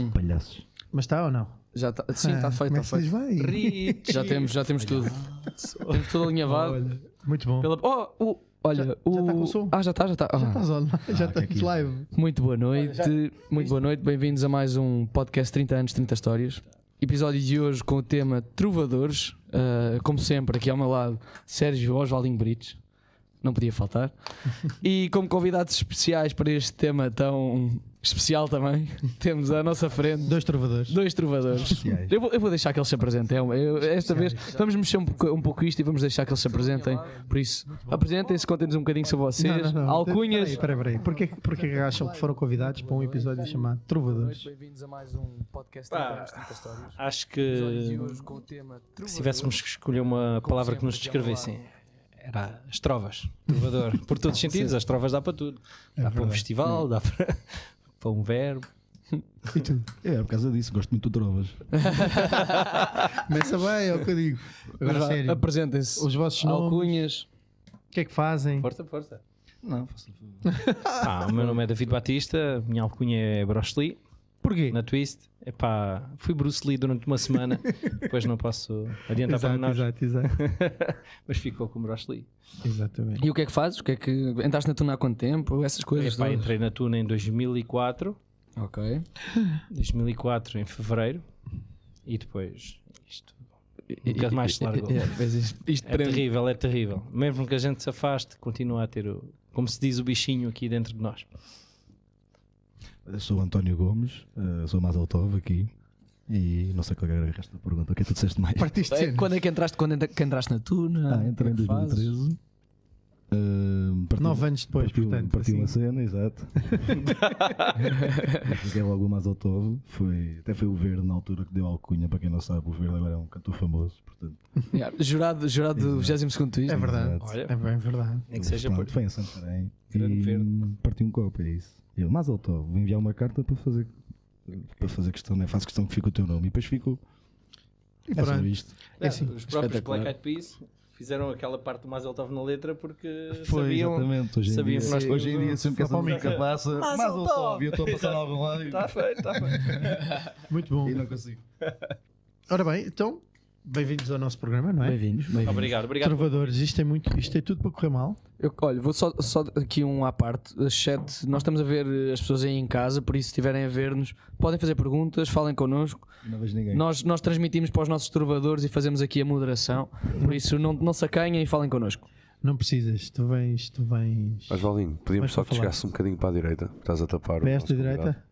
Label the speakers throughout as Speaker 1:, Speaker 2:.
Speaker 1: ingressos.
Speaker 2: Mas está ou não?
Speaker 3: Já tá, sim, está
Speaker 2: Ah,
Speaker 3: feito.
Speaker 2: como é
Speaker 3: Tá
Speaker 2: que se diz
Speaker 3: feito.
Speaker 2: bem?
Speaker 3: Rich. Já temos, já temos tudo. temos tudo alinhavado.
Speaker 2: Muito bom.
Speaker 3: Pela... Oh, o-
Speaker 2: Já-
Speaker 3: olha,
Speaker 2: já
Speaker 3: o.
Speaker 2: tá com o som?
Speaker 3: Ah, já está, já está.
Speaker 2: Já tá. estás online, já
Speaker 1: Ah, que
Speaker 2: estamos
Speaker 1: aqui-
Speaker 2: live.
Speaker 3: Muito boa noite,
Speaker 2: Olha,
Speaker 3: muito boa noite, bem-vindos a mais um podcast 30 anos, 30 histórias. Episódio de hoje com o tema Trovadores. Uh, como sempre, aqui ao meu lado, Sérgio Oswaldinho Brites, não podia faltar. E como convidados especiais para este tema tão especial também, temos à nossa frente
Speaker 2: Dois trovadores.
Speaker 3: dois trovadores.
Speaker 1: Especiais.
Speaker 3: Eu vou, eu vou deixar que eles se apresentem. Eu- eu- esta vez vamos mexer um pouco, um pouco isto e vamos deixar que eles se apresentem. Por isso, apresentem-se, contem-nos um bocadinho sobre vocês,
Speaker 2: Não, não, não.
Speaker 3: alcunhas.
Speaker 2: Espera aí, peraí. Porquê, porquê que acham que foram convidados para um episódio chamado Trovadores?
Speaker 3: bem-vindos a mais um podcast
Speaker 4: Pá,
Speaker 3: de 30 histórias.
Speaker 4: Acho
Speaker 3: Episódio de
Speaker 4: que
Speaker 3: hoje com o tema Trovadores.
Speaker 4: se tivéssemos que escolher uma
Speaker 3: Como
Speaker 4: palavra que
Speaker 3: sempre, aqui
Speaker 4: nos
Speaker 3: ao meu
Speaker 4: descrevessem, era as trovas, trovador. Por todos os sentidos, as trovas dá para tudo.
Speaker 2: É
Speaker 4: Dá para um
Speaker 2: verdade.
Speaker 4: festival, dá para, para um verbo.
Speaker 2: E tu?
Speaker 1: É, por causa disso, gosto muito de trovas.
Speaker 2: Começa bem, é o que eu digo. Agora,
Speaker 3: Vá,
Speaker 2: sério.
Speaker 3: Apresentem-se.
Speaker 2: Os vossos nomes,
Speaker 3: Alcunhas.
Speaker 2: o que é que fazem?
Speaker 4: Força, força.
Speaker 1: Não, faço
Speaker 4: Ah, o meu nome é David Batista, minha alcunha é Bruce Lee,
Speaker 2: Porquê?
Speaker 4: na Twist. Epá, fui Bruce Lee durante uma semana, depois não posso adiantar para
Speaker 2: Exato,
Speaker 4: nós,
Speaker 2: exato, exato.
Speaker 4: mas ficou com Bruce Lee.
Speaker 2: Exatamente.
Speaker 3: E o que é que fazes? O que é que entraste na tuna há quanto tempo? Essas coisas.
Speaker 4: Epá,
Speaker 3: todas.
Speaker 4: entrei na Tuna em 2004,
Speaker 3: Ok.
Speaker 4: 2004 em fevereiro, e depois isto um bocado mais se largou.
Speaker 3: É, mas isto isto
Speaker 4: É
Speaker 3: prende.
Speaker 4: terrível, é terrível. Mesmo que a gente se afaste, continua a ter, o, como se diz, o bichinho aqui dentro de nós.
Speaker 1: Eu sou o António Gomes, eh, sou mais autov aqui. E não sei qual era o resto da pergunta. O que é que tu disseste mais?
Speaker 2: Partiste
Speaker 3: É,
Speaker 2: cenas.
Speaker 3: quando é que entraste? Quando entra- que entraste na tuna?
Speaker 1: Ah, entrei em
Speaker 3: O que é que fazes?
Speaker 1: 2013. eh, partiu-
Speaker 2: Nove anos depois,
Speaker 1: partiu,
Speaker 2: portanto.
Speaker 1: Partiu
Speaker 2: assim.
Speaker 1: uma cena, exato. Fiquei logo mais autovo. Foi, até foi o Verde na altura que deu a alcunha. Para quem não sabe, o Verde agora é um cantor famoso. Portanto,
Speaker 3: Yeah, Jurado, jurado do 22 Twist.
Speaker 2: É verdade.
Speaker 1: Exato.
Speaker 4: Olha.
Speaker 2: É bem verdade.
Speaker 4: Nem
Speaker 1: Ele,
Speaker 4: que seja por.
Speaker 1: pronto, foi em Santarém.
Speaker 4: Grande
Speaker 1: e
Speaker 4: verde.
Speaker 1: partiu um copo, é isso. Eu, mas eu tô, vou enviar uma carta para fazer para fazer questão, né? faço questão que fique o teu nome e depois ficou.
Speaker 2: E
Speaker 1: É só
Speaker 2: pronto.
Speaker 1: isto.
Speaker 2: É assim.
Speaker 4: os próprios
Speaker 3: Espetacular.
Speaker 4: Black Eyed Peas fizeram aquela parte do Mazeltov na letra porque
Speaker 1: Foi,
Speaker 4: sabiam.
Speaker 1: exatamente. Hoje em
Speaker 4: sabiam
Speaker 1: dia,
Speaker 4: que nós
Speaker 1: hoje em
Speaker 4: tínhamos
Speaker 1: dia
Speaker 4: um-
Speaker 1: sempre que essa
Speaker 2: Só para o
Speaker 1: música
Speaker 4: micro.
Speaker 1: passa, mas
Speaker 4: um
Speaker 1: eu tô, eu estou a passar a algum lado e-
Speaker 4: Está Tá feito, está feito.
Speaker 2: Muito bom.
Speaker 1: e não consigo.
Speaker 2: Ora bem, então, bem-vindos ao nosso programa, não é?
Speaker 3: Bem-vindos. bem-vindos.
Speaker 4: Obrigado, obrigado.
Speaker 2: Trovadores, isto é muito, isto é tudo para correr mal.
Speaker 3: Eu, olha, vou só, só aqui um à parte. Chat, nós estamos a ver eh, as pessoas aí em casa, por isso, se estiverem a ver-nos, podem fazer perguntas, falem connosco.
Speaker 1: E não vejo ninguém.
Speaker 3: Nós, nós transmitimos para os nossos trovadores e fazemos aqui a moderação. Por isso, não, não se acanhem e falem connosco.
Speaker 2: Não precisas, tu vens, tu vens.
Speaker 5: Osvaldinho,
Speaker 2: Mas
Speaker 5: podíamos só
Speaker 2: para
Speaker 5: que
Speaker 2: falar.
Speaker 5: chegasse um bocadinho para a direita. Estás a tapar
Speaker 2: Para
Speaker 5: o
Speaker 2: esta
Speaker 5: nosso convidado.
Speaker 2: direita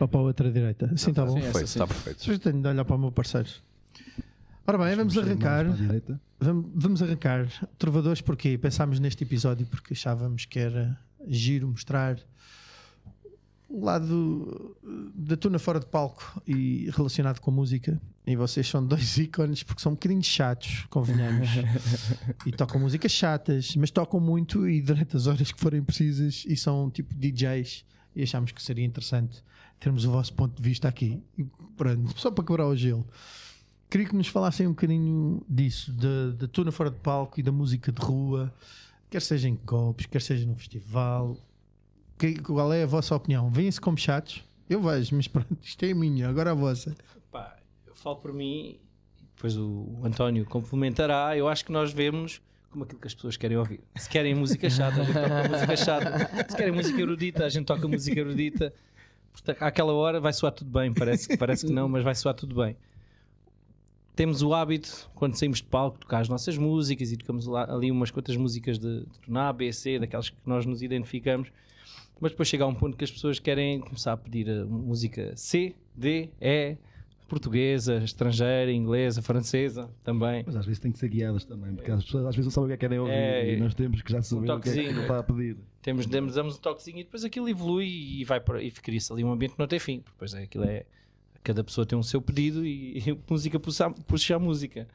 Speaker 2: ou para a outra direita? Assim está bom.
Speaker 3: sim,
Speaker 1: é.
Speaker 5: Perfeito,
Speaker 3: Essa
Speaker 5: está perfeito.
Speaker 2: Só tenho de olhar para o meu parceiro. Ora bem, vamos
Speaker 1: Mexer
Speaker 2: arrancar.
Speaker 1: mais para a direita.
Speaker 2: Vamos, vamos arrancar. Trovadores, porquê? Pensámos neste episódio porque achávamos que era giro mostrar o lado uh, da tuna fora de palco e relacionado com a música. E vocês são dois ícones porque são um bocadinho chatos, convenhamos. e tocam músicas chatas, mas tocam muito e durante as horas que forem precisas e são tipo DJs. E achámos que seria interessante termos o vosso ponto de vista aqui. E pronto, só para quebrar o gelo. Queria que nos falassem um bocadinho disso, da da tuna fora de palco e da música de rua, quer seja em copos, quer seja num festival. Que- qual é a vossa opinião? Vêm-se como chatos? Eu vejo, mas pronto, isto é a minha, agora a vossa.
Speaker 4: Pá, eu falo por mim e depois o António complementará. Eu acho que nós vemos como aquilo que as pessoas querem ouvir. Se querem música chata, a gente toca música chata. Se querem música erudita, a gente toca música erudita. Portanto, àquela hora vai soar tudo bem, parece, que- parece que não, mas vai soar tudo bem. Temos o hábito, quando saímos de palco, de tocar as nossas músicas e tocamos lá- ali umas quantas músicas de, de Tuná, B, C, daquelas que nós nos identificamos. Mas depois chega a um ponto que as pessoas querem começar a pedir a música C, D, E, portuguesa, estrangeira, inglesa, francesa também.
Speaker 1: Mas às vezes tem que ser guiadas também, porque as pessoas às vezes não sabem o que é que querem ouvir
Speaker 4: É,
Speaker 1: e nós temos que já saber o que é que
Speaker 4: toquezinho.
Speaker 1: está a pedir.
Speaker 4: Temos, damos, damos um toquezinho e depois aquilo evolui e, vai para, e cria-se ali um ambiente que não tem fim. Depois é, aquilo é. Cada pessoa tem um seu pedido e, e música puxa, puxa a música.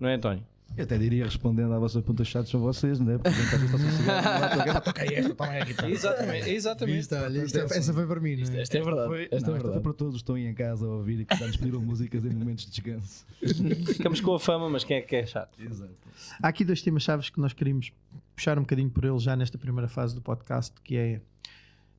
Speaker 4: Não é, António?
Speaker 1: Eu até diria respondendo à vossa pergunta chatos são vocês, não é? Porque a gente está sossegado, não vai tocar, "Pá, toca aí esta, toma aí a guitarra."
Speaker 4: Exatamente, exatamente.
Speaker 2: essa foi para mim. não é?
Speaker 3: Esta é verdade.
Speaker 1: Foi, não, esta foi para todos que estão aí em casa a ouvir e que já nos pediram músicas em momentos de descanso.
Speaker 4: Ficamos com a fama, mas quem é que é chato?
Speaker 1: Exato.
Speaker 2: Há aqui dois temas chaves que nós queríamos puxar um bocadinho por eles já nesta primeira fase do podcast, que é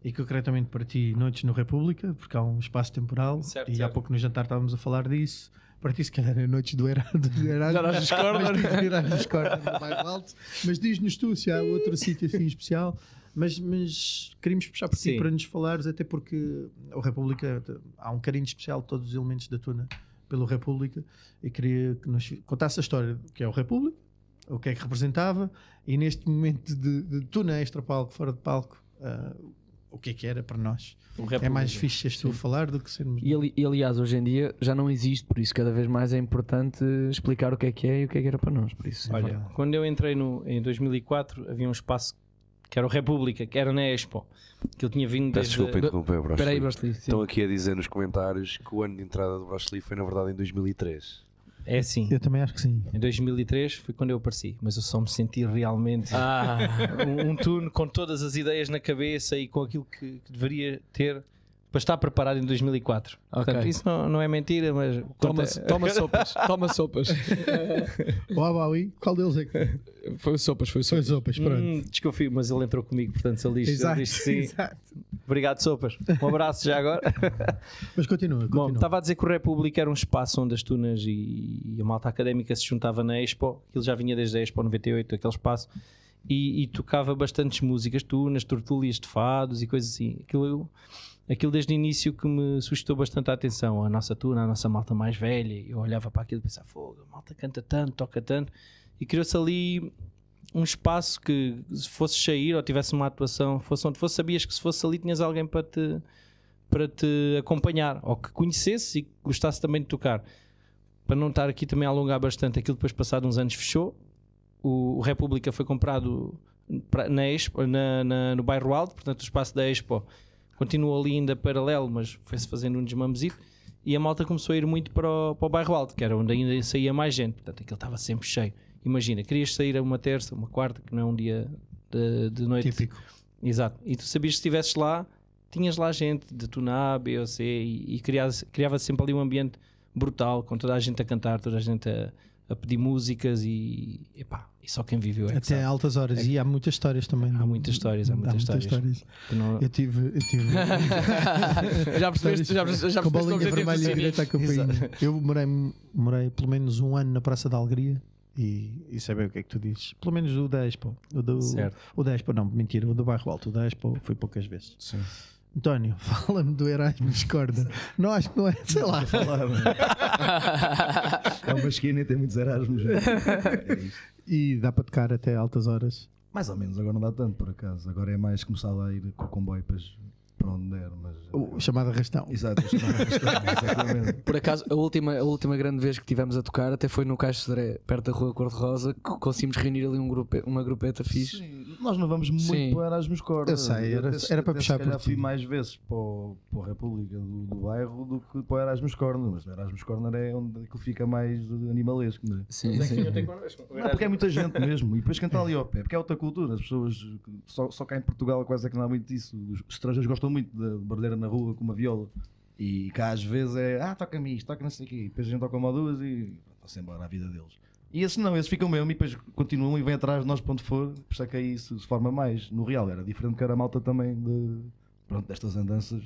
Speaker 2: e concretamente para ti, Noites no República, porque há um espaço temporal
Speaker 4: Certo,
Speaker 2: e há
Speaker 4: certo.
Speaker 2: pouco no jantar estávamos a falar disso. Para ti, se calhar, é Noites do é Erasmus.
Speaker 3: nós nos corners.
Speaker 2: nos corners do bairro alto. Mas diz-nos tu se há outro sítio assim especial. Mas, mas queríamos puxar por ti
Speaker 4: Sim.
Speaker 2: para nos falares, até porque o República há um carinho especial de todos os elementos da Tuna pelo República. E queria que nos contasse a história do que é o República, o que é que representava e neste momento de, de Tuna extra palco, fora de palco, ah, o que é que era para nós.
Speaker 3: Um
Speaker 4: O
Speaker 2: É mais
Speaker 4: República.
Speaker 2: fixe seres tu a falar do que sermos.
Speaker 3: E, ali- e, aliás, hoje em dia já não existe, por isso cada vez mais é importante explicar o que é que é e o que é que era para nós. Por isso,
Speaker 4: Olha,
Speaker 2: verdade.
Speaker 4: quando eu entrei no, em 2004, havia um espaço que era o República, que era na Expo, que eu tinha vindo
Speaker 5: Peço
Speaker 4: desde.
Speaker 2: eh,
Speaker 5: desculpa interromper o
Speaker 3: espera aí,
Speaker 5: Brashley.
Speaker 3: Bastilho.
Speaker 5: Estão aqui a dizer nos comentários que o ano de entrada do Brashley foi na verdade em 2003.
Speaker 4: É assim.
Speaker 2: Eu também acho que sim.
Speaker 4: Em 2003 foi quando eu apareci, mas eu só me senti realmente
Speaker 3: Ah,
Speaker 4: um, um turno com todas as ideias na cabeça e com aquilo que, que deveria ter para estar preparado em 2004.
Speaker 3: Ok.
Speaker 4: Portanto, isso não, não é mentira, mas
Speaker 3: toma,
Speaker 4: Conta-
Speaker 3: toma sopas, toma sopas.
Speaker 2: O Abaui, qual deles é que
Speaker 3: Foi o sopas, foi o sopas.
Speaker 2: são as opas? Pronto.
Speaker 4: Hum, desconfio, mas ele entrou comigo, portanto, se ele diz, ele
Speaker 2: Exato,
Speaker 4: diz que sim.
Speaker 2: exato.
Speaker 4: Obrigado, Sopas. Um abraço já agora.
Speaker 2: Mas continua,
Speaker 4: Bom,
Speaker 2: continua.
Speaker 4: estava a dizer que o República era um espaço onde as tunas e, e a malta académica se juntava na Expo, aquilo já vinha desde a Expo 98, aquele espaço, e, e tocava bastantes músicas, tunas, tortúlias de fados e coisas assim. Aquilo, eu- aquilo desde o início que me suscitou bastante a atenção, a nossa tuna, a nossa malta mais velha, eu olhava para aquilo e pensava, fogo, a malta canta tanto, toca tanto, e criou-se ali um espaço que se fosse sair ou tivesse uma atuação, fosse onde fosse, sabias que se fosse ali tinhas alguém para te para te acompanhar ou que conhecesse e que gostasse também de tocar. Para não estar aqui também a alongar bastante, aquilo depois passado uns anos fechou. O, o República foi comprado pra- na Expo, na- na- no bairro Alto, portanto o espaço da Expo continuou ali ainda paralelo, mas foi-se fazendo um desmamezito. E a malta começou a ir muito para o, para o bairro Alto, que era onde ainda saía mais gente, portanto aquilo estava sempre cheio. Imagina, querias sair a uma terça, uma quarta, que não é um dia de, de noite
Speaker 2: Típico.
Speaker 4: Exato. E tu sabias que se estivesses lá, tinhas lá gente de Tuná, B ou C, e, e criava-se criava sempre ali um ambiente brutal, com toda a gente a cantar, toda a gente a, a pedir músicas e, epá, e só quem viveu é que
Speaker 2: Até
Speaker 4: sabe.
Speaker 2: altas horas. E há muitas histórias também. é?
Speaker 4: Há muitas histórias, há muitas histórias. Tu não-
Speaker 2: Eu tive. Eu tive
Speaker 3: já percebeste, já percebeste, já
Speaker 2: com
Speaker 3: percebeste o
Speaker 2: bolinha
Speaker 3: objetivo do
Speaker 2: vermelha e
Speaker 3: Cine?
Speaker 2: direita à campainha. Eu morei, morei pelo menos um ano na Praça da Alegria e, e sei bem o que é que tu dizes. Pelo menos o da Expo. O, do,
Speaker 4: Certo.
Speaker 2: o da Expo, não, mentira, o do Bairro Alto. O da Expo foi poucas vezes. António, fala-me do Erasmus Corda. Não acho que não é, sei lá.
Speaker 1: É uma esquina e tem muitos Erasmus. É isto.
Speaker 2: E dá para tocar até altas horas.
Speaker 1: mais ou menos, agora não dá tanto por acaso. Agora é mais começar a ir com o comboio para, para onde der. Mas... eh,
Speaker 2: O chamado arrastão.
Speaker 1: Exato, eu estava a gostar, exatamente.
Speaker 3: Por acaso, a última, a última grande vez que tivemos a tocar até foi no Caixo Sodré, perto da Rua Cor-de-Rosa, que conseguimos reunir ali um grupe, uma grupeta fixe.
Speaker 1: Sim, nós não vamos muito
Speaker 3: Sim.
Speaker 1: para Erasmus Corda.
Speaker 2: Eu sei, era-
Speaker 1: até-
Speaker 2: era para
Speaker 1: até
Speaker 2: puxar
Speaker 1: Se calhar
Speaker 2: por ti.
Speaker 1: fui mais vezes para, o, para a República do, do Bairro do que para o Erasmus Corner. Mas o Erasmus Corner é onde que fica mais animalesco, não é?
Speaker 3: Sim, sim.
Speaker 1: Não, porque é muita gente mesmo. E depois quem está ali ao pé, porque é outra cultura. As pessoas, que- só, só cá em Portugal quase é que não há muito isso. Os estrangeiros gostam muito da barulheira na rua com uma viola. E cá às vezes é, ah, toca-me isto, toca não sei o quê. E depois a gente toca uma ou duas e vão-se embora a vida deles. E esses não, esses ficam mesmo e depois continuam e vêm atrás de nós para onde for. Por isso é que aí se se forma mais. No real era diferente que era a malta também de, pronto, destas andanças.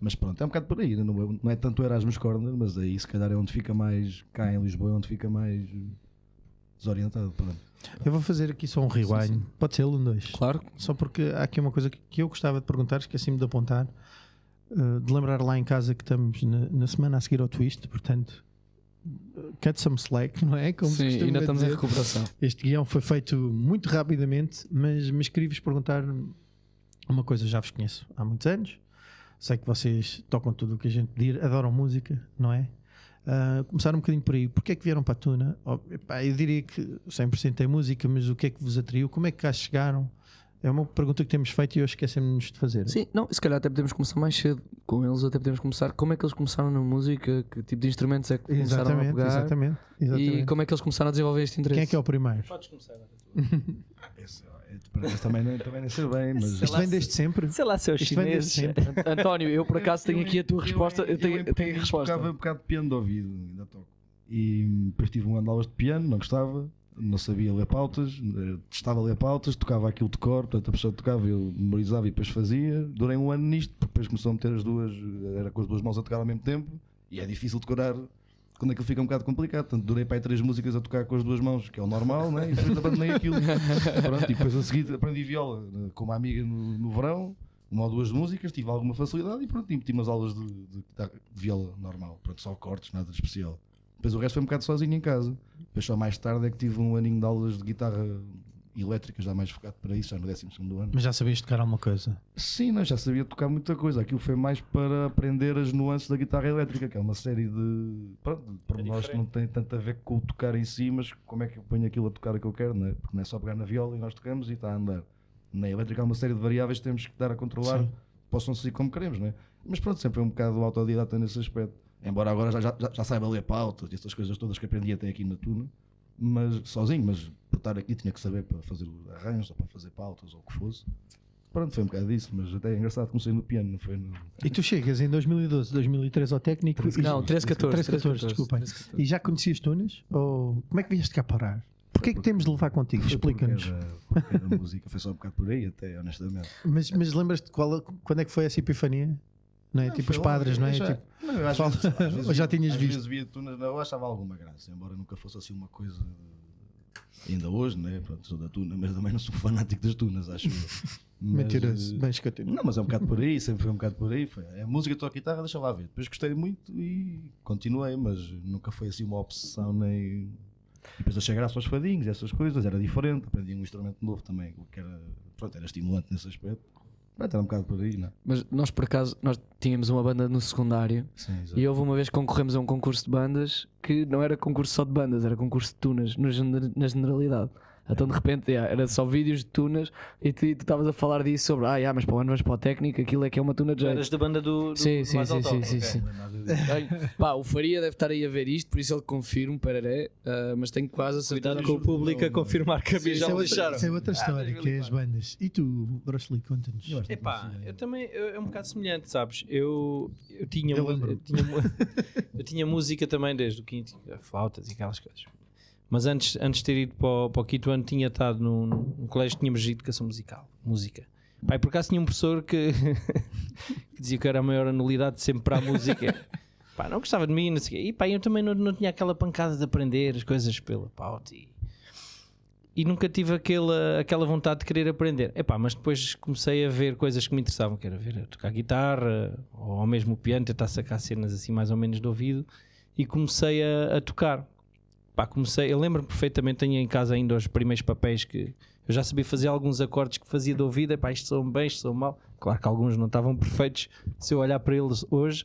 Speaker 1: Mas pronto, é um bocado por aí, não é, não é tanto o Erasmus Corner, mas aí se calhar é onde fica mais, cá em Lisboa, é onde fica mais desorientado. Pronto.
Speaker 2: Eu vou fazer aqui só um rewind. Pode ser um, dois.
Speaker 3: Claro.
Speaker 2: Só porque há aqui uma coisa que- que eu gostava de perguntar, esqueci-me de apontar, eh, de lembrar lá em casa que estamos na, na semana a seguir ao twist, portanto, eh, cut some slack, não é? Como se
Speaker 3: Sim,
Speaker 2: costuma
Speaker 3: ainda estamos em
Speaker 2: dizer.
Speaker 3: recuperação.
Speaker 2: Este guião foi feito muito rapidamente, mas, mas queria-vos perguntar uma coisa, já vos conheço há muitos anos, sei que vocês tocam tudo o que a gente pedir, adoram música, não é? Ah, começar um bocadinho por aí, porque é que vieram para a Tuna? Oh, epá, eu diria que 100% é música, mas o que é que vos atraiu? Como é que cá chegaram? É uma pergunta que temos feito e eu esquecemos de fazer.
Speaker 3: Sim, não, se calhar até podemos começar mais cedo com eles, até podemos começar. Como é que eles começaram na música? Que tipo de instrumentos é que começaram a
Speaker 2: exatamente,
Speaker 3: pegar?
Speaker 2: exatamente, exatamente.
Speaker 3: E como é que eles começaram a desenvolver este interesse?
Speaker 2: Quem é que é o primeiro?
Speaker 4: Podes começar.
Speaker 1: Esse, é, por acaso também, não- também nem sei bem, mas.
Speaker 2: Isto vem desde sempre?
Speaker 4: Sei lá, seus
Speaker 2: Isto vem desde
Speaker 4: chineses.
Speaker 2: sempre.
Speaker 3: António, eu por acaso tenho aqui a tua resposta. Eu tenho, eu tenho a resposta.
Speaker 1: tocava um bocado de piano de ouvido, ainda toco. E depois tive um ano de aulas de piano, não gostava. não sabia ler pautas, eh, testava ler pautas, tocava aquilo de cor, portanto a pessoa tocava, eu memorizava e depois fazia. Durei um ano nisto, porque depois começou a meter as duas, eh, era com as duas mãos a tocar ao mesmo tempo, e é difícil decorar quando aquilo fica um bocado complicado. Portanto, durei para aí três músicas a tocar com as duas mãos, que é o normal, né? e depois abandonei aquilo. Pronto, e depois a seguir aprendi viola né, com uma amiga no, no verão. Uma ou duas músicas, tive alguma facilidade e pronto, e meti umas aulas de, de, guitarra- de viola normal, pronto, só cortes, nada de especial. Depois o resto foi um bocado sozinho em casa. Depois só mais tarde é que tive um aninho de aulas de guitarra elétrica, já mais focado para isso, já no 12 ano.
Speaker 2: Mas já sabias tocar alguma coisa?
Speaker 1: Sim, não, já sabia tocar muita coisa. Aquilo foi mais para aprender as nuances da guitarra elétrica, que é uma série de. Pronto, de pormenores que não tem tanto a ver com o tocar em si, mas como é que eu ponho aquilo a tocar o que eu quero, não é? Porque não é só pegar na viola e nós tocamos e está a andar. Na elétrica há uma série de variáveis que temos que dar a controlar,
Speaker 2: Sim.
Speaker 1: possam sair como queremos, não é? Mas pronto, sempre foi um bocado autodidata nesse aspecto. Embora agora já, já, já- já saiba ler pautas e essas coisas todas que aprendi até aqui na Tuna, mas sozinho, mas por estar aqui tinha que saber para fazer arranjos ou para fazer pautas ou o que fosse. Pronto, foi um bocado disso, mas até é engraçado, comecei no piano, não foi no.
Speaker 2: E tu chegas em 2012, 2013 ao técnico. e-
Speaker 3: Não, 13, 14.
Speaker 2: 13, 14, desculpa. E já conhecias Tunas? Ou como é que vieste cá parar? Porquê é que temos de levar contigo?
Speaker 1: Foi porque
Speaker 2: Explica-nos.
Speaker 1: era- porque era música, foi só um bocado por aí, até honestamente.
Speaker 2: Mas, mas lembras-te qual- quando é que foi essa epifania? Não é? tipo os padres, não é?
Speaker 1: Já,
Speaker 2: Tipo,
Speaker 1: não, Ah, eu às
Speaker 2: Fala-
Speaker 1: vezes- às vezes
Speaker 2: Ou já
Speaker 1: via-
Speaker 2: tinhas
Speaker 1: às
Speaker 2: visto?
Speaker 1: vezes via tunas, não, eu achava alguma graça, embora nunca fosse assim uma coisa. de- Ainda hoje, né? Pronto, sou da tuna, mas também não sou fanático das tunas, acho. eu. Mas,
Speaker 2: mentiroso.
Speaker 1: eh,
Speaker 2: Bem, escutei.
Speaker 1: Não, mas é um bocado por aí, sempre foi um bocado por aí. Foi. É música, toco guitarra, deixa lá ver. Depois gostei muito e continuei, mas nunca foi assim uma obsessão nem. E depois achei graça aos fadinhos, essas coisas, era diferente. Aprendi um instrumento novo também, o que era, pronto, era estimulante nesse aspecto. Pronto, era um bocado por aí, não? é?
Speaker 3: Mas nós, por acaso, nós tínhamos uma banda no secundário
Speaker 1: Sim, exato.
Speaker 3: e houve uma vez que concorremos a um concurso de bandas que não era concurso só de bandas, era concurso de tunas, no gener- na generalidade. Então, de repente, yeah, era só vídeos de tunas e tu tu estavas a falar disso sobre, ah, yeah, mas para o ano vamos para o técnico, aquilo é que é uma tuna de
Speaker 4: Tu
Speaker 3: jeito.
Speaker 4: eras da banda do, do
Speaker 3: Sim,
Speaker 4: do
Speaker 3: sim,
Speaker 4: mais
Speaker 3: sim,
Speaker 4: alto,
Speaker 3: sim,
Speaker 4: ok.
Speaker 3: sim, sim.
Speaker 1: Não é nada disso.
Speaker 3: Olha, pá, o Faria deve estar aí a ver isto, por isso ele confirma, pararé, ah, mas tenho quase a certeza
Speaker 4: Cuidado com o público a confirmar que a mim já
Speaker 2: Isso é
Speaker 4: o
Speaker 2: outra,
Speaker 4: deixaram.
Speaker 2: isso é
Speaker 1: Ah,
Speaker 2: outra história, que é
Speaker 4: 2004.
Speaker 2: as bandas. E tu, Brosley, conta-nos.
Speaker 1: Eu acho que
Speaker 4: Epá,
Speaker 1: não
Speaker 4: eu
Speaker 1: consigo.
Speaker 4: também eu- é um bocado semelhante, sabes? Eu, eu, tinha,
Speaker 2: Eu
Speaker 4: mu-
Speaker 2: lembro.
Speaker 4: eu tinha mu- eu tinha música também desde o quinto, flautas e aquelas coisas. Mas antes, antes de ter ido para o, para o quinto ano, tinha estado num, num colégio que tínhamos de educação musical, música. Pai, por acaso tinha um professor que, que dizia que era a maior anulidade sempre para a música. Pá, não gostava de mim, não sei o quê. E pá, eu também não, não tinha aquela pancada de aprender as coisas pela pauta e, e nunca tive aquela, aquela vontade de querer aprender. Epá, mas depois comecei a ver coisas que me interessavam, que era ver a tocar guitarra ou ao mesmo piano, tentar sacar cenas assim mais ou menos do ouvido e comecei a, a tocar. Pá, comecei, eu lembro-me perfeitamente, tenho em casa ainda os primeiros papéis que eu já sabia fazer alguns acordes que fazia de ouvido, epá, isto são bem, isto são mal. Claro que alguns não estavam perfeitos se eu olhar para eles hoje,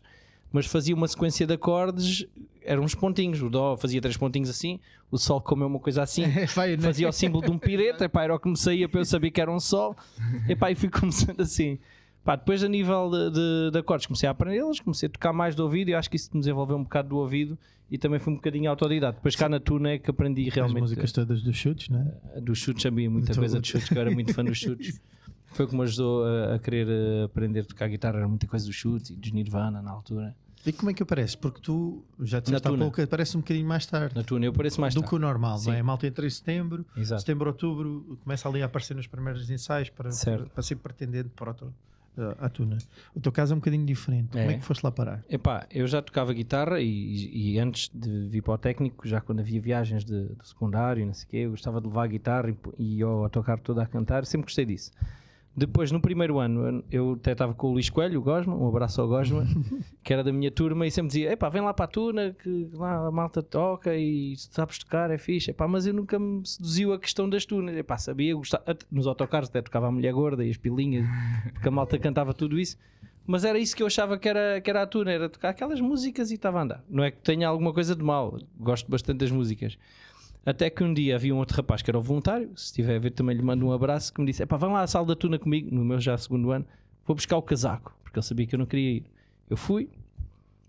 Speaker 4: mas fazia uma sequência de acordes, eram uns pontinhos, o dó fazia três pontinhos assim, o sol como é uma coisa assim,
Speaker 2: Vai, não é?
Speaker 4: fazia o símbolo de um pireta, epá, era o que me saía para eu saber que era um sol, epá, e fui começando assim. Pá, depois a nível de, de, de acordes comecei a aprendê-los, comecei a tocar mais do ouvido e acho que isso me desenvolveu um bocado do ouvido e também fui um bocadinho autodidata. Depois cá na Tuna é que aprendi
Speaker 2: As
Speaker 4: realmente. eh,
Speaker 2: músicas Então, todas dos chutes, não é?
Speaker 4: Dos chutes sabia muita
Speaker 2: Muito
Speaker 4: coisa
Speaker 2: bom.
Speaker 4: dos chutes, que eu era muito fã dos chutes. Foi o que me ajudou a, a querer eh, aprender a tocar guitarra, era muita coisa dos chutes e dos Nirvana na altura.
Speaker 2: E como é que aparece? Porque tu, já disseste
Speaker 4: Na
Speaker 2: há
Speaker 4: Tuna.
Speaker 2: pouco, aparece um bocadinho mais tarde
Speaker 4: Na Tuna eu pareço mais
Speaker 2: do
Speaker 4: tarde.
Speaker 2: que o normal,
Speaker 4: Sim.
Speaker 2: não é? A malta entra em setembro,
Speaker 4: Exato.
Speaker 2: setembro, outubro, começa ali a aparecer nos primeiros ensaios para,
Speaker 4: Certo.
Speaker 2: para ser pretendente para o teu- a Tuna. O teu caso é um bocadinho diferente. Como é
Speaker 4: É.
Speaker 2: que foste lá parar?
Speaker 4: Epá, eu já tocava guitarra e, e antes de vir para o técnico, já quando havia viagens de, do secundário, e não sei o quê, eu gostava de levar a guitarra e, pô- e eu a tocar toda a cantar, sempre gostei disso. Depois, no primeiro ano, eu até estava com o Luís Coelho, o Gosma, um abraço ao Gosma, que era da minha turma, e sempre dizia: Epá, vem lá para a Tuna, que lá a malta toca e sabes tocar, é fixe. Epá, mas eu nunca me seduziu a questão das tunas. Epá, sabia, gostava, até nos autocarros até tocava a mulher gorda e as pilinhas, porque a malta cantava tudo isso. Mas era isso que eu achava que era, que era a tuna, era tocar aquelas músicas e estava a andar. Não é que tenha alguma coisa de mal, gosto bastante das músicas. Até que um dia havia um outro rapaz que era o voluntário, se estiver a ver também lhe mando um abraço, que me disse: Epá, vão lá à sala da tuna comigo, no meu já segundo ano, vou buscar o casaco, porque ele sabia que eu não queria ir. Eu fui,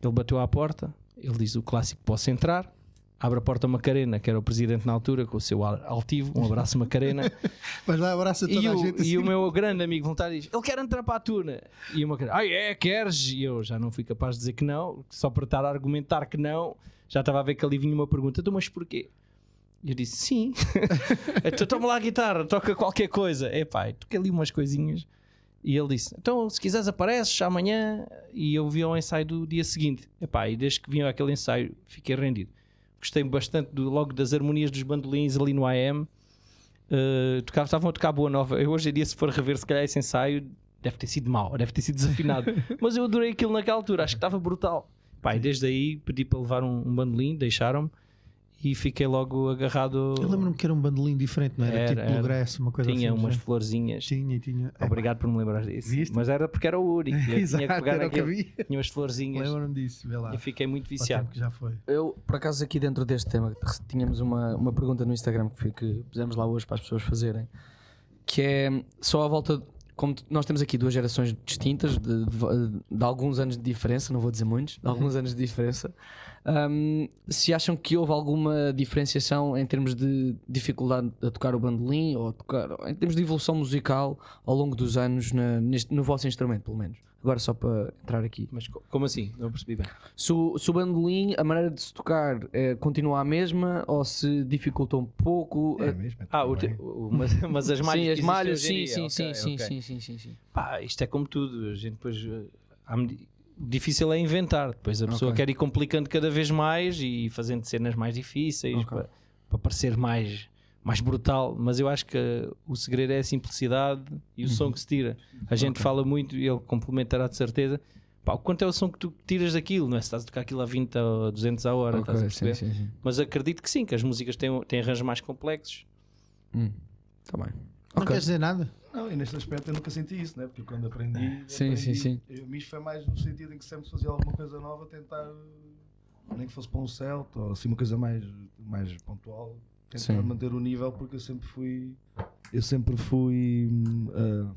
Speaker 4: ele bateu à porta, ele diz o clássico: Posso entrar? Abre a porta Macarena, que era o presidente na altura, com o seu ar altivo, um abraço Macarena.
Speaker 2: Mas lá abraça
Speaker 4: E o, e o meu grande amigo voluntário diz: Ele quer entrar para a tuna. E uma cara, ah, é, queres? E eu já não fui capaz de dizer que não, só para estar a argumentar que não, já estava a ver que ali vinha uma pergunta: Então, mas porquê? E eu disse, sim. então toma lá a guitarra, toca qualquer coisa. Epá, eu toquei ali umas coisinhas. E ele disse, então se quiseres apareces amanhã. E eu vi ao ensaio do dia seguinte. Epá, e desde que vim àquele ensaio fiquei rendido. Gostei bastante do, logo das harmonias dos bandolins ali no AM. Eh, tocava, estavam a tocar boa nova. Eu hoje em dia, se for rever, se calhar esse ensaio deve ter sido mau, deve ter sido desafinado. Mas eu adorei aquilo naquela altura, acho que estava brutal. Pá, e desde aí pedi para levar um, um bandolim, deixaram-me e fiquei logo agarrado.
Speaker 2: Eu lembro-me que era um bandolim diferente, não era?
Speaker 4: Era,
Speaker 2: tipo
Speaker 4: era.
Speaker 2: bluegrass, uma coisa
Speaker 4: Tinha
Speaker 2: assim.
Speaker 4: umas
Speaker 2: não é?
Speaker 4: florzinhas.
Speaker 2: Tinha, tinha. É,
Speaker 4: Obrigado por me lembrar disso.
Speaker 2: Viste?
Speaker 4: Mas era porque era o único. Eu tinha que
Speaker 2: Exato,
Speaker 4: pegar
Speaker 2: era o que
Speaker 4: naquilo.
Speaker 2: havia.
Speaker 4: Tinha umas florzinhas
Speaker 2: É, Lembro-me disso, vê lá.
Speaker 4: e fiquei muito
Speaker 2: Ao tempo
Speaker 4: viciado.
Speaker 2: que já foi.
Speaker 3: Eu, por acaso, aqui dentro deste tema, tínhamos uma, uma pergunta no Instagram que, fi- que pusemos lá hoje para as pessoas fazerem, que é só à volta. de- Como t- nós temos aqui duas gerações distintas, de, de- de alguns anos de diferença, não vou dizer muitos, de alguns anos de diferença, hum, se acham que houve alguma diferenciação em termos de dificuldade a tocar o bandolim ou a tocar, em termos de evolução musical ao longo dos anos na- neste- no vosso instrumento, pelo menos. Agora, só para entrar aqui.
Speaker 4: Mas co- como assim? Não percebi bem.
Speaker 3: Se o, se o bandolim, a maneira de se tocar eh, continua a mesma ou se dificulta um pouco?
Speaker 1: É
Speaker 3: eh,
Speaker 1: mesmo, é
Speaker 4: Ah, o
Speaker 1: tudo
Speaker 4: te-
Speaker 1: bem.
Speaker 4: o- mas, mas as malhas.
Speaker 3: sim,
Speaker 4: que
Speaker 3: as
Speaker 4: existem
Speaker 3: malhas,
Speaker 4: hoje
Speaker 3: sim,
Speaker 4: em
Speaker 3: sim,
Speaker 4: dia,
Speaker 3: sim,
Speaker 4: ok,
Speaker 3: sim,
Speaker 4: ok.
Speaker 3: sim, sim, sim, sim.
Speaker 4: Pá, isto é como tudo. A gente depois. eh, à medi- O difícil é inventar. Depois a pessoa
Speaker 3: Ok.
Speaker 4: quer ir complicando cada vez mais e fazendo cenas mais difíceis
Speaker 3: Ok.
Speaker 4: para, para parecer mais, mais brutal. Mas eu acho que eh, o segredo é a simplicidade e o
Speaker 3: Uhum.
Speaker 4: som que se tira. A gente fala muito e ele complementará de certeza. Pá, o quanto é o som que tu tiras daquilo? Não é se estás a tocar aquilo a 20 ou 200 a hora, estás a perceber?
Speaker 3: sim, sim.
Speaker 4: Mas acredito que sim, que as músicas têm, têm arranjos mais complexos.
Speaker 3: Está Tá bem.
Speaker 2: Não
Speaker 3: Ok.
Speaker 2: queres dizer nada?
Speaker 1: Não, e neste aspecto eu nunca senti isso, né? Porque eu quando aprendi.
Speaker 3: Sim, sim,
Speaker 1: aprendi-
Speaker 3: sim.
Speaker 1: Eu, mas foi mais no sentido em que sempre se fazia alguma coisa nova, tentar. Nem que fosse para um Celta ou assim uma coisa mais, mais pontual, tentar
Speaker 3: Sim.
Speaker 1: manter o nível, porque eu sempre fui. Eu sempre fui. hum, ah,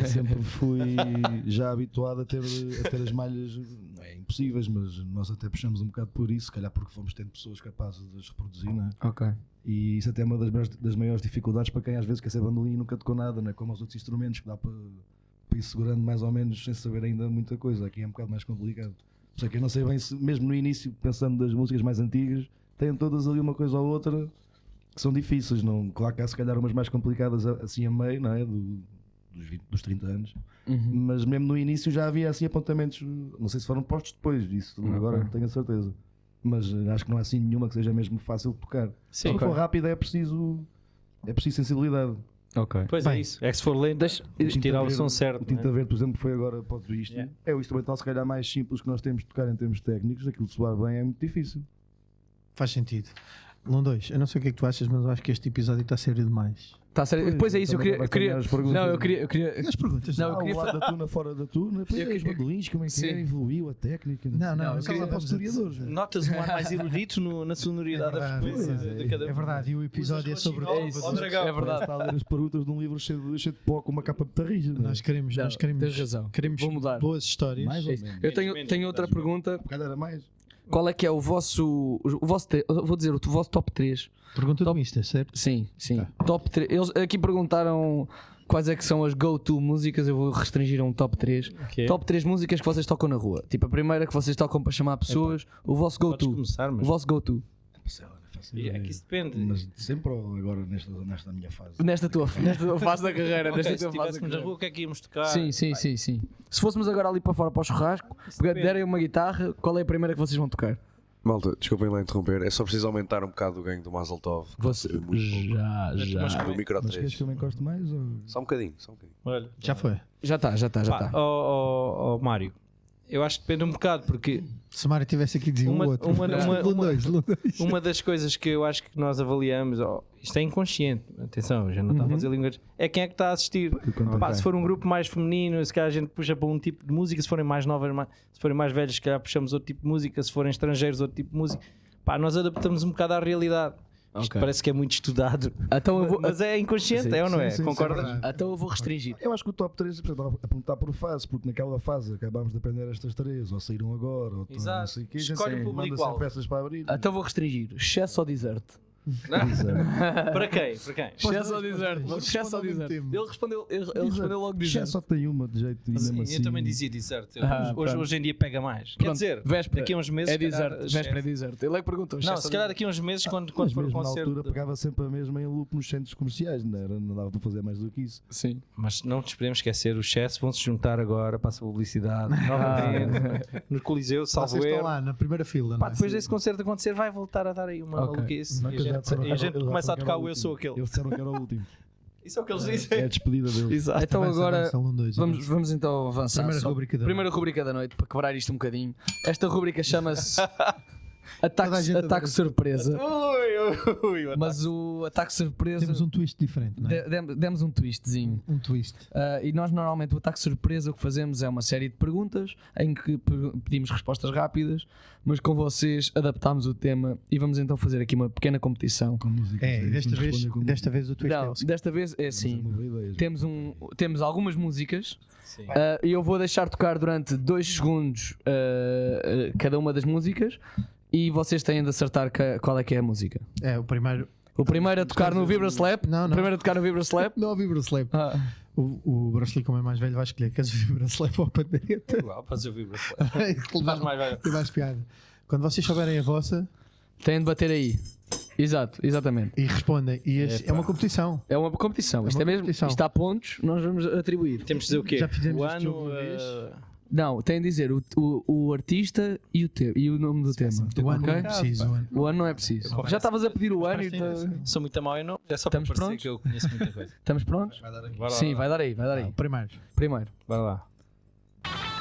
Speaker 1: eu sempre fui já habituado a ter, a ter as malhas, não é impossíveis, mas nós até puxamos um bocado por isso, se calhar porque fomos tendo pessoas capazes de as reproduzir, não é?
Speaker 3: Ok.
Speaker 1: E isso até é uma das maiores, das maiores dificuldades para quem às vezes quer ser bandolim e nunca tocou nada, não é como aos outros instrumentos, que dá para, para ir segurando mais ou menos sem saber ainda muita coisa. Aqui é um bocado mais complicado. Por isso é que eu não sei bem se, mesmo no início, pensando das músicas mais antigas, têm todas ali uma coisa ou outra que são difíceis. Não? Claro que há se calhar umas mais complicadas a- assim a meio, não é? Do- dos, 20, dos 30 anos.
Speaker 3: Uhum.
Speaker 1: Mas mesmo no início já havia assim apontamentos, não sei se foram postos depois disso,
Speaker 3: Ok.
Speaker 1: agora não tenho a certeza. Mas eh, acho que não há assim nenhuma que seja mesmo fácil de tocar.
Speaker 4: Sim,
Speaker 1: Se for rápida é preciso. É preciso sensibilidade.
Speaker 3: Ok.
Speaker 4: pois é
Speaker 2: Bem,
Speaker 4: isso. É que se for lento,
Speaker 3: deixa-
Speaker 4: tens de tirar o
Speaker 1: Tinta
Speaker 4: som
Speaker 1: Verde-
Speaker 4: certo.
Speaker 1: O Tinta
Speaker 4: né?
Speaker 1: Verde, por exemplo, que foi agora para o isto.
Speaker 4: Yeah.
Speaker 1: É o instrumental, se calhar, mais simples que nós temos de tocar em termos técnicos. Aquilo de soar bem é muito difícil.
Speaker 2: Faz sentido. Não dois, eu não sei o que é que tu achas, mas eu acho que este episódio está sério demais.
Speaker 3: Tá sério. Depois é
Speaker 1: eu
Speaker 3: isso, eu
Speaker 1: também
Speaker 3: queria.
Speaker 1: não
Speaker 3: eu
Speaker 1: vou apanhar as perguntas.
Speaker 3: queria- Não, eu queria. Eu queria...
Speaker 2: As perguntas.
Speaker 3: Não,
Speaker 1: Há Ah,
Speaker 3: eu
Speaker 1: o
Speaker 3: queria
Speaker 1: lado da tuna, fora da tuna. Depois
Speaker 3: Eu
Speaker 1: é os
Speaker 3: queria-
Speaker 1: bandolins, como é que
Speaker 3: Sim.
Speaker 1: é? Evoluiu a técnica.
Speaker 2: Não, não, eu
Speaker 1: eu queria
Speaker 2: queria-
Speaker 1: para os historiadores. é? meu.
Speaker 4: Notas um ar mais erudito no- na sonoridade da
Speaker 2: verdade,
Speaker 4: frequência
Speaker 2: é
Speaker 4: de cada um.
Speaker 2: É verdade, e o episódio é
Speaker 1: um
Speaker 2: sobre
Speaker 4: Usas
Speaker 2: Trovadores.
Speaker 4: Ó, dragão.
Speaker 3: É
Speaker 1: Parece que
Speaker 3: verdade.
Speaker 1: Está a ler as perguntas de um livro cheio de, cheio de pó com uma capa de tarrija. não é?
Speaker 2: Nós queremos, nós
Speaker 3: Não,
Speaker 2: queremos,
Speaker 3: Tens razão.
Speaker 2: queremos
Speaker 3: Vou mudar.
Speaker 2: boas histórias.
Speaker 1: Mais ou
Speaker 3: É isso.
Speaker 1: menos.
Speaker 3: Eu tenho,
Speaker 4: Menos,
Speaker 3: tenho outra
Speaker 4: menos.
Speaker 3: pergunta.
Speaker 1: Calhar era mais.
Speaker 3: Qual é que é o vosso. O vosso te- eu vou dizer, o vosso top 3
Speaker 2: Pergunta do
Speaker 3: Top-
Speaker 2: Insta, certo?
Speaker 3: Sim, sim. Top 3. Eles aqui perguntaram quais é que são as go-to músicas. Eu vou restringir a um top 3.
Speaker 4: Ok.
Speaker 3: Top 3 músicas que vocês tocam na rua. Tipo, a primeira que vocês tocam para chamar pessoas. O vosso
Speaker 4: Podes
Speaker 3: go-to.
Speaker 4: começar,
Speaker 3: O
Speaker 4: mas
Speaker 3: vosso go-to.
Speaker 4: é que isso depende.
Speaker 1: Mas sempre ou agora nesta, nesta minha fase?
Speaker 3: Nesta tua, nesta tua fase da carreira.
Speaker 4: Ok,
Speaker 3: nesta
Speaker 4: se
Speaker 3: tua fase da
Speaker 4: estivéssemos na
Speaker 3: carreira.
Speaker 4: rua, o que é que íamos tocar?
Speaker 3: Sim, sim, sim, sim. Se fôssemos agora ali para fora para o churrasco, pegar-
Speaker 4: depende.
Speaker 3: derem uma guitarra, qual é a primeira que vocês vão tocar?
Speaker 5: Malta, desculpem lá interromper, é só preciso aumentar um bocado o ganho do Mazeltov.
Speaker 3: Você- Já,
Speaker 4: Mas
Speaker 5: Do
Speaker 4: como é-
Speaker 5: micro
Speaker 1: Mas queres
Speaker 5: 3.
Speaker 1: que eu me encoste mais? Ou...
Speaker 5: Só um bocadinho, só um bocadinho.
Speaker 4: Olha,
Speaker 2: Já tá. foi.
Speaker 3: Já está, já está, já tá.
Speaker 4: pá,
Speaker 3: está.
Speaker 4: ó ó, ó, Mário, eu acho que depende um bocado, porque
Speaker 2: Se Mário estivesse aqui dizia
Speaker 4: Uma-
Speaker 2: um outro.
Speaker 4: uma- uma-
Speaker 2: Lula
Speaker 4: uma-
Speaker 2: dois, Lula dois.
Speaker 4: uma das coisas que eu acho que nós avaliamos, ó, isto é inconsciente, atenção, eu já não está a fazer línguas, é quem é que está a assistir.
Speaker 1: Uhum. quando
Speaker 4: Pá,
Speaker 1: tem.
Speaker 4: se for um grupo mais feminino, se calhar a gente puxa para um tipo de música, se forem mais novas, ma- se forem mais velhos, se calhar puxamos outro tipo de música, se forem estrangeiros, outro tipo de música. Pá, nós adaptamos um bocado à realidade. Isto
Speaker 3: Ok.
Speaker 4: parece que é muito estudado,
Speaker 3: Então eu vou,
Speaker 4: mas é inconsciente,
Speaker 3: Sim,
Speaker 4: é ou não é?
Speaker 1: sim, sim,
Speaker 4: Concordas?
Speaker 1: sim,
Speaker 3: então eu vou restringir.
Speaker 1: Eu acho que o top 3 estava a perguntar por fase, porque naquela fase acabámos de aprender estas três, ou saíram agora, ou estão
Speaker 4: Exato.
Speaker 1: não sei o quê, já
Speaker 4: Escolhe
Speaker 1: sei,
Speaker 4: o
Speaker 1: manda
Speaker 4: público-alvo.
Speaker 1: sem peças para abrir. é
Speaker 3: Então vou restringir. Excesso ou deserto?
Speaker 4: Para quem? Para quem?
Speaker 3: Esquece ao dizer.
Speaker 2: Vou
Speaker 3: Esquece ao
Speaker 2: responder ao
Speaker 3: dizer.
Speaker 2: mesmo tempo.
Speaker 3: Ele respondeu, ele, ele respondeu logo
Speaker 1: Já
Speaker 3: dizer.
Speaker 1: só tem uma de jeito e mesmo
Speaker 4: Sim,
Speaker 1: assim.
Speaker 4: Eu também dizia deserto. Eu-
Speaker 3: Ah,
Speaker 4: hoje,
Speaker 3: pronto.
Speaker 4: hoje em dia pega mais. Quer
Speaker 3: Pronto,
Speaker 4: dizer,
Speaker 3: véspera.
Speaker 4: daqui a uns meses.
Speaker 3: É
Speaker 4: se calhar,
Speaker 3: deserto. Véspera é
Speaker 4: é-
Speaker 3: deserto. Ele é que perguntou.
Speaker 4: Não,
Speaker 3: esquece
Speaker 4: se
Speaker 3: ao
Speaker 4: calhar
Speaker 3: dizer.
Speaker 4: daqui a uns meses, quando,
Speaker 1: Mas
Speaker 4: quando for o
Speaker 1: mesmo na
Speaker 4: concerto.
Speaker 1: altura pegava sempre a mesma em loop nos centros comerciais, não, era, não dava para fazer mais do que isso.
Speaker 3: Sim.
Speaker 4: Mas não nos podemos esquecer, os chefs vão se juntar agora para a publicidade. novamente, no Coliseu, salvo
Speaker 2: Vocês estão
Speaker 4: erro.
Speaker 2: lá na primeira fila,
Speaker 4: Pá,
Speaker 2: não é?
Speaker 4: depois desse concerto acontecer, vai voltar a dar aí uma
Speaker 3: Ok.
Speaker 4: maluquice.
Speaker 1: Não,
Speaker 4: E
Speaker 1: que
Speaker 4: a
Speaker 1: eu já
Speaker 4: gente,
Speaker 1: disseram que
Speaker 4: e a
Speaker 1: era-
Speaker 4: gente
Speaker 1: eles já
Speaker 4: começa a
Speaker 1: disseram que
Speaker 4: tocar
Speaker 1: era
Speaker 4: o Eu Sou
Speaker 1: último.
Speaker 4: Aquele.
Speaker 1: Eles disseram que era o último.
Speaker 4: Isso é o que eles
Speaker 1: É
Speaker 4: dizem.
Speaker 1: a despedida dele.
Speaker 4: Exato.
Speaker 3: Então
Speaker 2: Avança,
Speaker 3: agora
Speaker 2: avança, um, dois,
Speaker 3: vamos,
Speaker 2: avança.
Speaker 3: vamos então avançar.
Speaker 2: Primeira
Speaker 3: só.
Speaker 2: rubrica da
Speaker 3: Primeira rubrica da noite, para quebrar isto um bocadinho. Esta rubrica chama-se Ataque,
Speaker 2: Toda a gente adora.
Speaker 3: ataque Surpresa.
Speaker 4: Ui, ui, ui.
Speaker 3: Mas o Ataque Surpresa.
Speaker 2: Temos um twist diferente, não é?
Speaker 3: de- dem- demos um twistzinho.
Speaker 2: Um twist.
Speaker 3: Ah, e nós normalmente o ataque surpresa o que fazemos é uma série de perguntas em que pe- pedimos respostas rápidas, mas com vocês adaptámos o tema e vamos então fazer aqui uma pequena competição.
Speaker 1: Com música.
Speaker 2: É, e desta vez, desta vez o twist é
Speaker 3: Não,
Speaker 2: o seguinte.
Speaker 3: desta vez é assim. Temos, um, temos algumas músicas
Speaker 4: Sim.
Speaker 3: ah, e eu vou deixar tocar durante dois segundos ah, ah, cada uma das músicas e vocês têm de acertar ca- qual é que é a música.
Speaker 2: É, o primeiro.
Speaker 3: O primeiro a tocar no Vibra Slap.
Speaker 2: Não, não.
Speaker 3: O primeiro a tocar no Vibra Slap.
Speaker 2: Não ouvi Bracelep.
Speaker 3: Ah,
Speaker 2: O, o Bracelep, como é mais velho, vai escolher. Queres ouvir Bracelep ou Pandereta?
Speaker 4: Igual, podes ouvir o Faz
Speaker 2: Faz
Speaker 4: mais, vai.
Speaker 2: E mais piada. Quando vocês souberem a vossa
Speaker 3: têm de bater aí. Exato, exatamente.
Speaker 2: e respondem. E este- é uma competição.
Speaker 3: É uma competição.
Speaker 2: É
Speaker 3: Isto
Speaker 2: uma
Speaker 3: é mesmo.
Speaker 2: competição.
Speaker 3: Isto há pontos, nós vamos atribuir.
Speaker 4: Temos de dizer o quê?
Speaker 2: Já fizemos
Speaker 4: o
Speaker 2: este jogo
Speaker 4: ano.
Speaker 2: uma vez.
Speaker 4: eh,
Speaker 3: Não, tem de dizer o, o, o artista e o, te- e o nome do tema.
Speaker 2: O ano
Speaker 3: ok?
Speaker 2: é preciso. o ano.
Speaker 3: O ano não é preciso.
Speaker 4: Parece-
Speaker 3: Já estavas a pedir o ano e. tá-
Speaker 2: parece-
Speaker 3: tu-
Speaker 4: Sou muito mau em nome. É só
Speaker 3: Estamos
Speaker 4: para parecer
Speaker 3: prontos?
Speaker 4: que eu conheço muita coisa.
Speaker 3: Estamos prontos?
Speaker 4: Vai dar aqui. Bora lá,
Speaker 3: Sim,
Speaker 4: bora
Speaker 3: vai dar aí, vai dar
Speaker 2: Ah,
Speaker 3: aí.
Speaker 2: o primeiro.
Speaker 3: Primeiro.
Speaker 4: lá. Bora lá.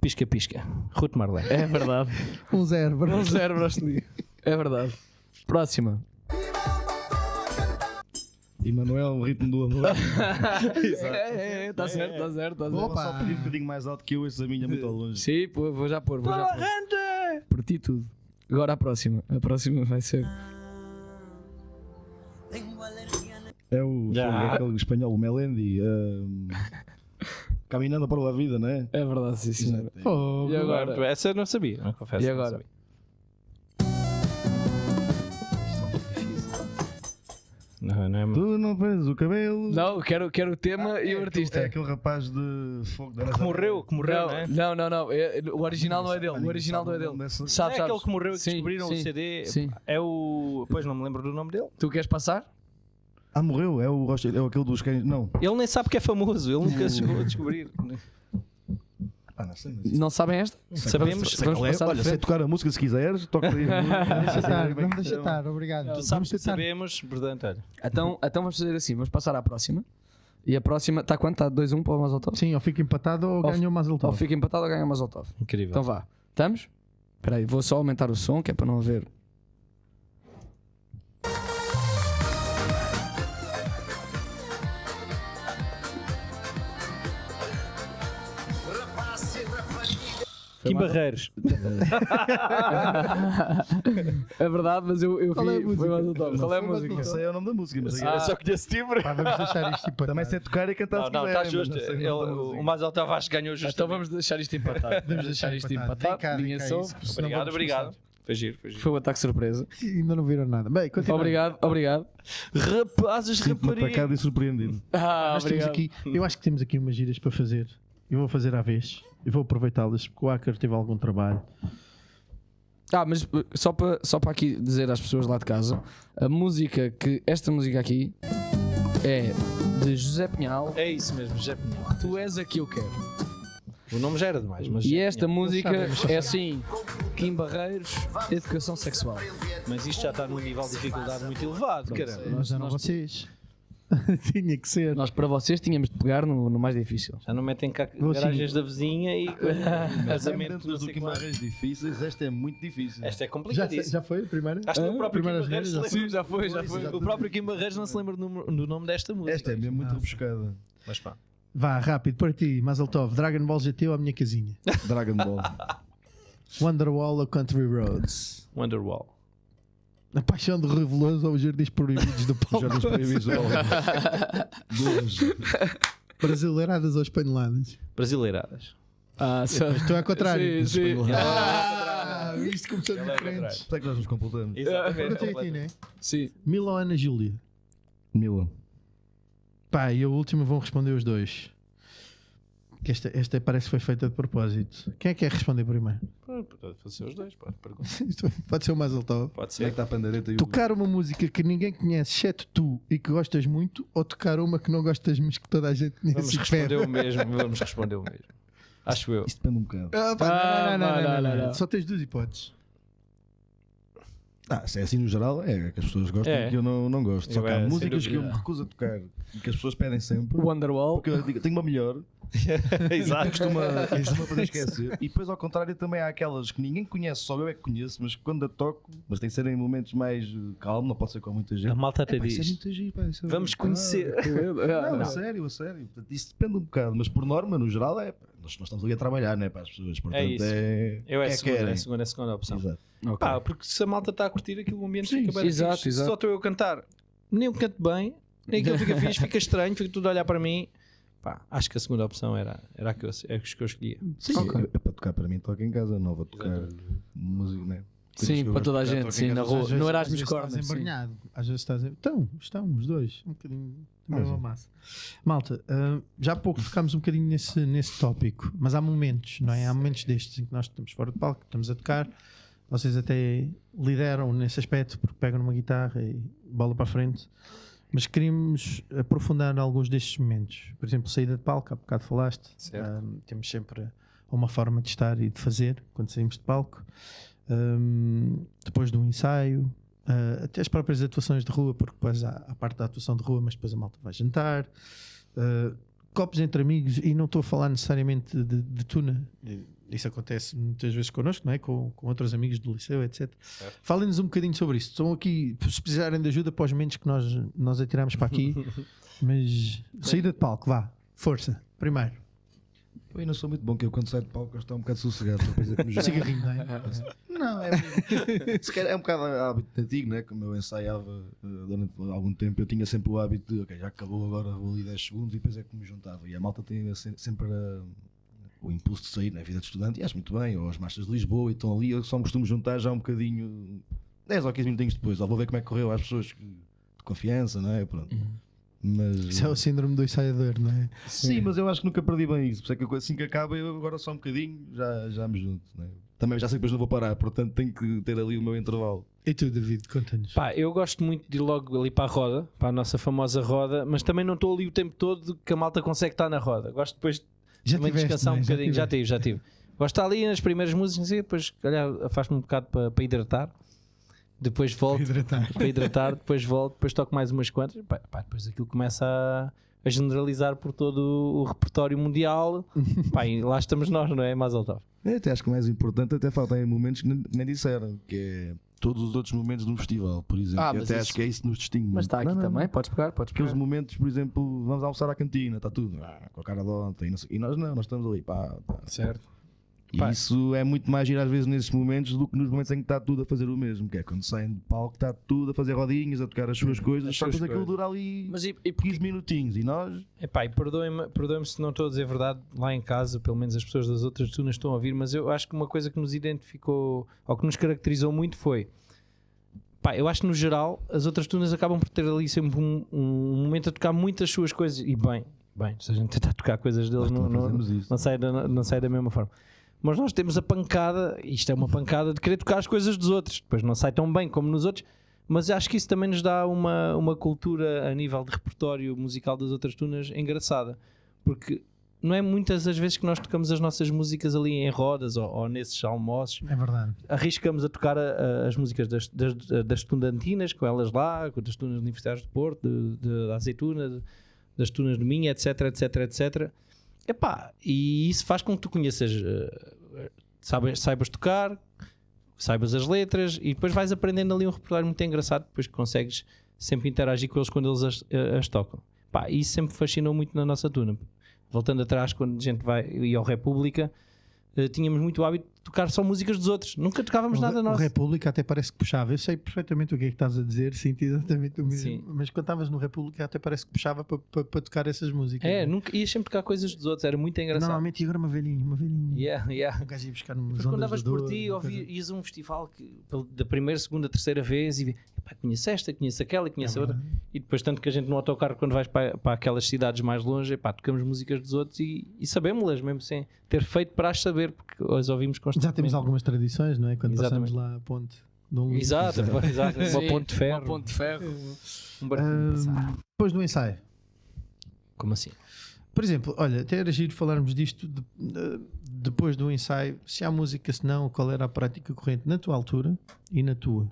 Speaker 4: Pisca, pisca. Ruth Marlene.
Speaker 3: É verdade.
Speaker 2: Um zero.
Speaker 3: Um
Speaker 2: Bracelep.
Speaker 3: zero, Brasli. É verdade. Próxima.
Speaker 1: E Manuel, o ritmo do amor.
Speaker 3: É, é, está certo, está certo, está certo.
Speaker 1: Vou só pedir um bocadinho mais alto que eu, esse a minha é muito ao longe.
Speaker 3: Sim, pô, vou já pôr, vou já pôr. Por ti tudo. Agora a próxima. A próxima vai ser.
Speaker 1: É o
Speaker 4: Já.
Speaker 1: foi aquele espanhol, o Melendi. ahm, caminhando para a vida, não é?
Speaker 3: É verdade, sim, senhora.
Speaker 2: Fogo.
Speaker 3: E agora?
Speaker 4: Essa eu não sabia, não confesso.
Speaker 3: E
Speaker 4: não
Speaker 3: agora?
Speaker 4: sabia. Não, não é muito.
Speaker 1: Tu não prendes o cabelo.
Speaker 3: Não, quero, quero o tema e o artista.
Speaker 1: É aquele rapaz de fogo da
Speaker 4: Que morreu, que morreu,
Speaker 3: não,
Speaker 4: né?
Speaker 3: não, não, não. É- o original não é dele. O original não é dele.
Speaker 1: Nessa...
Speaker 4: Não
Speaker 3: Sabe,
Speaker 4: é
Speaker 3: sabes?
Speaker 4: aquele que morreu e que
Speaker 3: Sim,
Speaker 4: descobriram
Speaker 3: sim,
Speaker 4: o CD.
Speaker 3: Sim.
Speaker 4: É o. Pois não me lembro do nome dele.
Speaker 3: Tu queres passar?
Speaker 1: Ah, morreu, é o Rocha, é aquele dos cães. Não.
Speaker 4: Ele nem sabe que é famoso, ele nunca chegou a descobrir.
Speaker 1: Ah, não sei, mas...
Speaker 3: Não sabem esta?
Speaker 4: Sabemos.
Speaker 3: Vamos
Speaker 1: Qual é?
Speaker 3: passar à
Speaker 1: Olha, sei
Speaker 3: frente.
Speaker 1: tocar a música se quiseres, toca aí. é
Speaker 2: Deixa estar,
Speaker 3: é
Speaker 2: não deixa estar, obrigado.
Speaker 4: Tu sabes que
Speaker 2: Vamos tentar.
Speaker 4: sabemos, portanto, olha.
Speaker 3: Então, então vamos fazer assim. Vamos passar à próxima. E a próxima está quanto? Está 2-1 para o Mazotov?
Speaker 2: Sim, ou fica empatado ou
Speaker 3: Ou-
Speaker 2: ganhou mais
Speaker 3: Ou
Speaker 2: alto.
Speaker 3: fica empatado ou ganha o Mazotov.
Speaker 4: Incrível.
Speaker 3: Então vá. Estamos? Espera aí, vou só aumentar o som que é para não haver.
Speaker 4: Kim Barreiros.
Speaker 3: É verdade, mas eu, eu
Speaker 2: Qual é a
Speaker 3: vi. Foi
Speaker 2: música?
Speaker 3: Mazotov. Qual é a música?
Speaker 1: Não sei o nome da música, mas é-
Speaker 3: Ah,
Speaker 4: Só que desse timbre.
Speaker 2: Pá, vamos deixar isto empatado.
Speaker 1: também sei tocar e cantar
Speaker 4: Não,
Speaker 1: se
Speaker 4: não,
Speaker 1: quiserem,
Speaker 4: está
Speaker 1: mas
Speaker 4: justo.
Speaker 1: não sei é o nome da
Speaker 4: Ele- o
Speaker 1: tá música.
Speaker 4: o mais alto Vasco ganhou justo.
Speaker 3: Então vamos deixar isto empatado. Vamos deixar isto empatado. Ninguém soube.
Speaker 4: Obrigado, obrigado. Foi giro, foi giro.
Speaker 3: Foi o ataque surpresa.
Speaker 2: Ainda não viram nada. Bem, continua.
Speaker 3: Obrigado, obrigado.
Speaker 4: Rapazes,
Speaker 1: Sinto-me atacado e é surpreendido.
Speaker 3: Ah,
Speaker 2: Nós temos
Speaker 3: obrigado.
Speaker 2: aqui, eu acho que temos aqui umas giras para fazer. Eu vou fazer à vez. Eu vou aproveitá-las porque o Acker teve algum trabalho.
Speaker 3: Ah, mas uh, só para só para aqui dizer às pessoas lá de casa, a música que esta música aqui é de José Pinhal.
Speaker 4: É isso mesmo, já.
Speaker 3: Tu és a que eu quero.
Speaker 4: O nome já era demais, mas.
Speaker 3: E
Speaker 4: já
Speaker 3: esta
Speaker 4: tinha.
Speaker 3: música
Speaker 2: sabem, mas
Speaker 3: é assim: Kim Barreiros, Educação Sexual.
Speaker 4: Mas isto já está num nível de dificuldade muito elevado, caramba.
Speaker 2: Mas eram vocês. Tinha que ser.
Speaker 3: Nós para vocês tínhamos de pegar no, no mais difícil.
Speaker 4: Já não metem cá
Speaker 2: Vou assim.
Speaker 4: garagens da vizinha e. casamento
Speaker 1: Dentro
Speaker 4: não
Speaker 1: das
Speaker 4: sei qual. é.
Speaker 1: Guimarães difíceis, esta é muito difícil.
Speaker 4: Esta é
Speaker 2: Já,
Speaker 4: complicadíssima.
Speaker 2: já foi a primeira?
Speaker 4: Acho que o próprio Kim
Speaker 2: primeiras
Speaker 4: Barreiros
Speaker 2: vezes,
Speaker 4: se lembra- já foi, já
Speaker 1: foi.
Speaker 4: O próprio Kim Barreiros não se lembra do número- do nome desta música.
Speaker 1: Esta é mesmo muito rebuscada.
Speaker 4: Mas pá.
Speaker 2: Vá, rápido, para ti, Mazeltov. Dragon Ball GT ou a minha casinha?
Speaker 1: Dragon Ball.
Speaker 2: Wonderwall ou Country Roads?
Speaker 4: Wonderwall.
Speaker 2: A paixão de reveloso ou os jardins proibidos do
Speaker 1: Os
Speaker 2: Paulo?
Speaker 1: Jardins Proibidos do Algarve. Duas.
Speaker 2: Brasileiradas ou espanholadas?
Speaker 4: Brasileiradas.
Speaker 3: Ah, só.
Speaker 2: Estou ao contrário.
Speaker 3: Sim, sim.
Speaker 1: Espanhol.
Speaker 3: Ah,
Speaker 2: isto começou
Speaker 4: Ela é
Speaker 2: diferente.
Speaker 1: Até que nós nos completamos.
Speaker 2: Agora tem aqui,
Speaker 4: Exatamente.
Speaker 2: né?
Speaker 3: Sim.
Speaker 2: Mila ou Ana Júlia?
Speaker 1: Mila.
Speaker 2: Pá, e a última vão responder os dois. Que esta, esta parece que foi feita de propósito. Quem é que quer responder primeiro?
Speaker 4: Pode ser os dois, pode perguntar.
Speaker 2: Isto Pode ser o mais alto.
Speaker 4: Pode
Speaker 1: Como é que
Speaker 4: ser.
Speaker 1: está a pandareta e o.
Speaker 2: Tocar uma música que ninguém conhece, exceto tu, e que gostas muito, ou tocar uma que não gostas, mas que toda a gente
Speaker 4: Vamos
Speaker 2: conhece e
Speaker 4: responder
Speaker 2: repete?
Speaker 4: o mesmo, vamos responder o mesmo. Acho eu.
Speaker 1: Isto depende um bocado.
Speaker 2: Ah, pá, não, não,
Speaker 3: Ah,
Speaker 2: não, não, não, não,
Speaker 3: não.
Speaker 2: Só tens duas hipóteses.
Speaker 1: Ah, se é assim no geral, é que as pessoas gostam
Speaker 4: É.
Speaker 1: e que eu não, não gosto. Só
Speaker 4: Eu,
Speaker 1: que
Speaker 4: é,
Speaker 1: há
Speaker 4: sem
Speaker 1: músicas que eu me
Speaker 4: dúvida.
Speaker 1: recuso a tocar e que as pessoas pedem sempre.
Speaker 3: Wonderwall.
Speaker 1: Porque eu digo, tenho uma melhor,
Speaker 4: Exato.
Speaker 1: costuma, costuma fazer esquecer. E depois, ao contrário, também há aquelas que ninguém conhece, só eu é que conheço, mas quando a toco, mas tem que ser em momentos mais eh, calmo, não pode ser com muita gente.
Speaker 4: A malta até
Speaker 1: Pá, isso é
Speaker 4: diz.
Speaker 1: muito giro, pá, isso é-
Speaker 4: Vamos
Speaker 1: Ah,
Speaker 4: conhecer.
Speaker 1: Não,
Speaker 3: Não,
Speaker 1: a sério, a sério. Portanto, isso depende um bocado, mas por norma, no geral, é. pá, Nós, nós estamos ali a trabalhar, né? Para as pessoas. Portanto,
Speaker 4: isso.
Speaker 1: é.
Speaker 4: Eu é,
Speaker 1: é
Speaker 4: a segunda, é
Speaker 1: querem.
Speaker 4: a segunda, é a segunda opção.
Speaker 1: Exato.
Speaker 3: Ok.
Speaker 4: Pá, porque se a malta está a curtir aquilo, o ambiente
Speaker 1: Sim,
Speaker 4: fica bem.
Speaker 3: exato,
Speaker 4: fixe. Se
Speaker 3: exato.
Speaker 4: só estou eu a cantar, nem eu canto bem, nem aquilo fica fixe, fica estranho, fica tudo a olhar para mim. Pá, acho que a segunda opção era, era a que eu, é a que eu escolhia.
Speaker 1: Sim, é, é para tocar para mim, toca em casa, não vou tocar música, né? Coisas que
Speaker 3: Sim,
Speaker 1: eu
Speaker 3: para
Speaker 1: gosto
Speaker 3: toda a
Speaker 1: de tocar,
Speaker 3: gente,
Speaker 1: toca em
Speaker 3: sim,
Speaker 1: casa.
Speaker 3: na
Speaker 2: Às
Speaker 3: rua.
Speaker 2: vezes-
Speaker 3: No
Speaker 2: às
Speaker 3: Erasmus
Speaker 2: vezes
Speaker 3: Corner.
Speaker 2: Estás
Speaker 3: sim.
Speaker 2: embarnhado. Às vezes estás. em- Estão, estão os dois. Um bocadinho. Também
Speaker 1: Ah,
Speaker 2: uma
Speaker 1: sim.
Speaker 2: massa. Malta, ah, já há pouco tocámos um bocadinho nesse, nesse tópico, mas há momentos, não é? Há momentos destes em que nós estamos fora do palco, estamos a tocar. Vocês até lideram nesse aspecto, porque pegam numa guitarra e bola para a frente. Mas queríamos aprofundar alguns destes momentos. Por exemplo, saída de palco, há bocado falaste.
Speaker 4: Certo.
Speaker 2: Ah, temos sempre uma forma de estar e de fazer quando saímos de palco. Hum, depois de um ensaio, ah, até as próprias atuações de rua, porque depois há a parte da atuação de rua, mas depois a malta vai jantar, ah, copos entre amigos, e não estou a falar necessariamente de, de tuna, isso acontece muitas vezes connosco, não é? com, com outros amigos do liceu, etc. Falem-nos um bocadinho sobre isso. Estão aqui, se precisarem de ajuda, para os momentos que nós, nós atiramos para aqui, mas saída de palco, vá, força, primeiro,
Speaker 1: Eu ainda sou muito bom, que eu quando saio de palco eu estou um bocado sossegado. só coisa que me joga.
Speaker 2: cigarrinho, não é?
Speaker 1: Não, é Se calhar é um bocado hábito antigo, né? Como eu ensaiava eh, durante algum tempo, eu tinha sempre o hábito de, ok, já acabou agora, vou ali 10 segundos e depois é que me juntava. E a malta tem se- sempre eh, o impulso de sair na vida de estudante, e acho muito bem, ou as marchas de Lisboa, e estão ali, eu só me costumo juntar já um bocadinho, 10 ou 15 minutinhos depois, ou vou ver como é que correu às pessoas que- de confiança, não é? Pronto. Mas,
Speaker 2: Uhum.
Speaker 1: eh,
Speaker 2: Isso é o síndrome do ensaiador, não é?
Speaker 1: Sim, mas eu acho que nunca perdi bem isso. Por isso é que eu, assim que acaba, eu agora só um bocadinho já, já me junto. né? Também já sei que depois não vou parar, portanto tenho que ter ali o meu intervalo.
Speaker 2: E tu, David, conta-nos.
Speaker 4: Pá, eu gosto muito de ir logo ali para a roda, para a nossa famosa roda, mas também não estou ali o tempo todo que a malta consegue estar na roda. Gosto depois
Speaker 2: Já
Speaker 4: também de descansar
Speaker 2: não
Speaker 4: um
Speaker 2: é?
Speaker 4: bocadinho. Já
Speaker 2: tiveste.
Speaker 4: tive, já tive. Gosto de estar ali nas primeiras músicas e depois, se calhar, faz-me um bocado para, para hidratar. Depois volto
Speaker 2: Hidratar.
Speaker 4: para hidratar, depois volto, depois toco mais umas quantas. Pá, pá, depois aquilo começa a, a generalizar por todo o repertório mundial. Pá, e lá estamos nós, não é? Mais alto.
Speaker 1: Eu até acho que o mais importante, até faltam momentos que nem, nem disseram, que é todos os outros momentos do festival, por exemplo.
Speaker 3: Ah,
Speaker 1: Eu
Speaker 3: mas
Speaker 1: até
Speaker 3: isso-
Speaker 1: acho que é isso que nos distingue.
Speaker 3: Mas está
Speaker 1: Não,
Speaker 3: aqui
Speaker 1: não,
Speaker 3: também,
Speaker 1: não.
Speaker 3: podes pegar, podes
Speaker 1: Aqueles
Speaker 3: pegar.
Speaker 1: momentos, por exemplo, vamos almoçar à cantina, está tudo ah, com a cara de ontem, e, não sei- e nós não, nós estamos ali, pá, pá.
Speaker 4: Certo.
Speaker 1: E
Speaker 4: Pá.
Speaker 1: isso é muito mais giro às vezes nesses momentos do que nos momentos em que está tudo a fazer o mesmo, que é quando saem do palco, está tudo a fazer rodinhas, a tocar as suas coisas,
Speaker 4: As
Speaker 1: só
Speaker 4: suas
Speaker 1: que aquilo
Speaker 4: coisas.
Speaker 1: dura ali
Speaker 3: Mas e, e porquê?
Speaker 1: 15 minutinhos e nós.
Speaker 4: Epá, e perdoem-me perdoem se não estou a dizer a verdade lá em casa, pelo menos as pessoas das outras tunas estão a ouvir, mas eu acho que uma coisa que nos identificou ou que nos caracterizou muito foi. Pá, eu acho que no geral as outras tunas acabam por ter ali sempre um, um momento a tocar muitas suas coisas e bem, bem, se a gente tentar tocar coisas deles
Speaker 1: Nós
Speaker 4: não,
Speaker 1: também
Speaker 4: não,
Speaker 1: fazemos isso.
Speaker 4: não, sai da, não sai da mesma forma. Mas nós temos a pancada, isto é uma pancada, de querer tocar as coisas dos outros, depois não sai tão bem como nos outros, mas acho que isso também nos dá uma, uma cultura a nível de repertório musical das outras tunas engraçada, porque não é muitas as vezes que nós tocamos as nossas músicas ali em rodas ou, ou nesses almoços,
Speaker 2: É verdade.
Speaker 4: arriscamos a tocar a- a- as músicas das, das, das estudantinas, com elas lá, com das tunas universitárias do Porto, de, de- da azeituna, de- das tunas de Minha, etc, etc, etc. Epá, e isso faz com que tu conheças, eh, saibas, saibas tocar, saibas as letras e depois vais aprendendo ali um repertório muito engraçado, depois que consegues sempre interagir com eles quando eles as, eh, as tocam. Pá, e isso sempre fascinou muito na nossa tuna. Voltando atrás, quando a gente vai e ao República, eh, tínhamos muito o hábito de tocar só músicas dos outros. Nunca tocávamos
Speaker 2: O
Speaker 4: nada
Speaker 2: Re- O
Speaker 4: nosso.
Speaker 2: República até parece que puxava. Eu sei perfeitamente o que é que estás a dizer, sinto exatamente o mesmo.
Speaker 4: Sim.
Speaker 2: Mas quando estavas no República até parece que puxava para tocar essas músicas.
Speaker 4: É,
Speaker 2: né?
Speaker 4: nunca, ias sempre tocar coisas dos outros, era muito engraçado.
Speaker 2: Normalmente, e agora uma velhinha, uma velhinha.
Speaker 4: Yeah, yeah.
Speaker 2: Um gajo ia buscar umas
Speaker 4: Depois,
Speaker 2: ondas
Speaker 4: quando davas
Speaker 2: de
Speaker 4: por
Speaker 2: dor,
Speaker 4: ti,
Speaker 2: uma
Speaker 4: ouvi,
Speaker 2: coisa-
Speaker 4: ias a um festival que, pela- da primeira, segunda, terceira vez e vi, "Epá, conheço esta, conheço aquela,
Speaker 2: É
Speaker 4: conheço a outra. E depois, tanto que a gente no autocarro, quando vais para, para aquelas cidades mais longe, epá, tocamos músicas dos outros e, e sabemos-las, mesmo sem ter feito para as saber, porque as ouvimos
Speaker 2: Já
Speaker 4: constantemente.
Speaker 2: temos algumas tradições, não é? Quando passamos
Speaker 4: Exatamente.
Speaker 2: lá a ponte de um
Speaker 4: Exato, pá, exato.
Speaker 3: Sim,
Speaker 4: Uma ponte de ferro.
Speaker 3: Uma ponte de ferro.
Speaker 4: Um barquinho.
Speaker 2: depois do ensaio.
Speaker 4: Como assim?
Speaker 2: Por exemplo, olha, até era giro falarmos disto de- de- depois do ensaio, se há música, se não, qual era a prática corrente na tua altura e na tua.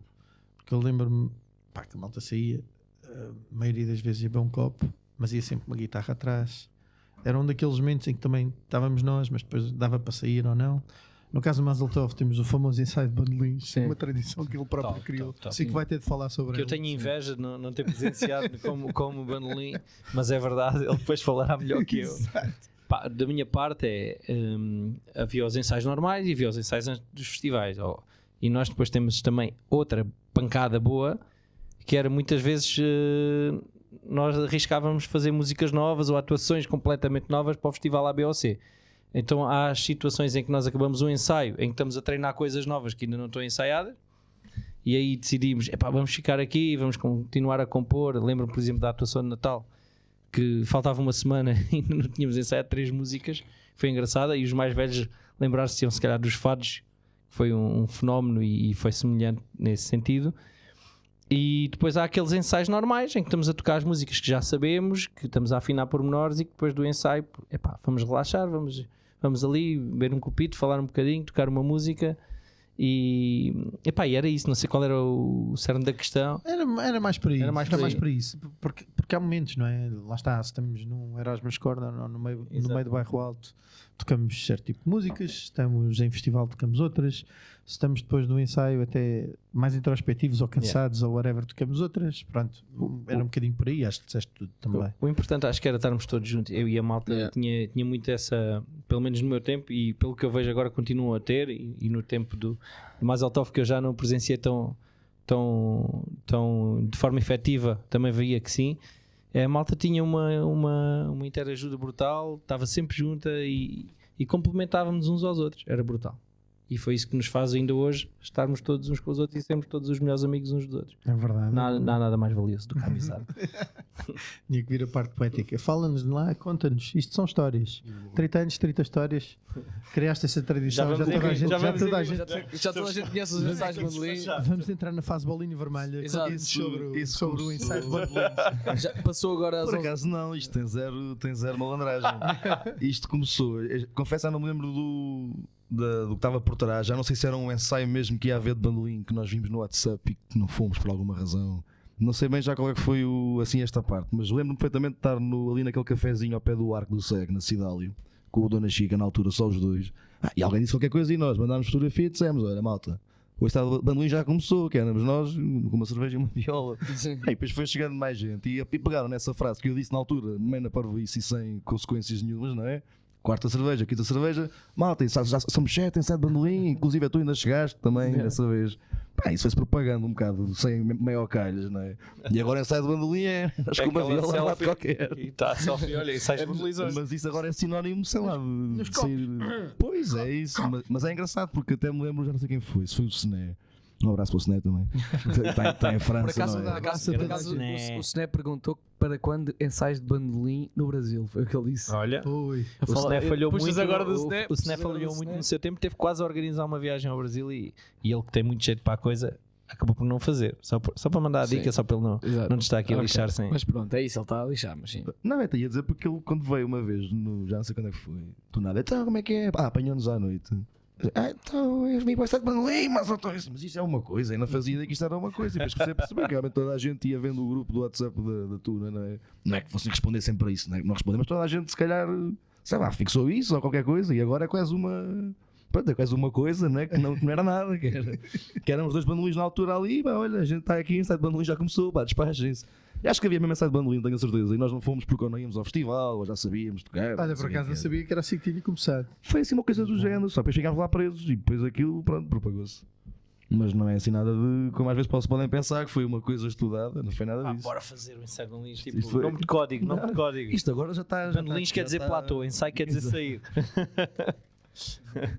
Speaker 2: Porque eu lembro-me, pá, que a malta saía, eh, a maioria das vezes ia beber um copo, mas ia sempre uma guitarra atrás. Era um daqueles momentos em que também estávamos nós, mas depois dava para sair ou não. No caso do Mazeltov, temos o famoso ensaio de bandolins,
Speaker 3: Sim.
Speaker 2: uma tradição que ele próprio
Speaker 4: Top,
Speaker 2: criou.
Speaker 4: top, top.
Speaker 2: Assim que vai ter de falar sobre
Speaker 4: Que eu
Speaker 2: ele.
Speaker 4: tenho inveja de não, não ter presenciado como, como o bandolim, mas é verdade, ele depois falará melhor que eu. Pá, da minha parte é hum, havia os ensaios normais e havia os ensaios antes dos festivais. ó. E nós depois temos também outra pancada boa, que era muitas vezes eh, nós arriscávamos fazer músicas novas ou atuações completamente novas para o festival ABOC. Então há as situações em que nós acabamos um ensaio, em que estamos a treinar coisas novas que ainda não estão ensaiadas, e aí decidimos, epá, vamos ficar aqui, vamos continuar a compor. Lembro-me, por exemplo, da atuação de Natal, que faltava uma semana e ainda não tínhamos ensaiado três músicas. Foi engraçada e os mais velhos lembrar-se-iam, se calhar, dos fados, que foi um, um fenómeno e, e foi semelhante nesse sentido. E depois há aqueles ensaios normais em que estamos a tocar as músicas que já sabemos, que estamos a afinar pormenores e que depois do ensaio, epá, vamos relaxar, vamos, vamos ali beber um copito, falar um bocadinho, tocar uma música. E, epá, e era isso, não sei qual era o cerne da questão.
Speaker 2: Era, era mais para isso. Era mais,
Speaker 4: mais
Speaker 2: para,
Speaker 4: para aí.
Speaker 2: isso. Porque, porque há momentos, não é? Lá está, se estamos num Erasmus Corda, no meio, no
Speaker 4: Exato.
Speaker 2: meio do bairro alto, tocamos certo tipo de músicas, se estamos em festival, tocamos outras, se estamos depois do ensaio até mais introspectivos ou cansados ou whatever, tocamos outras. Pronto, era um bocadinho por aí, acho que disseste tudo também.
Speaker 4: O importante acho que era estarmos todos juntos. Eu e a malta
Speaker 3: Yeah.
Speaker 4: tinha, tinha muito essa, pelo menos no meu tempo, e pelo que eu vejo agora continuam a ter, e, e no tempo do, do mais alto que eu já não presenciei tão, tão, tão de forma efetiva, também veia que sim. Eh, A malta tinha uma, uma, uma interajuda brutal, estava sempre junta e, e complementávamos uns aos outros, era brutal. E foi isso que nos faz ainda hoje estarmos todos uns com os outros e sermos todos os melhores amigos uns dos outros.
Speaker 2: É verdade.
Speaker 4: Não há, não há nada mais valioso do que a amizade.
Speaker 2: Tinha que vir a parte poética. Fala-nos lá, conta-nos. Isto são histórias. 30 anos, 30 histórias. Criaste essa tradição. Já,
Speaker 4: vamos
Speaker 2: toda
Speaker 4: em-
Speaker 2: a gente,
Speaker 4: já
Speaker 2: já
Speaker 4: vamos
Speaker 2: toda a
Speaker 4: em-
Speaker 2: gente
Speaker 3: Já, te- já toda a gente conhece os mensagens de bandolim.
Speaker 2: Vamos entrar na fase bolinha vermelha.
Speaker 3: Exato.
Speaker 2: Conta-nos
Speaker 1: Esse-
Speaker 2: sobre, o-
Speaker 1: esse
Speaker 2: sobre o
Speaker 1: curso-
Speaker 2: ensaio de bandolins.
Speaker 3: Já passou agora às
Speaker 1: Por
Speaker 3: 11.
Speaker 1: acaso não, isto tem zero, tem zero malandragem. isto começou, eu confesso, eu não me lembro do, da- do que estava por trás. Já não sei se era um ensaio mesmo que ia haver de bandolim que nós vimos no WhatsApp e que não fomos por alguma razão. Não sei bem já qual é que foi o, assim esta parte, mas lembro-me perfeitamente de estar no, ali naquele cafezinho ao pé do Arco do Cego, na Cidálio, com o Dona Chica na altura, só os dois. Ah, e alguém disse qualquer coisa e nós mandámos fotografia e dissemos: Olha, malta, o estado de bandolim já começou, que éramos nós, com uma cerveja e uma viola.
Speaker 3: Sim.
Speaker 1: E depois foi chegando mais gente e, e pegaram nessa frase que eu disse na altura, meio na parvoíce e sem consequências nenhumas, não é? Quarta cerveja, quinta cerveja, malta, e sa- já somos sete em sete bandolim, inclusive tu ainda chegaste também dessa vez. Pá, isso foi-se propagando um bocado, sem maior calhas, não é? E agora ensaio de bandolim é, acho que uma
Speaker 4: aquela
Speaker 1: viola lá de
Speaker 4: selfie
Speaker 1: qualquer.
Speaker 4: E está a selfie, olha, e sais mobilizado.
Speaker 1: Mas isso agora é sinónimo, sei lá, de- de sair. Pois é, isso. Mas, mas é engraçado porque até me lembro, já não sei quem foi, se foi o Sené. Um abraço para o Sené também. Está, está em França.
Speaker 3: Por acaso,
Speaker 1: não é?
Speaker 3: por acaso, por acaso
Speaker 4: Né.
Speaker 3: o, o Sné perguntou para quando ensaios de bandolim no Brasil. Foi o que ele disse.
Speaker 4: Olha, eh,
Speaker 2: Ui.
Speaker 4: o Sné falhou
Speaker 3: Puxas
Speaker 4: muito.
Speaker 3: agora do
Speaker 4: o-
Speaker 3: Sné,
Speaker 4: o
Speaker 3: puxas
Speaker 4: Sné
Speaker 3: agora
Speaker 4: falhou
Speaker 3: do
Speaker 4: muito
Speaker 3: Sné.
Speaker 4: no seu tempo, teve quase a organizar uma viagem ao Brasil e, e ele que tem muito jeito para a coisa, acabou por não fazer. Só, por- só para mandar a
Speaker 3: Sim.
Speaker 4: dica, só para ele não,
Speaker 3: Exato.
Speaker 4: não te estar aqui a
Speaker 3: Ok.
Speaker 4: lixar sem.
Speaker 3: Mas pronto, é isso, ele está a lixar, mas sim.
Speaker 1: Não, eu te ia dizer porque ele, quando veio uma vez, no- já não sei quando é que foi, do nada, então como é que é? Ah, apanhou-nos à noite. Ah, então eu vim bastante bandolim, mas eu tô- Mas isto é uma coisa, eu não fazia ideia que isto era uma coisa. E depois comecei a perceber que realmente toda a gente ia vendo o grupo do WhatsApp da, da Tuna, não é? Não é que fossem responder sempre a isso, não é que não respondem, mas toda a gente se calhar, sei lá, fixou isso ou qualquer coisa e agora é quase uma. Pronto, é quase uma coisa, né? que, não, que não era nada, tá que, era, que eram os dois bandolins na altura ali, pá, olha, a gente está aqui, está de bandolim já começou, pá, despachem-se. Eu Acho que havia mesmo essa de bandolim, tenho a certeza. E nós não fomos porque ou não íamos ao festival, ou já sabíamos tocar.
Speaker 2: Olha,
Speaker 1: não
Speaker 2: por
Speaker 1: sei é o
Speaker 2: acaso
Speaker 1: quê.
Speaker 2: não sabia que era assim que tinha começado.
Speaker 1: Foi assim uma coisa
Speaker 4: Uhum.
Speaker 1: do género, só depois chegámos lá presos e depois aquilo, pronto, propagou-se. Mas não é assim nada de. Como às vezes posso- podem pensar, que foi uma coisa estudada, não foi nada
Speaker 4: Pá,
Speaker 1: disso.
Speaker 4: Ah, bora fazer o ensaio com lins. Tipo,
Speaker 1: Isto foi-
Speaker 4: nome de código, nome de código.
Speaker 1: Isto agora já está. já
Speaker 4: Bando lins
Speaker 1: está-
Speaker 4: quer
Speaker 1: já
Speaker 4: dizer
Speaker 1: está-
Speaker 4: platô, ensaio quer dizer
Speaker 1: Exato.
Speaker 4: sair.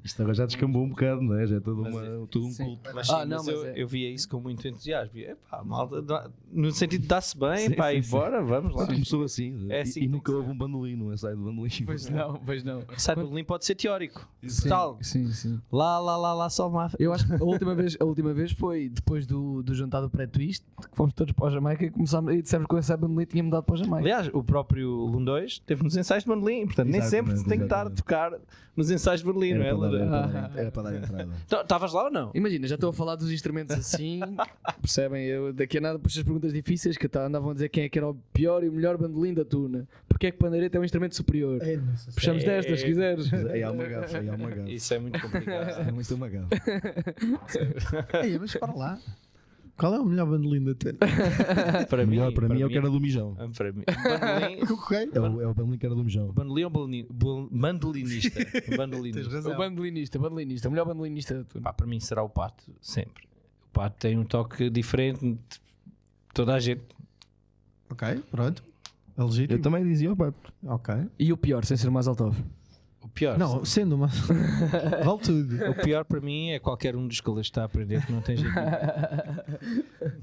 Speaker 1: Isto agora já descambou um bocado, não é? Já é todo,
Speaker 4: Mas
Speaker 1: uma,
Speaker 4: é-
Speaker 1: todo um
Speaker 3: Sim.
Speaker 1: culto.
Speaker 4: Mas,
Speaker 3: Ah,
Speaker 4: sim,
Speaker 3: não,
Speaker 4: mas
Speaker 3: mas
Speaker 4: eu,
Speaker 3: é-
Speaker 4: eu via isso com muito entusiasmo. Epá, malta, dá- no sentido de dá-se bem,
Speaker 1: Sim,
Speaker 4: pá,
Speaker 1: sim,
Speaker 4: e
Speaker 1: sim.
Speaker 4: bora, vamos lá.
Speaker 1: Pronto, Começou assim,
Speaker 4: É
Speaker 1: e-
Speaker 4: assim
Speaker 1: e,
Speaker 4: que
Speaker 1: nunca
Speaker 4: tem que
Speaker 1: houve um bandolim, não é? Sai do bandolim.
Speaker 3: Pois não, pois não.
Speaker 4: Sai do limpo um pode ser teórico.
Speaker 3: Sim,
Speaker 4: Tal.
Speaker 3: Sim, sim.
Speaker 4: Lá, lá, lá, lá, só uma.
Speaker 3: Eu acho que a última vez, a última vez foi depois do, do jantar do pré-twist, que fomos todos para a Jamaica e começámos, e dissemos que o Essa Bandolim tinha mudado para a Jamaica.
Speaker 4: Aliás, o próprio Lund 2 teve nos ensaios de bandolim, portanto, nem sempre
Speaker 1: Exatamente,
Speaker 4: se tem que estar a
Speaker 1: exatamente.
Speaker 4: tocar nos ensaios de bandolim, não é,
Speaker 1: para dar-
Speaker 4: Lund?
Speaker 1: era para dar- era para dar entrada.
Speaker 4: Então, Estavas lá ou não?
Speaker 3: Imagina, já estou a falar dos instrumentos assim, percebem? Eu daqui a nada puxo as perguntas difíceis que tá- andavam a dizer quem é que era o pior e o melhor bandolim da tuna. Porque é que pandeireta é um instrumento superior? Puxamos destas, se quiseres.
Speaker 1: Aí há uma gafa, aí há uma gafa.
Speaker 4: Isso é muito complicado.
Speaker 1: É muito uma gafa.
Speaker 2: Ei, mas para lá. Qual é o melhor bandolim da tela?
Speaker 4: para
Speaker 1: O melhor para mim é o que era do mijão.
Speaker 4: Ah, Para mim. Bandolim,
Speaker 2: Correio.
Speaker 1: É o, é o bandolim que era do mijão.
Speaker 4: bandolim ou bandolin- bol- bandolinista?
Speaker 2: Tens
Speaker 4: Bandolinista.
Speaker 3: O
Speaker 2: razão.
Speaker 3: bandolinista, bandolinista, o melhor bandolinista da tuna.
Speaker 4: Pá, para mim será o Pato, sempre. O Pato tem um toque diferente de toda a gente.
Speaker 2: Ok, pronto. É
Speaker 1: Eu
Speaker 2: legítimo.
Speaker 1: também dizia, opa,
Speaker 2: Ok.
Speaker 3: E o pior, sem ser o mais alto.
Speaker 4: O pior.
Speaker 2: Não, sendo uma. vale tudo.
Speaker 4: O pior para mim é qualquer um dos que ele está a aprender que não tem jeito. nenhum.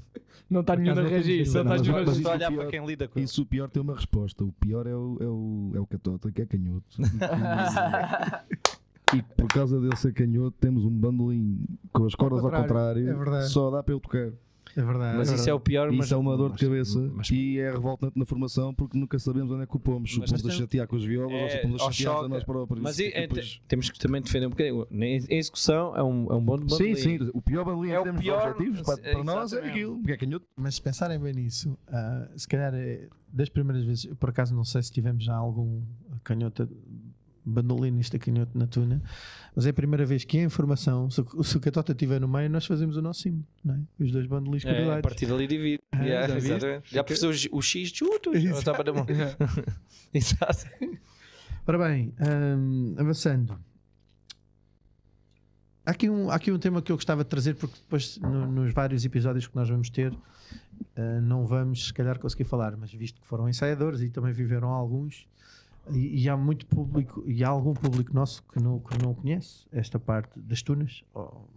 Speaker 3: Não está nenhum na
Speaker 2: acaso não temos
Speaker 3: regi, só
Speaker 2: nenhum,
Speaker 3: está
Speaker 1: mas-
Speaker 3: nenhum
Speaker 1: mas
Speaker 3: na
Speaker 1: isso
Speaker 4: Estou a
Speaker 1: é
Speaker 4: olhar
Speaker 1: pior.
Speaker 4: para quem lida com isso.
Speaker 1: Isso o pior tem uma resposta. O pior é o, é o, é o catota, que é canhoto. E por causa dele ser canhoto, temos um bandolim com as cordas ao
Speaker 2: contrário,
Speaker 1: contrário.
Speaker 2: é verdade.
Speaker 1: Só dá para ele tocar.
Speaker 2: É verdade.
Speaker 4: Mas isso é o pior.
Speaker 1: E
Speaker 4: mas,
Speaker 1: isso é uma dor de
Speaker 4: mas-
Speaker 1: cabeça
Speaker 4: mas-
Speaker 1: e é revoltante na formação porque nunca sabemos onde é que o pomos. Se o
Speaker 4: Mas
Speaker 1: pomos a
Speaker 4: tem-
Speaker 1: chatear com os violas ou se
Speaker 4: É,
Speaker 1: o pomos a
Speaker 4: ao
Speaker 1: chatear a
Speaker 4: choque.
Speaker 1: nós próprios.
Speaker 4: Mas
Speaker 1: E
Speaker 4: e- é,
Speaker 1: depois-
Speaker 4: te- temos que também defender um bocadinho. Na ex- A execução é um, é um bom de
Speaker 1: Sim,
Speaker 4: bandolim.
Speaker 1: sim. O pior bandolim
Speaker 4: É
Speaker 1: é
Speaker 4: o
Speaker 1: que temos
Speaker 4: pior-
Speaker 1: para objetivos. Para, para nós é
Speaker 4: Exatamente.
Speaker 1: aquilo. Porque é canhoto.
Speaker 2: Mas se pensarem bem nisso, ah, se calhar é das primeiras vezes, eu por acaso não sei se tivemos já algum canhota, bandolinista canhoto na tuna, mas é a primeira vez que em formação, se, o- se o catota estiver no meio, nós fazemos o nosso símbolo, não é? Os dois bandolis
Speaker 4: É, a
Speaker 2: quadrilados.
Speaker 4: partir dali divide. Yeah,
Speaker 2: já viste?
Speaker 4: exatamente. Já percebeu os- o X juntos? Ou estava na mão? Exato.
Speaker 2: Ora bem, ahm, avançando. Há aqui, um, há aqui um tema que eu gostava de trazer, porque depois no- nos vários episódios que nós vamos ter, ah, não vamos se calhar conseguir falar, mas visto que foram ensaiadores e também viveram alguns, e, e há muito público, e há algum público nosso que não, que não conhece esta parte das tunas, ou-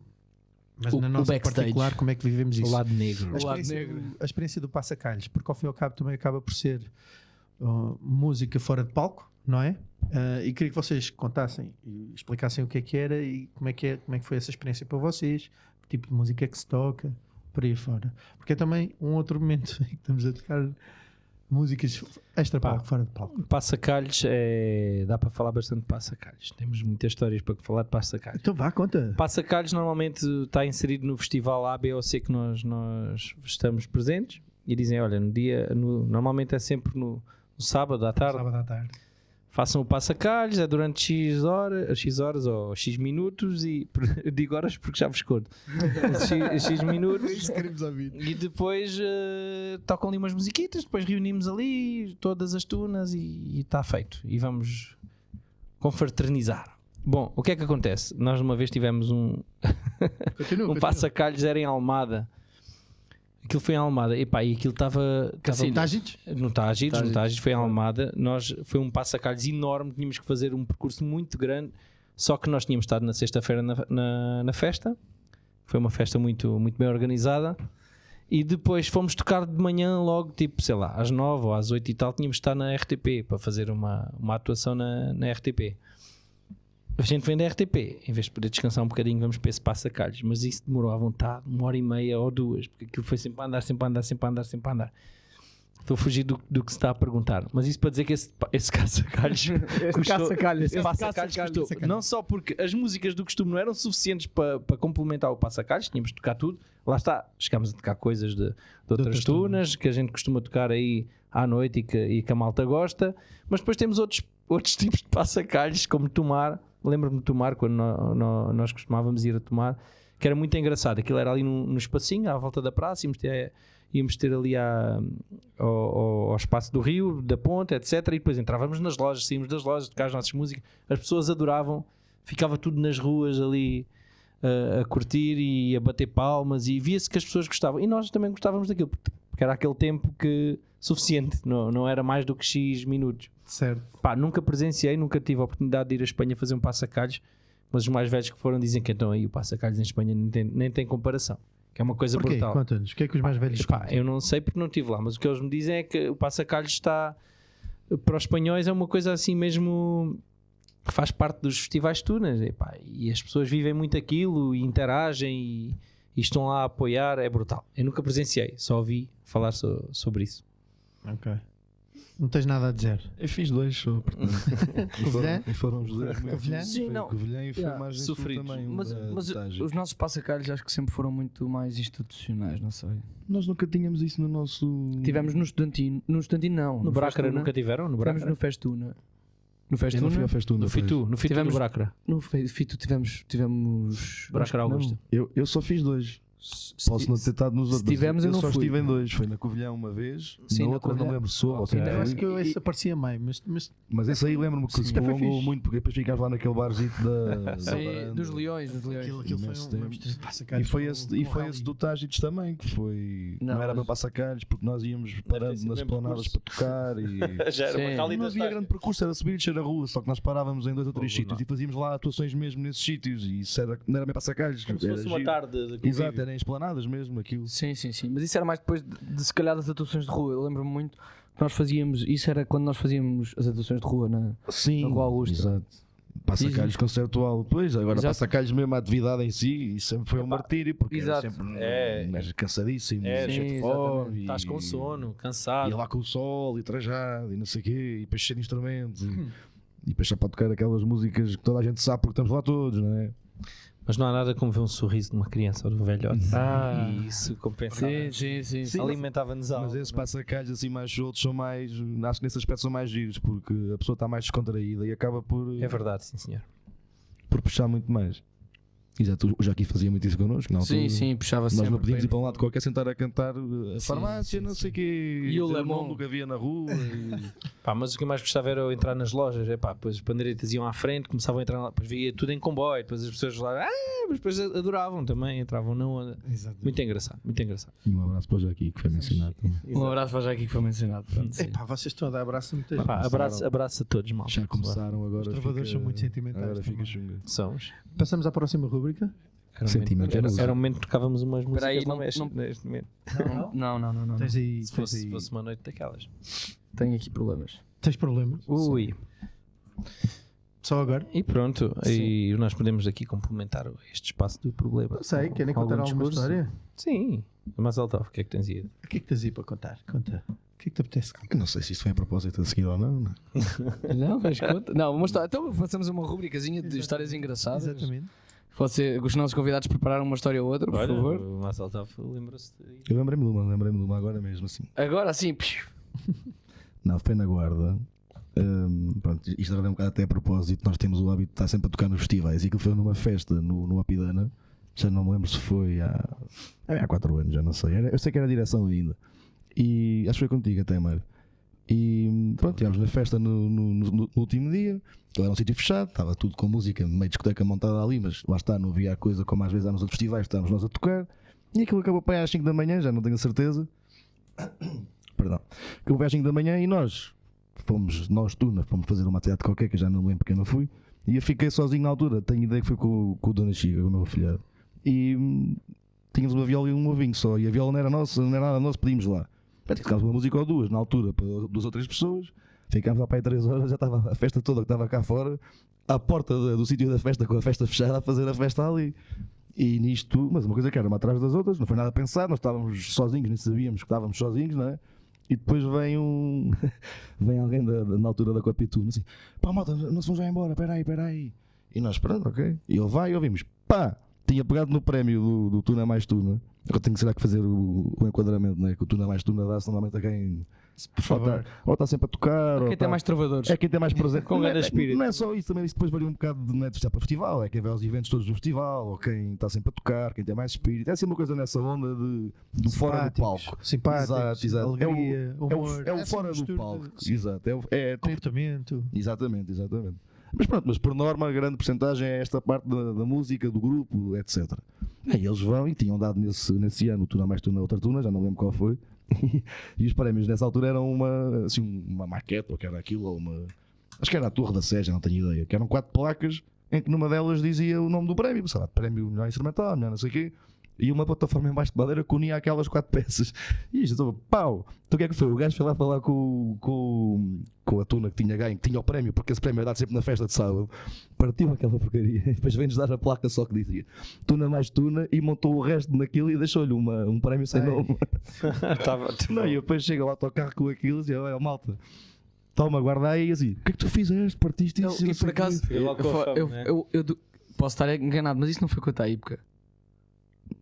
Speaker 2: mas
Speaker 3: O-
Speaker 2: na
Speaker 3: o
Speaker 2: nossa em
Speaker 3: backstage.
Speaker 2: particular, como é que vivemos isso?
Speaker 4: negro.
Speaker 2: a
Speaker 3: O lado
Speaker 2: experiência
Speaker 3: negro.
Speaker 2: do- a experiência do Passacalhos, porque ao fim e ao cabo também acaba por ser uh, música fora de palco, não é? Uh, e queria que vocês contassem e explicassem o que é que era e como é que, é, como é que foi essa experiência para vocês, que tipo de música é que se toca, por aí fora. Porque é também um outro momento em que estamos a tocar músicas extra palco, fora de palco.
Speaker 4: Passacalhos, é... dá para falar bastante de passacalhos. Temos muitas histórias para falar de passacalhos.
Speaker 2: Então vá, conta.
Speaker 4: Passacalhos normalmente está inserido no festival A, B ou C que nós, nós estamos presentes e dizem, olha, no dia, no- normalmente é sempre no, no sábado à tarde,
Speaker 2: Sábado à tarde.
Speaker 4: façam o passacalhos, é durante X horas, X horas ou X minutos e eu digo horas porque já vos conto. X, X minutos
Speaker 2: Queremos ouvir.
Speaker 4: e depois eh, tocam ali umas musiquitas, depois reunimos ali todas as tunas e está feito. E vamos confraternizar. Bom, o que é que acontece? Nós uma vez tivemos um,
Speaker 2: Continua.
Speaker 4: um
Speaker 2: continua.
Speaker 4: passacalhos, era em Almada. Aquilo foi em Almada. Epá, e aquilo estava.
Speaker 3: Cassino.
Speaker 2: Está agidos?
Speaker 4: Não está agido, não está
Speaker 3: Tágidos.
Speaker 4: agido, foi em Almada. Nós, foi um passacalhos enorme, tínhamos que fazer um percurso muito grande. Só que nós tínhamos estado na sexta-feira na, na- na festa. Foi uma festa muito, muito bem organizada. E depois fomos tocar de manhã, logo, tipo, sei lá, às nove ou às oito e tal, tínhamos que estar na RTP para fazer uma, uma atuação na, na RTP. A gente vem da RTP, em vez de poder descansar um bocadinho, vamos para esse passacalhos. Mas isso demorou à vontade, uma hora e meia ou duas, porque aquilo foi sempre a andar, sempre a andar, sempre a andar, sempre a andar. Estou a fugir do, do que se está a perguntar. Mas isso para dizer que esse, pa- esse caça-calhos.
Speaker 3: Este
Speaker 4: custou-
Speaker 3: caça-calhas,
Speaker 4: esse
Speaker 3: este
Speaker 4: passacalhos
Speaker 3: caça-calhos.
Speaker 4: custou. Não só porque as músicas do costume não eram suficientes para, para complementar o passacalhos, tínhamos de tocar tudo. Lá está, chegámos a tocar coisas de, de outras
Speaker 2: outras
Speaker 4: tunas que a gente costuma tocar aí à noite e que, e que a malta gosta. Mas depois temos outros, outros tipos de passacalhos, como tomar. lembro-me de tomar quando no- no- nós costumávamos ir a tomar, que era muito engraçado. Aquilo era ali num, num espacinho à volta da praça, íamos ter, íamos ter ali à- ao, ao- ao espaço do rio, da ponte, etc. E depois entrávamos nas lojas, saímos das lojas, tocar as nossas músicas. As pessoas adoravam, ficava tudo nas ruas ali eh, a, a curtir e a bater palmas e via-se que as pessoas gostavam. E nós também gostávamos daquilo, porque porque era aquele tempo que suficiente, não, não era mais do que X minutos.
Speaker 2: Certo.
Speaker 4: Pá, nunca presenciei, nunca tive a oportunidade de ir à Espanha fazer um passacalhos, mas os mais velhos que foram dizem que então aí o passacalhos em Espanha nem tem, nem tem comparação, que é uma coisa
Speaker 2: Porquê?
Speaker 4: brutal.
Speaker 2: Conta-nos. O que é que os mais velhos
Speaker 4: Epá,
Speaker 2: contam?
Speaker 4: eu não sei porque não estive lá, mas o que eles me dizem é que o passacalhos está para os espanhóis é uma coisa assim mesmo que faz parte dos festivais tunas epá, e as pessoas vivem muito aquilo e interagem e, e estão lá a apoiar, é brutal. Eu nunca presenciei, só ouvi falar so- sobre isso.
Speaker 2: Ok. Não tens nada a dizer.
Speaker 1: Eu fiz dois, só, portanto. e,
Speaker 2: Covilhã?
Speaker 1: foram, e foram os dois. muito
Speaker 2: Covilhã?
Speaker 1: felizes.
Speaker 3: Sim,
Speaker 1: Foi
Speaker 3: não.
Speaker 1: Covilhã e foi
Speaker 3: Yeah,
Speaker 1: mais
Speaker 4: sofridos.
Speaker 1: também. um
Speaker 3: Mas,
Speaker 1: da-
Speaker 3: mas
Speaker 1: de Tajas.
Speaker 3: os nossos passacalhos acho que sempre foram muito mais institucionais, não sei.
Speaker 1: Nós nunca tínhamos isso no nosso.
Speaker 3: Tivemos no Estudantino, no Estudantino não.
Speaker 4: No Bracra
Speaker 3: Festuna.
Speaker 4: nunca tiveram? No
Speaker 3: Tivemos
Speaker 4: Bracra?
Speaker 3: no Festuna. No
Speaker 1: Eu não fui
Speaker 3: Festuna?
Speaker 1: ao Festuno.
Speaker 4: No Fitu, no Fitu
Speaker 3: Tivemos-
Speaker 4: do Bracra.
Speaker 3: No Fe- Fito tivemos. Tivemos.
Speaker 4: Bracra
Speaker 3: acho que não.
Speaker 4: Augusta.
Speaker 1: Eu, eu só fiz dois.
Speaker 3: Se- se-
Speaker 1: Posso não ter estado nos
Speaker 3: se
Speaker 1: outros.
Speaker 3: tivemos, eu não
Speaker 1: só
Speaker 3: fui.
Speaker 1: estive em dois. Foi na Covilhã uma vez,
Speaker 3: Sim,
Speaker 1: na outra
Speaker 3: na
Speaker 1: não
Speaker 3: Covilhã. então
Speaker 1: lembro se soube. ou se
Speaker 4: Ok.
Speaker 1: não
Speaker 2: Eu acho
Speaker 1: fui.
Speaker 2: que eu- esse aparecia meio, mas, mas
Speaker 1: Mas esse aí lembro-me que se
Speaker 2: Sim. Foi
Speaker 1: prolongou
Speaker 2: fixe.
Speaker 1: muito, porque depois ficas lá naquele barzito da. da
Speaker 3: Então Sim,
Speaker 1: varanda.
Speaker 3: dos leões, dos leões.
Speaker 2: aquilo, aquilo foi
Speaker 1: Imenso
Speaker 2: um.
Speaker 1: tempo. E foi esse, e foi esse do Tágites também, que foi. Não,
Speaker 3: Não,
Speaker 1: era
Speaker 3: mas-
Speaker 1: bem passacalhos, porque nós íamos parando
Speaker 4: sido
Speaker 1: nas
Speaker 4: mesmo
Speaker 1: planadas para tocar e.
Speaker 4: Já
Speaker 3: era uma Sim.
Speaker 1: Não havia grande percurso, era subir e descer a rua, só que nós parávamos em dois ou três
Speaker 4: Vou lá.
Speaker 1: sítios e fazíamos lá atuações mesmo nesses sítios e isso era, não era bem passacalhos. era giro.
Speaker 4: tarde
Speaker 1: Exato, eram esplanadas mesmo aquilo.
Speaker 3: Sim, sim, sim. Mas isso era mais depois de, de, se calhar das atuações de rua. Eu lembro-me muito que nós fazíamos. Isso era quando nós fazíamos as atuações de rua é? na,
Speaker 1: Sim,
Speaker 3: na Rua Augusta.
Speaker 1: exato. Passacalhos concertual, pois, agora
Speaker 3: Exato.
Speaker 1: passacalhos mesmo a atividade em si, isso sempre foi um martírio, porque
Speaker 3: exato.
Speaker 1: era sempre
Speaker 4: É.
Speaker 1: um gajo cansadíssimo,
Speaker 4: É,
Speaker 1: cheio de
Speaker 3: sim,
Speaker 1: fome,
Speaker 4: Estás com
Speaker 1: e-
Speaker 4: sono,
Speaker 1: E
Speaker 4: cansado.
Speaker 1: lá com o sol, e trajado, e não sei o quê, e depois cheio de instrumentos, e, e depois só para tocar aquelas músicas que toda a gente sabe porque estamos lá todos, não é?
Speaker 4: Mas não há nada como ver um sorriso de uma criança ou de um velhote.
Speaker 3: Ah.
Speaker 4: E isso compensa.
Speaker 3: Sim, sim, sim.
Speaker 1: Sim,
Speaker 4: Alimentava-nos algo.
Speaker 1: Mas esses passacalhos assim mais soltos são mais. Acho que nesse aspecto são mais giros, porque a pessoa está mais descontraída e acaba por,
Speaker 4: É verdade, sim, senhor.
Speaker 1: por puxar muito mais. Exato, o Jaqui fazia muito isso connosco, não?
Speaker 3: Sim, sim, puxava
Speaker 1: Nós
Speaker 3: sempre.
Speaker 1: não podíamos
Speaker 3: bem.
Speaker 1: ir para um lado qualquer sentar a cantar uh, a
Speaker 3: Sim,
Speaker 1: farmácia,
Speaker 3: sim,
Speaker 1: não
Speaker 3: sim.
Speaker 1: sei o quê.
Speaker 3: E o
Speaker 1: dizer
Speaker 3: Lemon.
Speaker 1: nome do que havia na rua. e-
Speaker 4: Pá, mas o que eu mais gostava era eu entrar nas lojas. Epá, depois as pandeiretas iam à frente, começavam a entrar lá, depois via tudo em comboio, depois as pessoas lá, ah, mas depois adoravam também, entravam na onda. Muito engraçado, muito engraçado.
Speaker 1: E um abraço para o Jaqui, que foi mencionado. também.
Speaker 3: Um abraço para já aqui que foi mencionado. Pronto, sim.
Speaker 2: Epá, vocês estão a dar abraço muita gente.
Speaker 4: Pá, abraço, abraço a todos, mal.
Speaker 1: Já começaram agora.
Speaker 2: Os trovadores
Speaker 1: fica-
Speaker 2: são muito sentimentais
Speaker 1: Agora fica
Speaker 2: também.
Speaker 1: chunga.
Speaker 4: Somos.
Speaker 2: Passamos à próxima rubrica.
Speaker 4: Era um
Speaker 1: Sentimento
Speaker 4: momento-
Speaker 1: é
Speaker 4: era,
Speaker 1: música.
Speaker 4: era um momento que tocávamos umas músicas
Speaker 3: Espera aí,
Speaker 4: não,
Speaker 3: não-
Speaker 4: mexe
Speaker 3: não-
Speaker 4: neste momento.
Speaker 3: Não, não, não, não. não.
Speaker 2: Tens aí. Tens,
Speaker 4: Se fosse,
Speaker 2: aí,
Speaker 4: fosse uma noite daquelas.
Speaker 3: Tenho aqui problemas.
Speaker 2: tens problemas.
Speaker 4: Ui.
Speaker 2: Só agora.
Speaker 4: E pronto, e nós podemos aqui complementar este espaço do problema.
Speaker 2: Não sei,
Speaker 4: Com
Speaker 2: querem
Speaker 4: algum
Speaker 2: contar alguma
Speaker 4: discurso?
Speaker 2: história?
Speaker 4: Sim, mas Altov, o que é que tens ido?
Speaker 2: O que é que tens aí para contar? Conta. O que é que te apetece contar?
Speaker 1: Eu Não sei se isso foi a propósito a seguir ou não. é? não.
Speaker 3: Não, mas conta. Não, uma história. Então fazemos uma rubricazinha de histórias engraçadas.
Speaker 2: Exatamente.
Speaker 3: Você, os nossos convidados prepararam uma história ou outra, por favor.
Speaker 4: o Mas Altov lembrou-se de
Speaker 1: Eu lembrei-me de uma, lembrei-me de uma agora mesmo assim.
Speaker 3: Agora sim. piu.
Speaker 1: Não, foi na guarda. Hum, pronto, isto agora é um bocado até a propósito. Nós temos o hábito de estar sempre a tocar nos festivais. E aquilo foi numa festa no, no Apidana. Já não me lembro se foi há, é, há quatro anos, já não sei. Era- eu sei que era a direção ainda. E acho que foi contigo até, Mário. E pronto, estivemos na festa no, no- no- no último dia. Aquilo era um sítio fechado, estava tudo com música, meio discoteca montada ali, mas lá está, não havia a coisa como às vezes há nos outros festivais, que estávamos nós a tocar. E aquilo acabou para aí às 5 da manhã, já não tenho a certeza. Perdão que houve às 5 da manhã e nós fomos, nós Tuna, fomos fazer uma atividade qualquer que eu já não me lembro porque eu não fui e eu fiquei sozinho na altura, tenho ideia que foi com, o- com o Dona Chica, com o meu afilhado e hum, tínhamos uma viola e um ovinho só e a viola não era nossa, não era nada nossa, pedimos lá Portanto, tocámos uma música ou duas na altura para duas ou três pessoas ficámos lá para aí 3 horas, já estava a festa toda que estava cá fora à porta da- do sítio da festa, com a festa fechada a fazer a festa ali e nisto, mas uma coisa que era uma atrás das outras, não foi nada pensado, nós estávamos sozinhos, nem sabíamos que estávamos sozinhos, não é? E depois vem um. vem alguém da, da- na altura da Copiturno assim: pá, malta, não se vão já embora, peraí, peraí. E nós, pronto, ok. E ele vai e ouvimos: pá, tinha pegado no prémio do, do Tuna Mais Tuna. Eu tenho que, será que fazer o, o enquadramento, né? Que o Tuna Mais Tuna dá-se normalmente a quem.
Speaker 2: Por favor.
Speaker 1: Ou está sempre a tocar. ou
Speaker 3: Quem tem
Speaker 1: tá-
Speaker 3: mais trovadores?
Speaker 1: é quem tem mais presente.
Speaker 4: Com
Speaker 1: não, é,
Speaker 4: grande espírito.
Speaker 1: não é só isso, também isso depois varia um bocado de, não é, de festival para festival. É quem vai aos eventos todos do festival, ou quem está sempre a tocar, quem tem mais espírito. É sempre uma coisa nessa onda de, do fora do
Speaker 2: Simpáticos,
Speaker 1: palco.
Speaker 2: Simpáticos,
Speaker 1: Exato, exato.
Speaker 2: alegria,
Speaker 1: É o,
Speaker 2: humor.
Speaker 1: é o
Speaker 2: essa
Speaker 1: fora do
Speaker 2: assim um mistura
Speaker 1: palco.
Speaker 2: de- sim,
Speaker 1: Exato. É, o- é- tem-
Speaker 2: comportamento.
Speaker 1: exatamente, exatamente. Mas pronto, mas por norma, a grande porcentagem é esta parte da, da música, do grupo, etc. E eles vão e tinham dado nesse, nesse ano, Tuna mais Tuna, outra Tuna, já não lembro qual foi. e os prémios nessa altura eram uma, assim, uma maquete, ou que era aquilo, ou uma. Acho que era a Torre da Seja, não tenho ideia. Que eram quatro placas em que numa delas dizia o nome do prémio, sei lá, prémio melhor instrumental, melhor não sei o quê. E uma plataforma em baixo de madeira que unia aquelas quatro peças. E isto, eu estava, pau! Então o que é que foi? O gajo foi lá falar com, o- com, o- com a tuna que tinha ganho, que tinha o prémio, porque esse prémio é dado sempre na festa de sábado. Partiu aquela porcaria. E depois vem-nos dar a placa só que dizia tuna mais tuna e montou o resto naquilo e deixou-lhe uma- um prémio sem nome.
Speaker 4: Estava-
Speaker 1: Não, e eu depois chega ao autocarro com aquilo e diz: Olha, malta, toma, guarda aí. E assim, o que é que tu fizeste? Partiste
Speaker 3: Eu-
Speaker 1: isso? não
Speaker 3: e
Speaker 1: sei
Speaker 3: por
Speaker 1: o quê."
Speaker 3: acaso,
Speaker 4: Fiquei logo com a
Speaker 3: eu-
Speaker 4: fome,
Speaker 3: eu-
Speaker 4: né?
Speaker 3: eu- eu do- posso estar enganado, mas isso não foi quanto à época.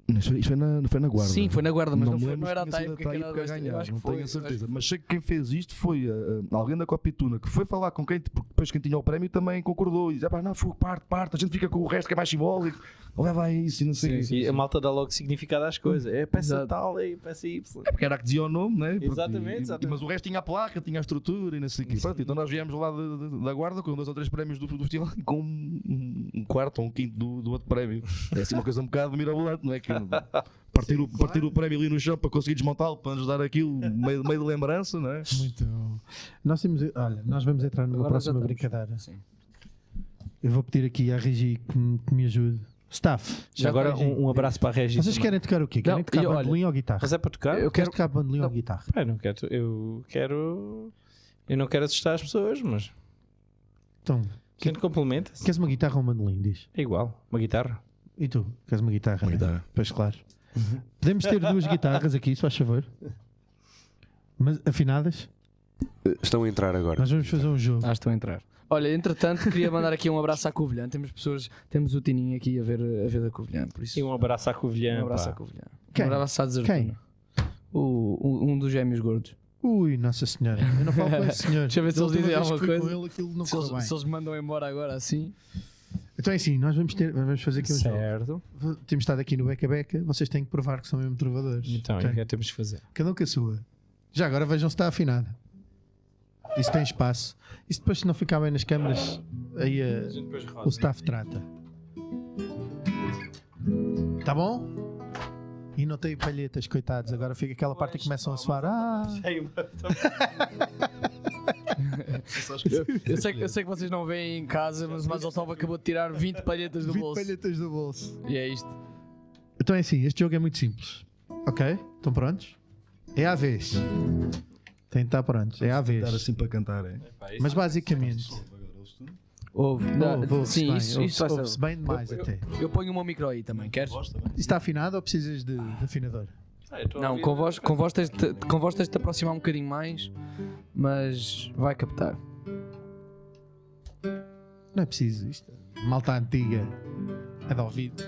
Speaker 1: Isto foi, isto foi na, foi na guarda.
Speaker 3: Sim, foi na guarda, mas não,
Speaker 1: me
Speaker 3: foi,
Speaker 1: lembro
Speaker 3: não
Speaker 1: se
Speaker 3: era a
Speaker 1: tinha sido
Speaker 3: época que era
Speaker 1: Taípe a
Speaker 3: desta-
Speaker 1: ganhar,
Speaker 3: eu acho
Speaker 1: não
Speaker 3: que foi.
Speaker 1: tenho a
Speaker 3: eu acho-
Speaker 1: certeza. Mas sei que quem fez isto foi ah, ah, alguém da Copituna que foi falar com quem, porque depois quem tinha o prémio também concordou e disse: "Ah pá, não, foi parte, parte, a gente fica com o resto que é mais simbólico, leva a isso e não sei. o quê."
Speaker 4: E a malta dá logo significado às coisas. É peça
Speaker 3: Exato.
Speaker 4: tal, é peça Y.
Speaker 1: Porque era a que dizia o nome, né? Porque-
Speaker 4: Exatamente,
Speaker 1: e-
Speaker 4: exatamente.
Speaker 1: Mas o resto tinha a placa, tinha a estrutura e não sei o quê. Pronto, então nós viemos lá de- de- da guarda com dois ou três prémios do, do festival e com um, um quarto ou um quinto do, do outro prémio. É assim uma coisa um bocado mirabolante, não é? Que partir, o, partir o prémio ali no chão para conseguir desmontá-lo, para nos dar aquilo meio, meio de lembrança, não é?
Speaker 2: Muito. Nós temos. Olha, nós vamos entrar numa
Speaker 3: Agora
Speaker 2: próxima
Speaker 3: já estamos.
Speaker 2: brincadeira.
Speaker 3: Sim.
Speaker 2: Eu vou pedir aqui à Regi que me, que me ajude. Staff,
Speaker 4: Já agora
Speaker 2: está, Regi.
Speaker 4: um, um abraço para a Regis.
Speaker 2: Vocês
Speaker 4: também.
Speaker 2: querem tocar o quê? Querem
Speaker 3: Não,
Speaker 2: tocar
Speaker 3: e olha-
Speaker 2: bandolim ou guitarra?
Speaker 4: Mas é para
Speaker 1: Tá?
Speaker 4: tocar?
Speaker 2: Queres
Speaker 3: Eu quero.
Speaker 2: tocar bandolim ou guitarra?
Speaker 4: Pá, eu não quero. Eu quero. Eu não quero assustar as pessoas, mas.
Speaker 2: Então,
Speaker 4: Quem te complementa?
Speaker 2: queres uma guitarra ou um bandolim? Diz.
Speaker 4: É igual. Uma guitarra.
Speaker 2: E tu? Queres uma guitarra? Uma
Speaker 1: guitarra.
Speaker 2: Pois claro.
Speaker 3: Uhum.
Speaker 2: Podemos ter duas guitarras aqui, se faz favor. Mas afinadas?
Speaker 5: Estão a entrar agora.
Speaker 2: Nós vamos fazer um jogo.
Speaker 3: Ah, estou a entrar. Olha, entretanto, queria mandar aqui um abraço à Covilhã. Temos pessoas, temos o Tininho aqui a ver, a ver da Covilhã, por isso.
Speaker 4: E um abraço à
Speaker 3: um
Speaker 4: Covilhã.
Speaker 3: abraço
Speaker 4: pá.
Speaker 3: à Covilhã.
Speaker 2: Quem?
Speaker 3: Um abraço à Desertuna.
Speaker 2: Quem?
Speaker 3: O, um, um dos gêmeos gordos.
Speaker 2: Ui, Nossa Senhora. Eu não falo com esse senhor.
Speaker 3: Deixa eu ver se
Speaker 2: Da
Speaker 3: eles
Speaker 2: última
Speaker 3: dizem
Speaker 2: vez que
Speaker 3: alguma
Speaker 2: fui
Speaker 3: coisa.
Speaker 2: Com ele, aquilo não
Speaker 3: Se
Speaker 2: correu bem.
Speaker 3: eles, se eles me mandam embora agora assim.
Speaker 2: Então é assim, nós vamos, ter, vamos fazer aqui um jogo.
Speaker 4: Certo.
Speaker 2: V- Temos estado aqui no Beca Beca, vocês têm que provar que são mesmo trovadores.
Speaker 4: Então, e o
Speaker 2: Portanto,
Speaker 4: que é que temos de fazer?
Speaker 2: Cada um com a sua. Já agora vejam se está afinada. Isso tem espaço. Isso depois, se não ficar bem nas câmaras, aí eh, o staff trata. Tá bom? E não tem palhetas, coitados. Agora fica aquela parte que começam a soar. Ah!
Speaker 3: Eu, eu sei, que- eu sei que vocês não veem em casa, mas o Mazeltov acabou de tirar 20 palhetas do
Speaker 2: 20
Speaker 3: bolso.
Speaker 2: palhetas do bolso.
Speaker 3: E é isto.
Speaker 2: Então é assim, este jogo é muito simples. Ok? Estão prontos? É à vez. Tem que estar prontos. É à
Speaker 1: Estar
Speaker 2: vez.
Speaker 1: assim para cantar, é?
Speaker 2: Mas basicamente.
Speaker 3: Houve.
Speaker 2: ouve-se
Speaker 3: Sim,
Speaker 2: bem,
Speaker 3: isso,
Speaker 2: ouve-se-
Speaker 3: isso vai
Speaker 2: ouve-se
Speaker 3: ser.
Speaker 2: bem demais
Speaker 3: Eu-
Speaker 2: até.
Speaker 3: Eu ponho o meu micro aí também, queres?
Speaker 2: Isso Está afinado ou precisas de, de afinador?
Speaker 4: Ah,
Speaker 3: Não, com voz, com, voz tens de, com voz tens de te aproximar um bocadinho mais, mas vai captar.
Speaker 2: Não é preciso isto. Malta antiga. É de ouvido.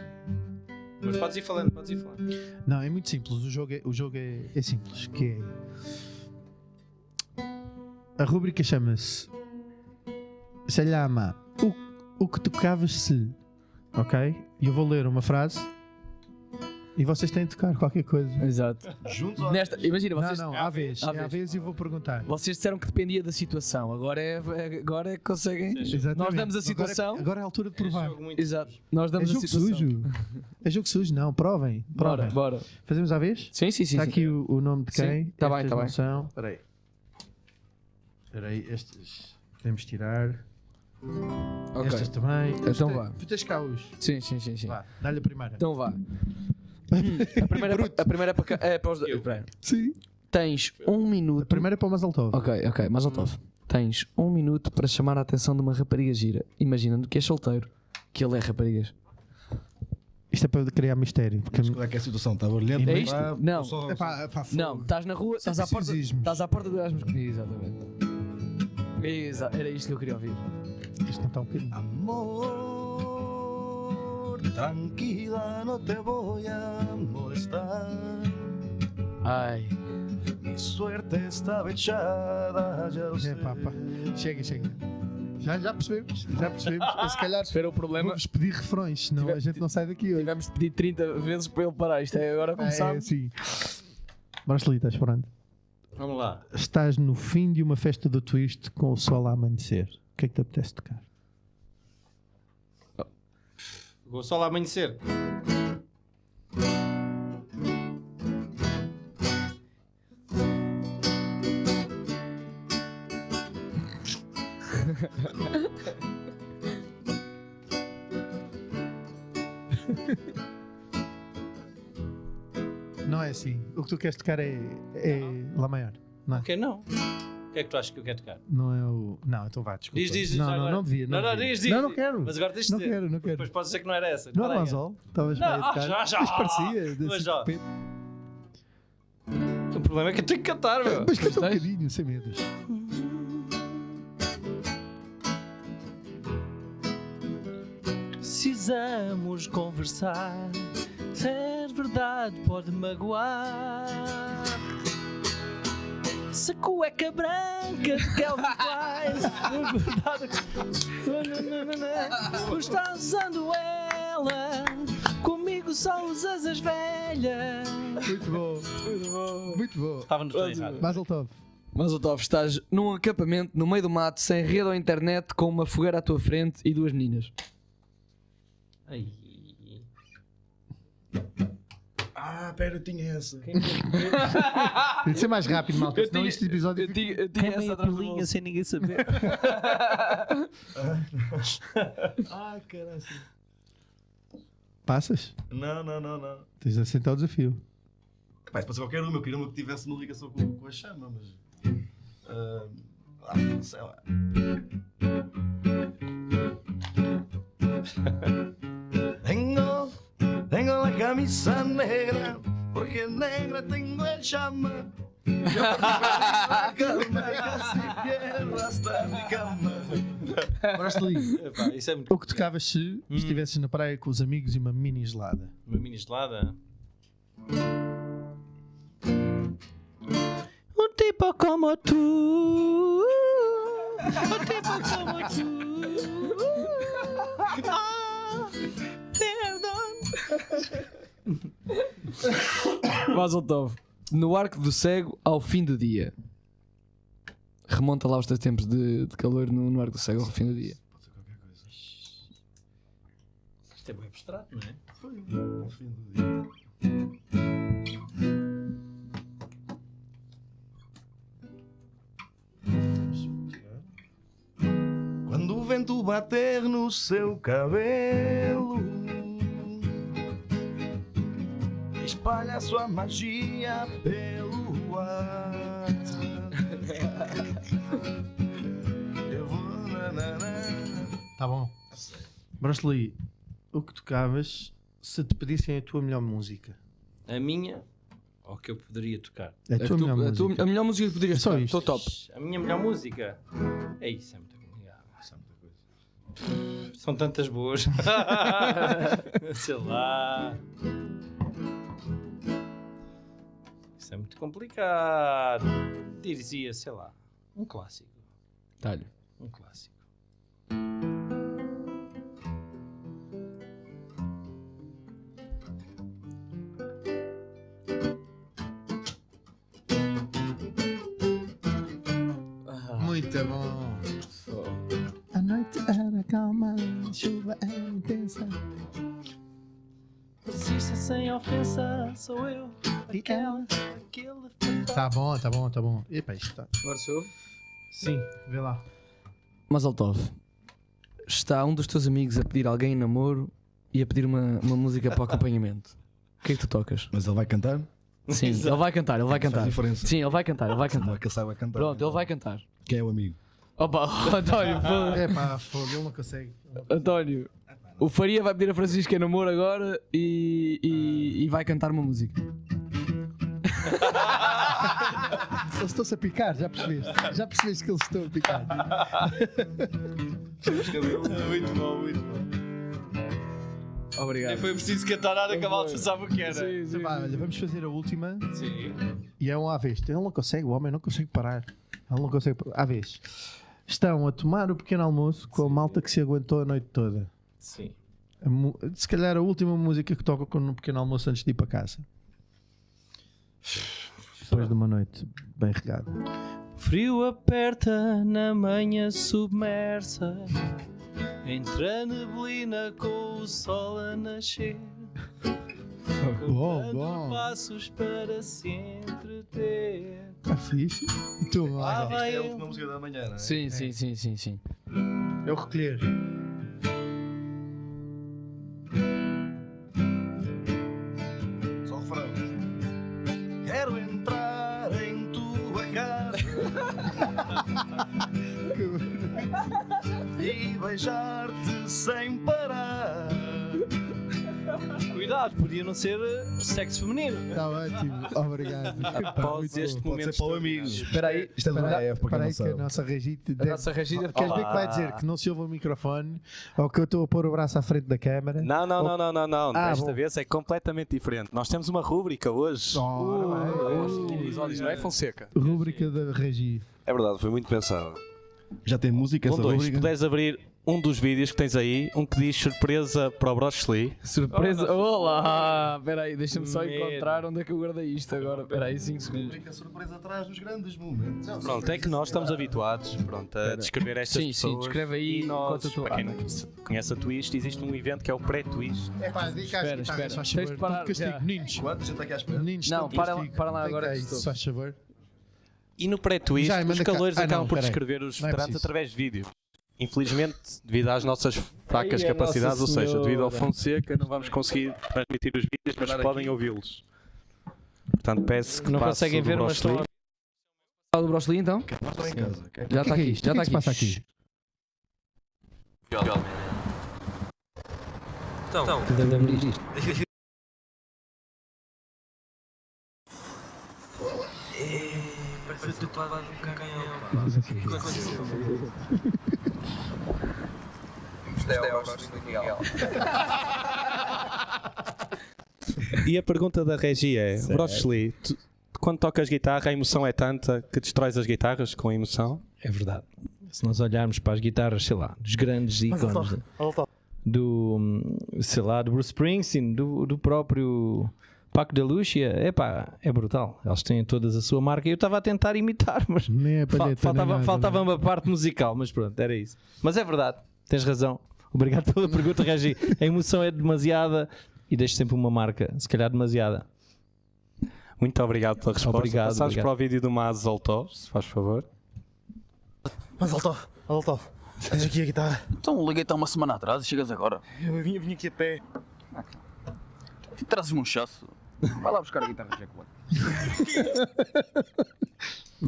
Speaker 4: Mas podes ir falando, podes ir falando.
Speaker 2: Não, é muito simples. O jogo é, o jogo é, é simples. Que é... A rúbrica chama-se Se llama o, o que tocavas se. Ok? E eu vou ler uma frase e vocês têm de tocar qualquer coisa.
Speaker 3: Exato.
Speaker 1: Juntos ou
Speaker 3: Nesta, imagina, vocês,
Speaker 2: não, não, à vez. É
Speaker 3: à
Speaker 2: à
Speaker 3: vez.
Speaker 2: vez e eu vou perguntar.
Speaker 3: vocês disseram que dependia da situação, agora é, agora é que conseguem.
Speaker 2: Exatamente.
Speaker 3: Nós damos
Speaker 2: Agora
Speaker 3: a
Speaker 2: é-
Speaker 3: situação.
Speaker 2: Agora é, a altura de provar.
Speaker 3: Exato.
Speaker 2: É
Speaker 3: Nós damos a
Speaker 2: jogo
Speaker 3: situação.
Speaker 2: sujo. É jogo sujo, não. Provem.
Speaker 3: Bora,
Speaker 2: Provem.
Speaker 3: bora.
Speaker 2: Fazemos à vez?
Speaker 3: Sim, sim, sim.
Speaker 2: Está
Speaker 3: sim.
Speaker 2: Tá aqui o, o nome de
Speaker 3: Sim,
Speaker 2: quem?
Speaker 3: tá bem,
Speaker 2: Estas
Speaker 3: tá
Speaker 2: não
Speaker 3: bem.
Speaker 2: São. Espera aí. Espera aí, estes podemos tirar.
Speaker 3: Ok.
Speaker 2: Estas também.
Speaker 3: Então vá.
Speaker 2: Putas cá os.
Speaker 3: Sim, sim, sim. sim.
Speaker 2: Vá, dá-lhe a primeira.
Speaker 3: Então vá. Hum, a primeira, a primeira é para, ca- é para os dois. Espera aí.
Speaker 2: Sim.
Speaker 3: Tens um minuto.
Speaker 2: A primeira é para o Mazaltov.
Speaker 3: Ok, ok, mas Otov, tens um minuto para chamar a atenção de uma rapariga gira, imaginando que é solteiro, que ele é raparigas.
Speaker 2: Isto é para criar mistério. Porque...
Speaker 1: Qual é que é a situação? Está barulhento?
Speaker 3: É
Speaker 1: Vai
Speaker 3: isto?
Speaker 1: lá,
Speaker 3: Não.
Speaker 1: só-
Speaker 3: Não, estás na rua, estás à porta,
Speaker 2: preciosismos.
Speaker 3: estás à porta do Erasmus Querido, exatamente. Exa- era isto que eu queria ouvir.
Speaker 2: tá Isto não está um bocadinho.
Speaker 1: Amor, Tranquila, no te voy a molestar.
Speaker 3: Ai.
Speaker 1: Mi suerte estaba echada, ya lo
Speaker 2: É, pá, pá. Chega, chega. Já, já percebemos, já percebemos. Eu, se calhar
Speaker 3: Espera o problema.
Speaker 2: vamos pedir refrões, senão a gente não sai daqui hoje.
Speaker 3: Tivemos de pedir 30 vezes para ele parar. Isto é agora
Speaker 2: É,
Speaker 3: começar.
Speaker 2: assim. Marcelita, estás pronto?
Speaker 4: Vamos lá.
Speaker 2: Estás no fim de uma festa do twist com o sol a amanhecer. O que é que te apetece tocar?
Speaker 4: Vou só lá amanhecer.
Speaker 2: Não é assim. O que tu queres tocar é, é Lá Maior. Não, é?
Speaker 4: Ok, não. O que é que tu achas que eu quero tocar?
Speaker 2: não é o. Não, então vá, desculpa.
Speaker 4: Diz, diz, diz.
Speaker 2: não,
Speaker 4: já
Speaker 2: não,
Speaker 4: agora.
Speaker 2: não devia. Não,
Speaker 4: Não, não,
Speaker 2: devia.
Speaker 4: diz, diz.
Speaker 2: Não, não quero.
Speaker 4: Mas agora tens de
Speaker 2: não
Speaker 4: dizer.
Speaker 2: quero, não quero.
Speaker 4: Depois podes dizer que não era essa.
Speaker 2: Não
Speaker 4: Qual
Speaker 2: era
Speaker 4: é?
Speaker 2: o Anzol? Estavas
Speaker 4: Não,
Speaker 2: meio a
Speaker 4: ah,
Speaker 2: tocar.
Speaker 4: já, já.
Speaker 2: Mas parecia. desse tipo.
Speaker 4: Mas já.
Speaker 2: repente.
Speaker 4: O problema é que eu tenho que cantar, meu.
Speaker 2: Mas canta um
Speaker 3: Gostei.
Speaker 2: bocadinho, sem medos.
Speaker 4: Precisamos conversar. Ser verdade pode magoar. Se a cueca branca de Kelvin Klein é verdade. Nananana, Tu estás usando ela. Comigo só usas as velhas.
Speaker 2: Muito bom, muito bom. Muito bom.
Speaker 4: Estava no tudo errado.
Speaker 2: Mazel Tov.
Speaker 3: Mas o Tov, estás num acampamento no meio do mato, sem rede ou internet, com uma fogueira à tua frente e duas meninas.
Speaker 4: Ai.
Speaker 1: Ah, pera, tinha essa.
Speaker 2: Tem de ser mais rápido, malta. Senão
Speaker 3: tinha-
Speaker 2: este episódio
Speaker 3: Eu
Speaker 2: fica...
Speaker 3: tinha, eu tinha
Speaker 4: é
Speaker 3: essa atrás do bolso.
Speaker 4: sem ninguém saber.
Speaker 1: Ah, caralho.
Speaker 2: Passas?
Speaker 1: Não, não, não, não.
Speaker 2: Tens de aceitar o Então, desafio.
Speaker 1: Pá, se fosse qualquer um, uma, eu queria uma que tivesse uma ligação com, com a chama, mas. ah, ah, sei lá. Tengo, tengo la camisa negra, porque negra tengo el chama. Yo la cama, casi quiero hasta mi cama.
Speaker 2: Marcelinho,
Speaker 4: Epá, isso é muito.
Speaker 2: o que tocavas se
Speaker 4: Hum.
Speaker 2: estivesses na praia com os amigos e uma mini gelada?
Speaker 4: Uma mini gelada.
Speaker 6: Un tipo como tú. Un tipo como tú. Ah, perdón.
Speaker 3: Vazel Tov, no arco do cego ao fim do dia. Remonta lá os teus tempos de, de calor no, no arco do cego ao fim do dia.
Speaker 4: Isto é bem abstrato, não é?
Speaker 1: Quando o vento bater no seu cabelo, espalha sua magia pelo ar. Eu vou na, na, na.
Speaker 2: Tá bom. Marcelinho, o que tocavas se te pedissem a tua melhor música?
Speaker 4: A minha, ou que eu poderia tocar?
Speaker 2: é A tua
Speaker 3: A, tu-
Speaker 2: melhor
Speaker 3: a tua-
Speaker 2: música. É
Speaker 3: a melhor música que poderias
Speaker 2: Só
Speaker 3: tocar.
Speaker 2: isto.
Speaker 3: Estou top.
Speaker 4: A minha melhor música. É isso, é muito complicado. Isso é muita coisa. São tantas boas. Sei lá. Isso é muito complicado. Diria, sei lá, um clássico.
Speaker 3: Talho.
Speaker 4: Um clássico.
Speaker 2: Muito bom. A noite era calma, a chuva era intensa.
Speaker 4: Persista sem ofensa, sou eu. Aquela, aquele.
Speaker 2: Tá bom, tá bom, tá bom. Epa, isto tá.
Speaker 3: Agora sou eu.
Speaker 2: Sim, vê lá.
Speaker 3: Mazel Tov, está um dos teus amigos a pedir alguém em namoro e a pedir uma, uma música para o acompanhamento. O que é que tu tocas?
Speaker 7: Mas ele vai cantar?
Speaker 3: Sim, ele vai cantar, ele vai
Speaker 7: Faz
Speaker 3: cantar.
Speaker 7: diferença.
Speaker 3: Sim, ele vai cantar, ele vai
Speaker 7: Não
Speaker 3: cantar.
Speaker 7: é que ele saiba cantar.
Speaker 3: Pronto, ele vai cantar.
Speaker 7: Quem é o amigo?
Speaker 3: Opa, António, pô.
Speaker 2: É pá, fogo, ele não consegue.
Speaker 3: António, o Faria vai pedir a Francisca em namoro agora e, e- e vai cantar uma música.
Speaker 2: Eles estão-se a picar, já percebeste? Já percebeste que eles estão a picar.
Speaker 1: Muito bom, muito bom.
Speaker 3: Obrigado.
Speaker 4: Nem foi preciso cantar nada que a malta sabe o que era. Sim.
Speaker 2: Vá, olha, vamos fazer a última e é um à vez. Ele não consegue, o homem não consegue parar. Ele não consegue parar. À vez. Estão a tomar o pequeno almoço com a malta que se aguentou a noite toda.
Speaker 4: Sim.
Speaker 2: A mu- Se calhar a última música que toca com- no pequeno almoço antes de ir para casa. Depois de uma noite bem regada.
Speaker 4: Frio aperta na manhã submersa, entre a neblina com o sol a nascer.
Speaker 2: Bom,
Speaker 4: Contando
Speaker 2: bom.
Speaker 4: passos para se entreter.
Speaker 2: Está Tá fixe? Então E tu,
Speaker 4: Lá
Speaker 2: Maga?
Speaker 4: vai
Speaker 1: É a
Speaker 4: eu.
Speaker 1: última música da manhã, não é?
Speaker 3: Sim, sim, sim, sim, sim.
Speaker 2: Eu recolher.
Speaker 1: Só o refrão. Quero entrar em tua casa. e beijar-te sem parar.
Speaker 4: Cuidado, podia não ser eh, sexo feminino.
Speaker 2: Está Tá ótimo. Obrigado.
Speaker 4: Pode ser este momento.
Speaker 1: para o amigo. Espera aí.
Speaker 8: Isto é do
Speaker 2: Espera aí-
Speaker 8: AF, para
Speaker 2: espera
Speaker 8: quem não
Speaker 2: aí que a
Speaker 8: sabe.
Speaker 2: nossa regite
Speaker 3: A
Speaker 2: deve
Speaker 3: nossa
Speaker 9: é
Speaker 3: regida
Speaker 2: Queres ver que vai dizer que não se ouve o microfone ou que eu estou a pôr o braço à frente da câmara?
Speaker 9: Não, não, não, não, não, não.
Speaker 2: Ah,
Speaker 9: Desta
Speaker 2: bom.
Speaker 9: vez é completamente diferente. Nós temos uma rúbrica hoje.
Speaker 2: Ora bem.
Speaker 9: Episódios, não é, Fonseca?
Speaker 2: Rúbrica da Regi.
Speaker 5: É verdade, foi muito pensado.
Speaker 8: Já tem música,
Speaker 9: Um,
Speaker 8: essa
Speaker 9: dois, se
Speaker 8: rubrica?
Speaker 9: puderes abrir um dos vídeos que tens aí, um que diz surpresa para o Brochli.
Speaker 3: Surpresa. Olá! Espera aí, deixa-me só
Speaker 4: Medo.
Speaker 3: encontrar onde é que eu guardei isto agora. Espera aí, 5 segundos.
Speaker 1: Fica surpresa atrás dos grandes momentos.
Speaker 9: Pronto, é que nós estamos habituados pronto, a descrever estas
Speaker 3: Sim, sim,
Speaker 9: pessoas.
Speaker 3: descreve aí
Speaker 9: E nós,
Speaker 3: enquanto eu tô-
Speaker 9: para quem
Speaker 3: Ah,
Speaker 9: não conhece a Twist, existe um evento que é o pré-Twist.
Speaker 2: É pá, diga
Speaker 3: Espera, espera. Tens de parar. já.
Speaker 2: Meninos,
Speaker 1: Quanto gente está tá aqui à espera?
Speaker 2: meninos,
Speaker 3: Não,
Speaker 2: estão de
Speaker 3: para lá-
Speaker 2: castigo.
Speaker 3: para lá
Speaker 2: Tem
Speaker 3: agora
Speaker 2: que é
Speaker 3: que
Speaker 2: ir,
Speaker 3: estou.
Speaker 2: Se faz favor.
Speaker 9: E no pré-twist,
Speaker 2: Já,
Speaker 9: os
Speaker 2: manda cá.
Speaker 9: calores
Speaker 2: Ah, não,
Speaker 9: acabam por
Speaker 2: peraí.
Speaker 9: descrever os
Speaker 2: Não é
Speaker 9: restaurantes
Speaker 2: preciso.
Speaker 9: através de vídeo. Infelizmente, devido às nossas fracas
Speaker 3: Ai, é a
Speaker 9: capacidades, ou
Speaker 3: Nossa
Speaker 9: seja, devido ao
Speaker 3: Senhora.
Speaker 9: Fonseca, não vamos conseguir transmitir os vídeos, mas podem ouvi-los. Portanto, peço que
Speaker 4: Não
Speaker 9: passe
Speaker 4: conseguem
Speaker 9: o
Speaker 4: ver,
Speaker 9: do
Speaker 4: mas estão
Speaker 9: Brochli.
Speaker 4: a
Speaker 3: Fala do Broccoli então?
Speaker 1: Estou em casa.
Speaker 3: Já
Speaker 2: O que
Speaker 3: está
Speaker 2: é que é
Speaker 3: Tá aqui,
Speaker 2: isto?
Speaker 3: já
Speaker 2: O que é
Speaker 3: está
Speaker 2: que se passa aqui?
Speaker 9: E a pergunta da Regi é: Brochli, tu- quando tocas guitarra, a emoção é tanta que destróis as guitarras com a emoção?
Speaker 4: É verdade. Se nós olharmos para as guitarras, sei lá, dos grandes ícones. né? Do, hum, sei lá, do Bruce Springsteen, do, do próprio Paco de Lucia, é pá, é brutal. Eles têm todas a sua marca. Eu estava a tentar imitar, mas
Speaker 2: Nem é a
Speaker 4: fal-
Speaker 2: palheta.
Speaker 4: faltava,
Speaker 2: nem nada,
Speaker 4: faltava uma parte musical, mas pronto, era isso. Mas é verdade, tens razão. Obrigado pela pergunta, Regi. A emoção é demasiada e deixa sempre uma marca, se calhar demasiada.
Speaker 9: Muito obrigado pela resposta.
Speaker 4: Obrigado,
Speaker 9: Passamos
Speaker 4: obrigado.
Speaker 9: para o vídeo do Mas Zoltov, se faz favor.
Speaker 10: Mas Altov, Altov, tens aqui a guitarra.
Speaker 11: Então liguei-te há uma semana atrás e chegas agora.
Speaker 10: Eu vim, vim aqui a pé.
Speaker 11: E Trazes-me um chasso. Vai lá buscar a guitarra, Jack. Black.
Speaker 2: não é?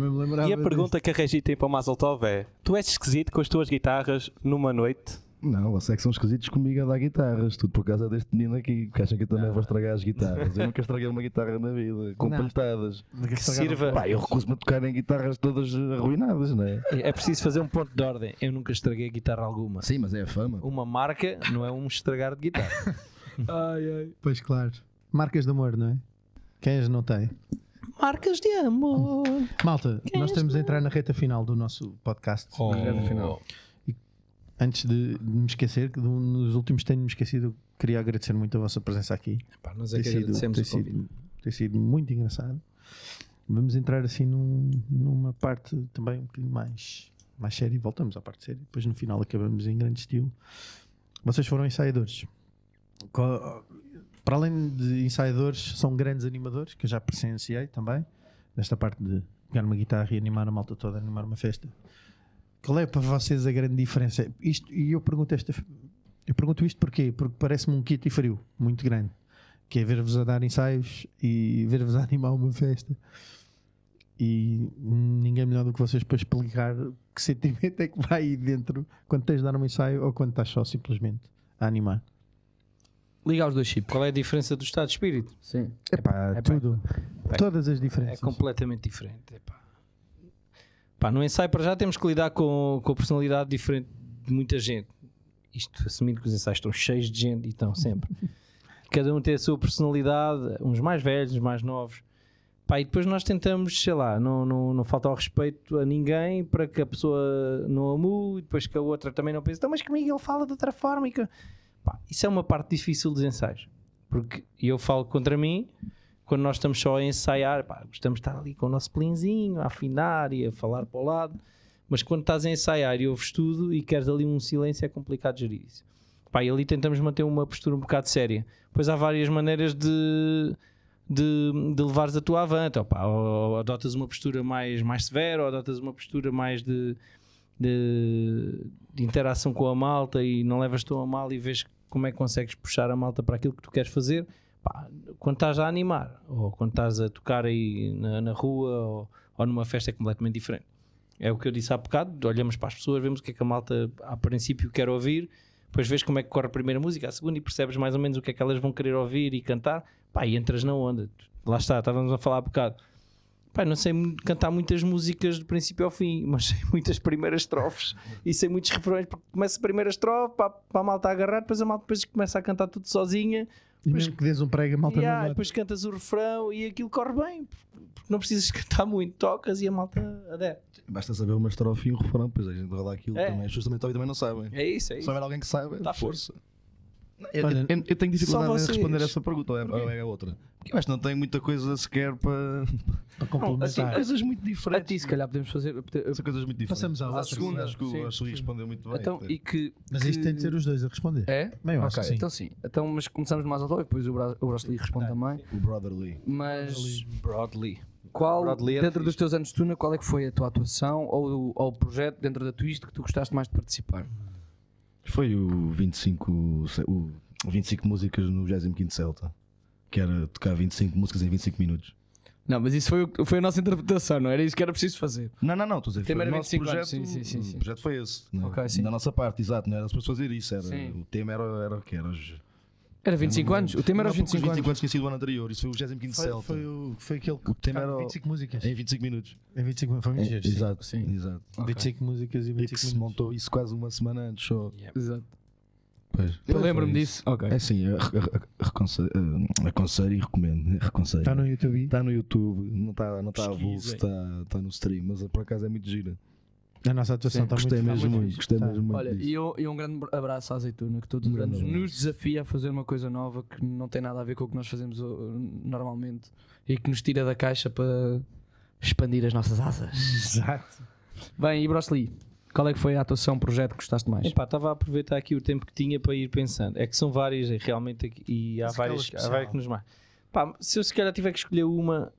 Speaker 2: Não me lembrava
Speaker 9: E a
Speaker 2: disso.
Speaker 9: pergunta que a Regi tem para o Mazeltov é: Tu és esquisito com as tuas guitarras numa noite?
Speaker 8: Não, vocês é que são esquisitos comigo a dar guitarras, tudo por causa deste menino aqui, que acham que eu também vou estragar as guitarras. Eu nunca estraguei uma guitarra na vida, com
Speaker 2: Não.
Speaker 8: pantadas.
Speaker 2: Que
Speaker 4: Sirva.
Speaker 8: Pá, eu recuso-me a tocar em guitarras todas arruinadas, não é?
Speaker 4: É preciso fazer um ponto de ordem. Eu nunca estraguei guitarra alguma.
Speaker 8: Sim, mas é a fama.
Speaker 4: Uma marca não é um estragar de guitarra.
Speaker 2: Pois claro. Marcas de amor, não é? Quem as não tem?
Speaker 4: Marcas de amor.
Speaker 2: Malta, nós estamos a entrar na reta final do nosso podcast.
Speaker 8: Reta final.
Speaker 2: Antes de de me esquecer, que de um- nos últimos tenho-me esquecido, eu queria agradecer muito a vossa presença aqui.
Speaker 4: Pá, nós é
Speaker 2: tem, sido, tem, sido, tem sido muito engraçado. Vamos entrar assim num- numa parte também um bocadinho mais, mais séria. Voltamos à parte séria. Depois no final acabamos em grande estilo. Vocês foram ensaiadores. Co- Para além de ensaiadores, são grandes animadores, que eu já presenciei também. Nesta parte de pegar uma guitarra e animar a malta toda, animar uma festa. Qual é para vocês a grande diferença? Isto, e eu pergunto, esta, eu pergunto isto porquê? Porque parece-me um kit e frio muito grande que é ver-vos a dar ensaios e ver-vos a animar uma festa. E hum, ninguém melhor do que vocês para explicar que sentimento é que vai aí dentro quando tens de dar um ensaio ou quando estás só simplesmente a animar.
Speaker 3: Liga aos dois chips.
Speaker 4: Qual é a diferença do estado de espírito?
Speaker 3: Sim.
Speaker 2: Epá,
Speaker 4: epá,
Speaker 2: É tudo. Todas as
Speaker 4: É
Speaker 2: diferenças.
Speaker 4: completamente diferente. epá. Pá, no ensaio para já temos que lidar com, com a personalidade diferente de muita gente. isto assumindo que os ensaios estão cheios de gente e estão sempre. Cada um tem a sua personalidade, uns mais velhos, uns mais novos. Pá, e depois nós tentamos, sei lá, não, não, não falta ao respeito a ninguém para que a pessoa não amue e depois que a outra também não pense, então, mas comigo ele fala de outra forma. E que... Pá, isso é uma parte difícil dos ensaios. Porque eu falo contra mim, quando nós estamos só a ensaiar, pá, gostamos de estar ali com o nosso pelinzinho, a afinar e a falar para o lado. Mas quando estás a ensaiar e ouves tudo e queres ali um silêncio, é complicado gerir isso. Pá, e ali tentamos manter uma postura um bocado séria. Pois há várias maneiras de, de, de levares a tua avante. Ou, pá, ou adotas uma postura mais, mais severa, ou adotas uma postura mais de, de, de interação com a malta e não levas tão a mal e vês como é que consegues puxar a malta para aquilo que tu queres fazer. Pá, quando estás a animar, ou quando estás a tocar aí na, na rua, ou, ou numa festa, é completamente diferente. É o que eu disse há bocado, olhamos para as pessoas, vemos o que é que a malta a princípio quer ouvir, depois vês como é que corre a primeira música, a segunda e percebes mais ou menos o que é que elas vão querer ouvir e cantar, pá, e entras na onda. Lá está, estávamos a falar há bocado. Pá, não sei cantar muitas músicas do princípio ao fim, mas sei muitas primeiras estrofes e sei muitos refrões, porque começa a primeira estrofe, pá, para a malta a agarrar, depois a malta depois começa a cantar tudo sozinha.
Speaker 2: E mesmo que dês um prego, a malta
Speaker 4: Yeah,
Speaker 2: não bate.
Speaker 4: depois cantas o refrão e aquilo corre bem, porque não precisas cantar muito, tocas e a malta adere.
Speaker 1: Basta saber uma estrofe e um refrão, pois a gente roda aquilo
Speaker 4: É.
Speaker 1: também. As pessoas também, também, não sabem.
Speaker 4: É isso, é
Speaker 1: Se
Speaker 4: isso.
Speaker 1: houver alguém que saiba,
Speaker 4: Tá
Speaker 1: força. Eu,
Speaker 2: Olha,
Speaker 1: eu- eu tenho dificuldade
Speaker 4: só
Speaker 1: em
Speaker 4: vocês.
Speaker 1: responder essa pergunta, ou é, ou é a outra? Porque eu acho que não tenho muita coisa sequer para. São
Speaker 2: Para complementar.
Speaker 1: coisas muito
Speaker 3: A
Speaker 1: diferentes. é?
Speaker 3: ti, se calhar, podemos fazer.
Speaker 1: São coisas muito diferentes.
Speaker 2: Passamos à outra.
Speaker 1: segunda, acho que
Speaker 3: Sim,
Speaker 1: o Ashley respondeu muito bem.
Speaker 3: Então, e que.
Speaker 2: Mas isto
Speaker 3: que-
Speaker 2: tem de ser os dois a responder.
Speaker 3: É?
Speaker 2: Bem, eu acho
Speaker 3: Ok,
Speaker 2: que sim.
Speaker 3: Então sim. Então, mas começamos mais ao e depois o, Bra o Brosley responde também.
Speaker 1: O Brotherly.
Speaker 3: Mas
Speaker 4: Broadly.
Speaker 3: qual,
Speaker 4: Broadly era
Speaker 3: dentro
Speaker 4: fixe.
Speaker 3: dos teus anos de tuna, qual é que foi a tua atuação ou, ou o projeto dentro da Twist que tu gostaste mais de participar?
Speaker 8: Foi o 25, se- o 25 músicas no 25 Celta. Que era tocar 25 músicas em 25 minutos.
Speaker 3: Não, mas isso foi, o- foi a nossa interpretação, não era isso que era preciso fazer.
Speaker 8: Não, não, não, estou a dizer, foi
Speaker 3: Tema
Speaker 8: o
Speaker 3: era
Speaker 8: nosso
Speaker 3: 25
Speaker 8: projeto.
Speaker 3: anos, sim, sim, sim, sim.
Speaker 8: O projeto foi esse. né?
Speaker 3: Ok, sim.
Speaker 8: Da nossa parte, exato, não era para fazer isso. Era,
Speaker 3: Sim.
Speaker 8: o tema era, era o que era os
Speaker 3: Era 25 anos? O tema era os 25
Speaker 8: anos.
Speaker 3: anos.
Speaker 8: tinha sido o ano anterior, isso foi o 25
Speaker 2: Foi,
Speaker 8: Celta.
Speaker 2: foi, o- foi aquele Tá, que
Speaker 8: O tema
Speaker 2: tocava
Speaker 8: era o- É,
Speaker 2: 25 músicas.
Speaker 8: Em 25 minutos. É,
Speaker 2: Em 25 minutos. Foi muito giro, sim.
Speaker 8: exato,
Speaker 3: Sim.
Speaker 8: exato.
Speaker 2: 25 músicas e
Speaker 8: E É que
Speaker 2: 25
Speaker 8: se
Speaker 2: minutos.
Speaker 8: montou isso quase uma semana antes só.
Speaker 3: Exato.
Speaker 8: Pois.
Speaker 3: Eu
Speaker 8: Pois,
Speaker 3: lembro-me
Speaker 8: foi
Speaker 3: disso. Ok.
Speaker 8: É sim, eu re- re- reconse- eh, aconselho e recomendo. Aconselho.
Speaker 2: Está Tá no YouTube.
Speaker 8: Está no YouTube, não está não tá a vulso,
Speaker 4: Pesquisem.
Speaker 8: está tá no stream, mas por acaso é muito gira.
Speaker 2: A nossa atuação
Speaker 3: Sim,
Speaker 2: está
Speaker 8: gostei
Speaker 2: Tá muito Tá.
Speaker 8: mesmo
Speaker 2: está
Speaker 8: muito,
Speaker 2: fixe.
Speaker 8: gostei
Speaker 2: Está.
Speaker 8: mesmo muito.
Speaker 3: Olha,
Speaker 8: disso.
Speaker 3: e, eu- e um grande abraço à Azeitona, que todos os
Speaker 8: Um grande
Speaker 3: anos
Speaker 8: abraço.
Speaker 3: nos desafia a fazer uma coisa nova que não tem nada a ver com o que nós fazemos uh, normalmente e que nos tira da caixa para expandir as nossas asas.
Speaker 4: Exato.
Speaker 3: Bem, e Brosley, qual é que foi a atuação, projeto que gostaste mais?
Speaker 4: Epá, estava a aproveitar aqui o tempo que tinha para ir pensando. É que são várias e realmente aqui- e há
Speaker 2: Mas aquela
Speaker 4: várias, há
Speaker 2: especial.
Speaker 4: várias que nos marcam. Pá, se eu se calhar tiver que escolher uma,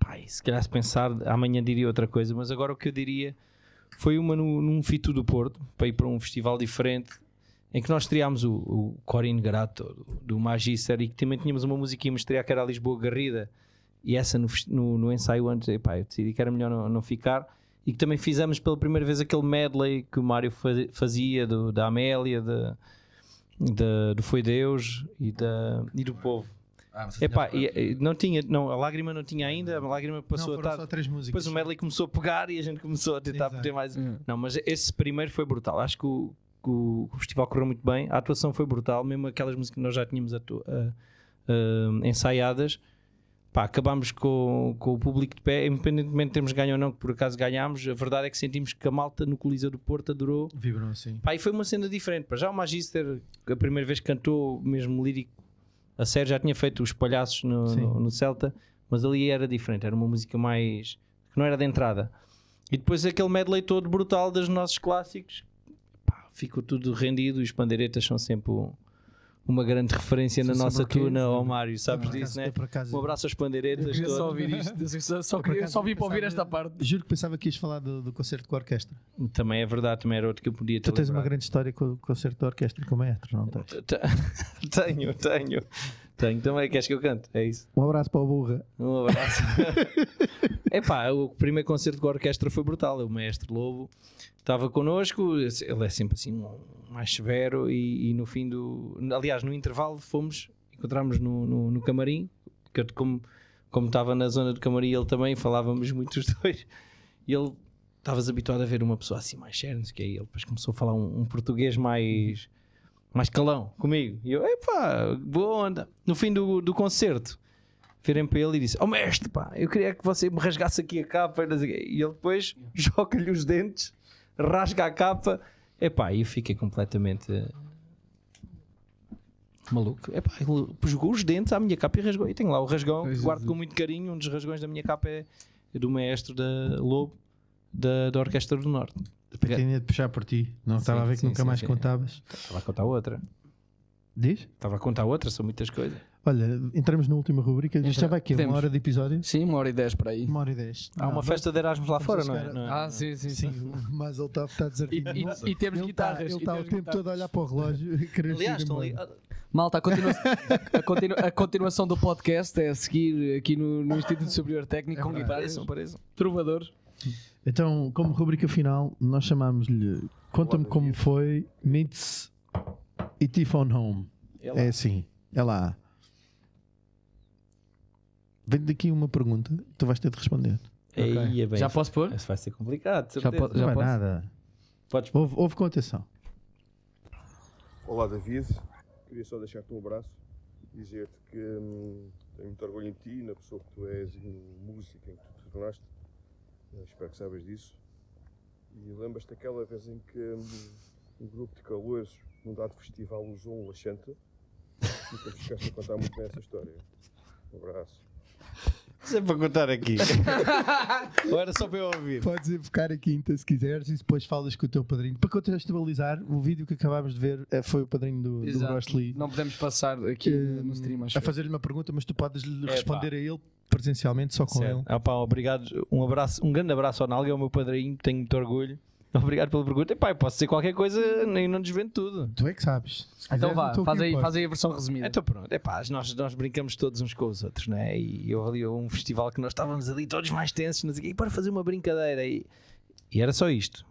Speaker 4: pá, e se calhar se pensar, amanhã diria outra coisa, mas agora o que eu diria foi uma no, num Fito do Porto, para ir para um festival diferente, em que nós estreámos o, o Corin Grato do Magister e que também tínhamos uma musiquinha estrear que era a Lisboa Garrida e essa no, fes- no- no ensaio antes, epá, eu decidi que era melhor não, não ficar e que também fizemos pela primeira vez aquele medley que o Mário fa- fazia do- da Amélia, da- da- do Foi Deus e, da, e do Povo.
Speaker 2: Ah,
Speaker 4: Epá, e- e não tinha, não, a lágrima não tinha ainda, a lágrima
Speaker 2: Não,
Speaker 4: passou a
Speaker 2: foram
Speaker 4: tarde.
Speaker 2: só três músicas.
Speaker 4: Depois o medley começou a pegar e a gente começou a tentar
Speaker 2: Exato.
Speaker 4: meter mais.
Speaker 3: Hum.
Speaker 4: Não, mas esse primeiro foi brutal. Acho que o, que o- que o festival correu muito bem. A atuação foi brutal, mesmo aquelas músicas que nós já tínhamos atu- ah, ah, ensaiadas. Pá, acabámos com, com o público de pé, independentemente de termos ganho ou não, que por acaso ganhámos. A verdade é que sentimos que a malta no Coliseu do Porto adorou
Speaker 2: Vibram assim.
Speaker 4: Pá, e foi uma cena diferente. Para já o Magister, que a primeira vez que cantou mesmo lírico a sério, já tinha feito os palhaços no,
Speaker 2: Sim.
Speaker 4: no- no Celta, mas ali era diferente, era uma música mais que não era de entrada. E depois aquele medley todo brutal dos nossos clássicos, pá, ficou tudo rendido e os pandeiretas são sempre um- uma grande referência
Speaker 3: São
Speaker 4: na nossa
Speaker 3: sempre o quê?
Speaker 4: tuna
Speaker 2: é,
Speaker 4: ao Mário, sabes
Speaker 2: Por acaso,
Speaker 4: disso, né?
Speaker 2: eu por acaso-
Speaker 4: Um abraço aos
Speaker 3: Eu
Speaker 4: pandeiretas.
Speaker 3: queria
Speaker 4: todos.
Speaker 3: só ouvir isto, eu só, só, queria,
Speaker 2: acaso
Speaker 3: só vim para
Speaker 2: pensava-
Speaker 3: ouvir esta parte.
Speaker 2: Juro que pensava que ias falar do, do concerto com a orquestra.
Speaker 4: Também é verdade, também era outro que eu podia ter
Speaker 2: Tu tens uma
Speaker 4: lembrado.
Speaker 2: grande história com o concerto da orquestra com o maestro, não tens?
Speaker 4: Te- Tenho, tenho. Tenho também, queres que eu cante? É isso.
Speaker 2: Um abraço para o Burra.
Speaker 4: Um abraço. Epá, o primeiro concerto com a orquestra foi brutal. O mestre Lobo estava connosco, ele é sempre assim um- mais severo e, e no fim do... Aliás, no intervalo fomos, encontramos no, no, no camarim, que eu, como, como estava na zona do camarim ele também, falávamos muito os dois. E ele estavas habituado a ver uma pessoa assim mais séria, não sei o que é. Ele depois começou a falar um, um português mais, mais calão comigo. E eu, epá, boa onda. No fim do, do concerto, virem para ele e disse: Oh mestre, pá, eu queria que você me rasgasse aqui a capa. E não sei o quê. E ele depois joga-lhe os dentes, rasga a capa. Epá, e eu fiquei completamente eh, maluco. Epá, ele jogou os dentes à minha capa e rasgou. E tenho lá o rasgão, que guardo com muito carinho. Um dos rasgões da minha capa é do maestro da Lobo, da, da Orquestra do Norte.
Speaker 2: Tinha de puxar por ti. Não estava a ver que
Speaker 4: sim,
Speaker 2: nunca
Speaker 4: sim,
Speaker 2: mais
Speaker 4: sim.
Speaker 2: contavas.
Speaker 4: Estava a contar outra.
Speaker 2: Diz?
Speaker 4: Estava a contar outra, são muitas coisas.
Speaker 2: Olha, entramos na última rubrica. Isto
Speaker 4: Entra-
Speaker 2: já vai aqui,
Speaker 4: Temos.
Speaker 2: uma hora de episódio?
Speaker 3: Sim, uma hora e dez para aí.
Speaker 2: Uma hora e dez.
Speaker 4: Há
Speaker 2: Não,
Speaker 4: uma
Speaker 2: vai-
Speaker 4: festa de Erasmus lá fora,
Speaker 2: Estamos a
Speaker 4: não é?
Speaker 2: chegar a-
Speaker 4: Não é?
Speaker 3: Ah, sim, sim, sim.
Speaker 2: Sim, o mais ele está desertinho.
Speaker 3: E- e- e temos
Speaker 2: ele
Speaker 3: guitarras,
Speaker 2: Tá, ele
Speaker 3: e
Speaker 2: está o
Speaker 3: temos
Speaker 2: tempo todo a olhar para o relógio e querer
Speaker 4: Aliás,
Speaker 2: ir
Speaker 4: estão
Speaker 2: embora.
Speaker 4: ali.
Speaker 3: Malta, a, continua- a continu- a continuação do podcast é a seguir aqui no, no Instituto Superior Técnico com guitarras,
Speaker 4: Apareçam, apareçam.
Speaker 3: um trovadores.
Speaker 2: Então, como rubrica final, nós chamámos-lhe Conta-me como foi Meets e Tifon Home.
Speaker 4: É lá.
Speaker 2: É assim, é lá. Vem daqui uma pergunta, tu vais ter de responder.
Speaker 4: Aí é bem.
Speaker 3: Já posso pôr?
Speaker 4: Isso vai ser complicado. de
Speaker 3: Já,
Speaker 4: certeza.
Speaker 3: po já
Speaker 2: não é
Speaker 3: posso?
Speaker 2: nada.
Speaker 4: Podes-
Speaker 2: Houve, houve com atenção.
Speaker 12: Olá David, queria só deixar-te um abraço, dizer-te que hum, tenho muito orgulho em ti, na pessoa que tu és e no músico em que tu te tornaste. Eh, espero que saibas disso. E lembras-te daquela vez em que hum, um grupo de calouros num dado festival usou um laxante? Nunca te esqueças de contar muito bem essa história. Um abraço.
Speaker 4: Isso é para contar aqui. Ou
Speaker 9: é
Speaker 4: era só para eu ouvir?
Speaker 2: Podes invocar a quinta se quiseres e depois falas com o teu padrinho. Para contextualizar, o vídeo que acabámos de ver eh, foi o padrinho do, do
Speaker 3: Exato.
Speaker 2: Bruce Lee
Speaker 3: Não podemos passar aqui
Speaker 2: Hum,
Speaker 3: no stream, acho
Speaker 2: a
Speaker 3: eu.
Speaker 2: fazer-lhe uma pergunta, mas tu podes lhe
Speaker 4: Epá.
Speaker 2: responder a ele presencialmente, só com
Speaker 4: Certo.
Speaker 2: ele.
Speaker 4: Ah, pá, obrigado. Um abraço, um grande abraço ao Nalga, é o meu padrinho, tenho muito orgulho. Obrigado pela pergunta. Epá, eu posso dizer qualquer coisa nem não desvendo tudo.
Speaker 2: Tu é que sabes. Se
Speaker 3: Então
Speaker 2: quiseres,
Speaker 3: vá,
Speaker 2: eu estou
Speaker 3: faz
Speaker 2: aqui,
Speaker 3: aí,
Speaker 2: pá.
Speaker 3: faz aí a versão resumida.
Speaker 4: Então pronto, epá, nós, nós brincamos todos uns com os outros, né? E eu ali um festival que nós estávamos ali todos mais tensos, não sei o quê, e para fazer uma brincadeira. E, e era só isto.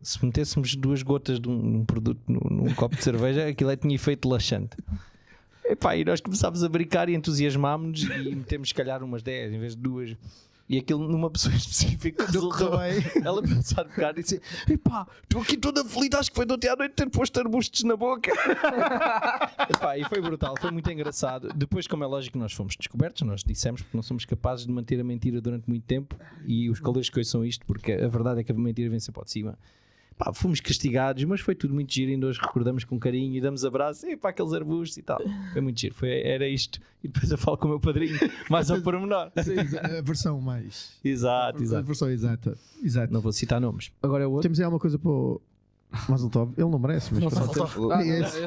Speaker 4: Se metêssemos duas gotas de um, num produto num, num copo de cerveja, aquilo aí tinha efeito laxante. Epá, e nós começámos a brincar e entusiasmámos-nos e metemos se calhar umas 10 em vez de duas. E aquilo numa pessoa específica resultou. Ela começou a tocar e disse: Epá, estou aqui toda feliz, acho que foi de ontem à noite ter posto arbustos na boca. Epá, e foi brutal, foi muito engraçado. Depois, como é lógico, nós fomos descobertos, nós dissemos, porque não somos capazes de manter a mentira durante muito tempo e os calores que hoje são isto, porque a verdade é que a mentira vem sempre ao de cima. Pá, fomos castigados, mas foi tudo muito giro. Ainda hoje recordamos com carinho e damos abraço e para aqueles arbustos e tal. Foi muito giro, foi, era isto. E depois eu falo com o meu padrinho, mais ao pormenor.
Speaker 2: a versão mais.
Speaker 4: Exato,
Speaker 2: A
Speaker 4: exato.
Speaker 2: versão exata. Exato.
Speaker 4: Não vou citar nomes.
Speaker 3: Agora é o outro.
Speaker 2: Temos aí alguma coisa para o Mazeltov. Ele não merece, mas pronto.
Speaker 5: L-
Speaker 3: Ah,
Speaker 2: É esse.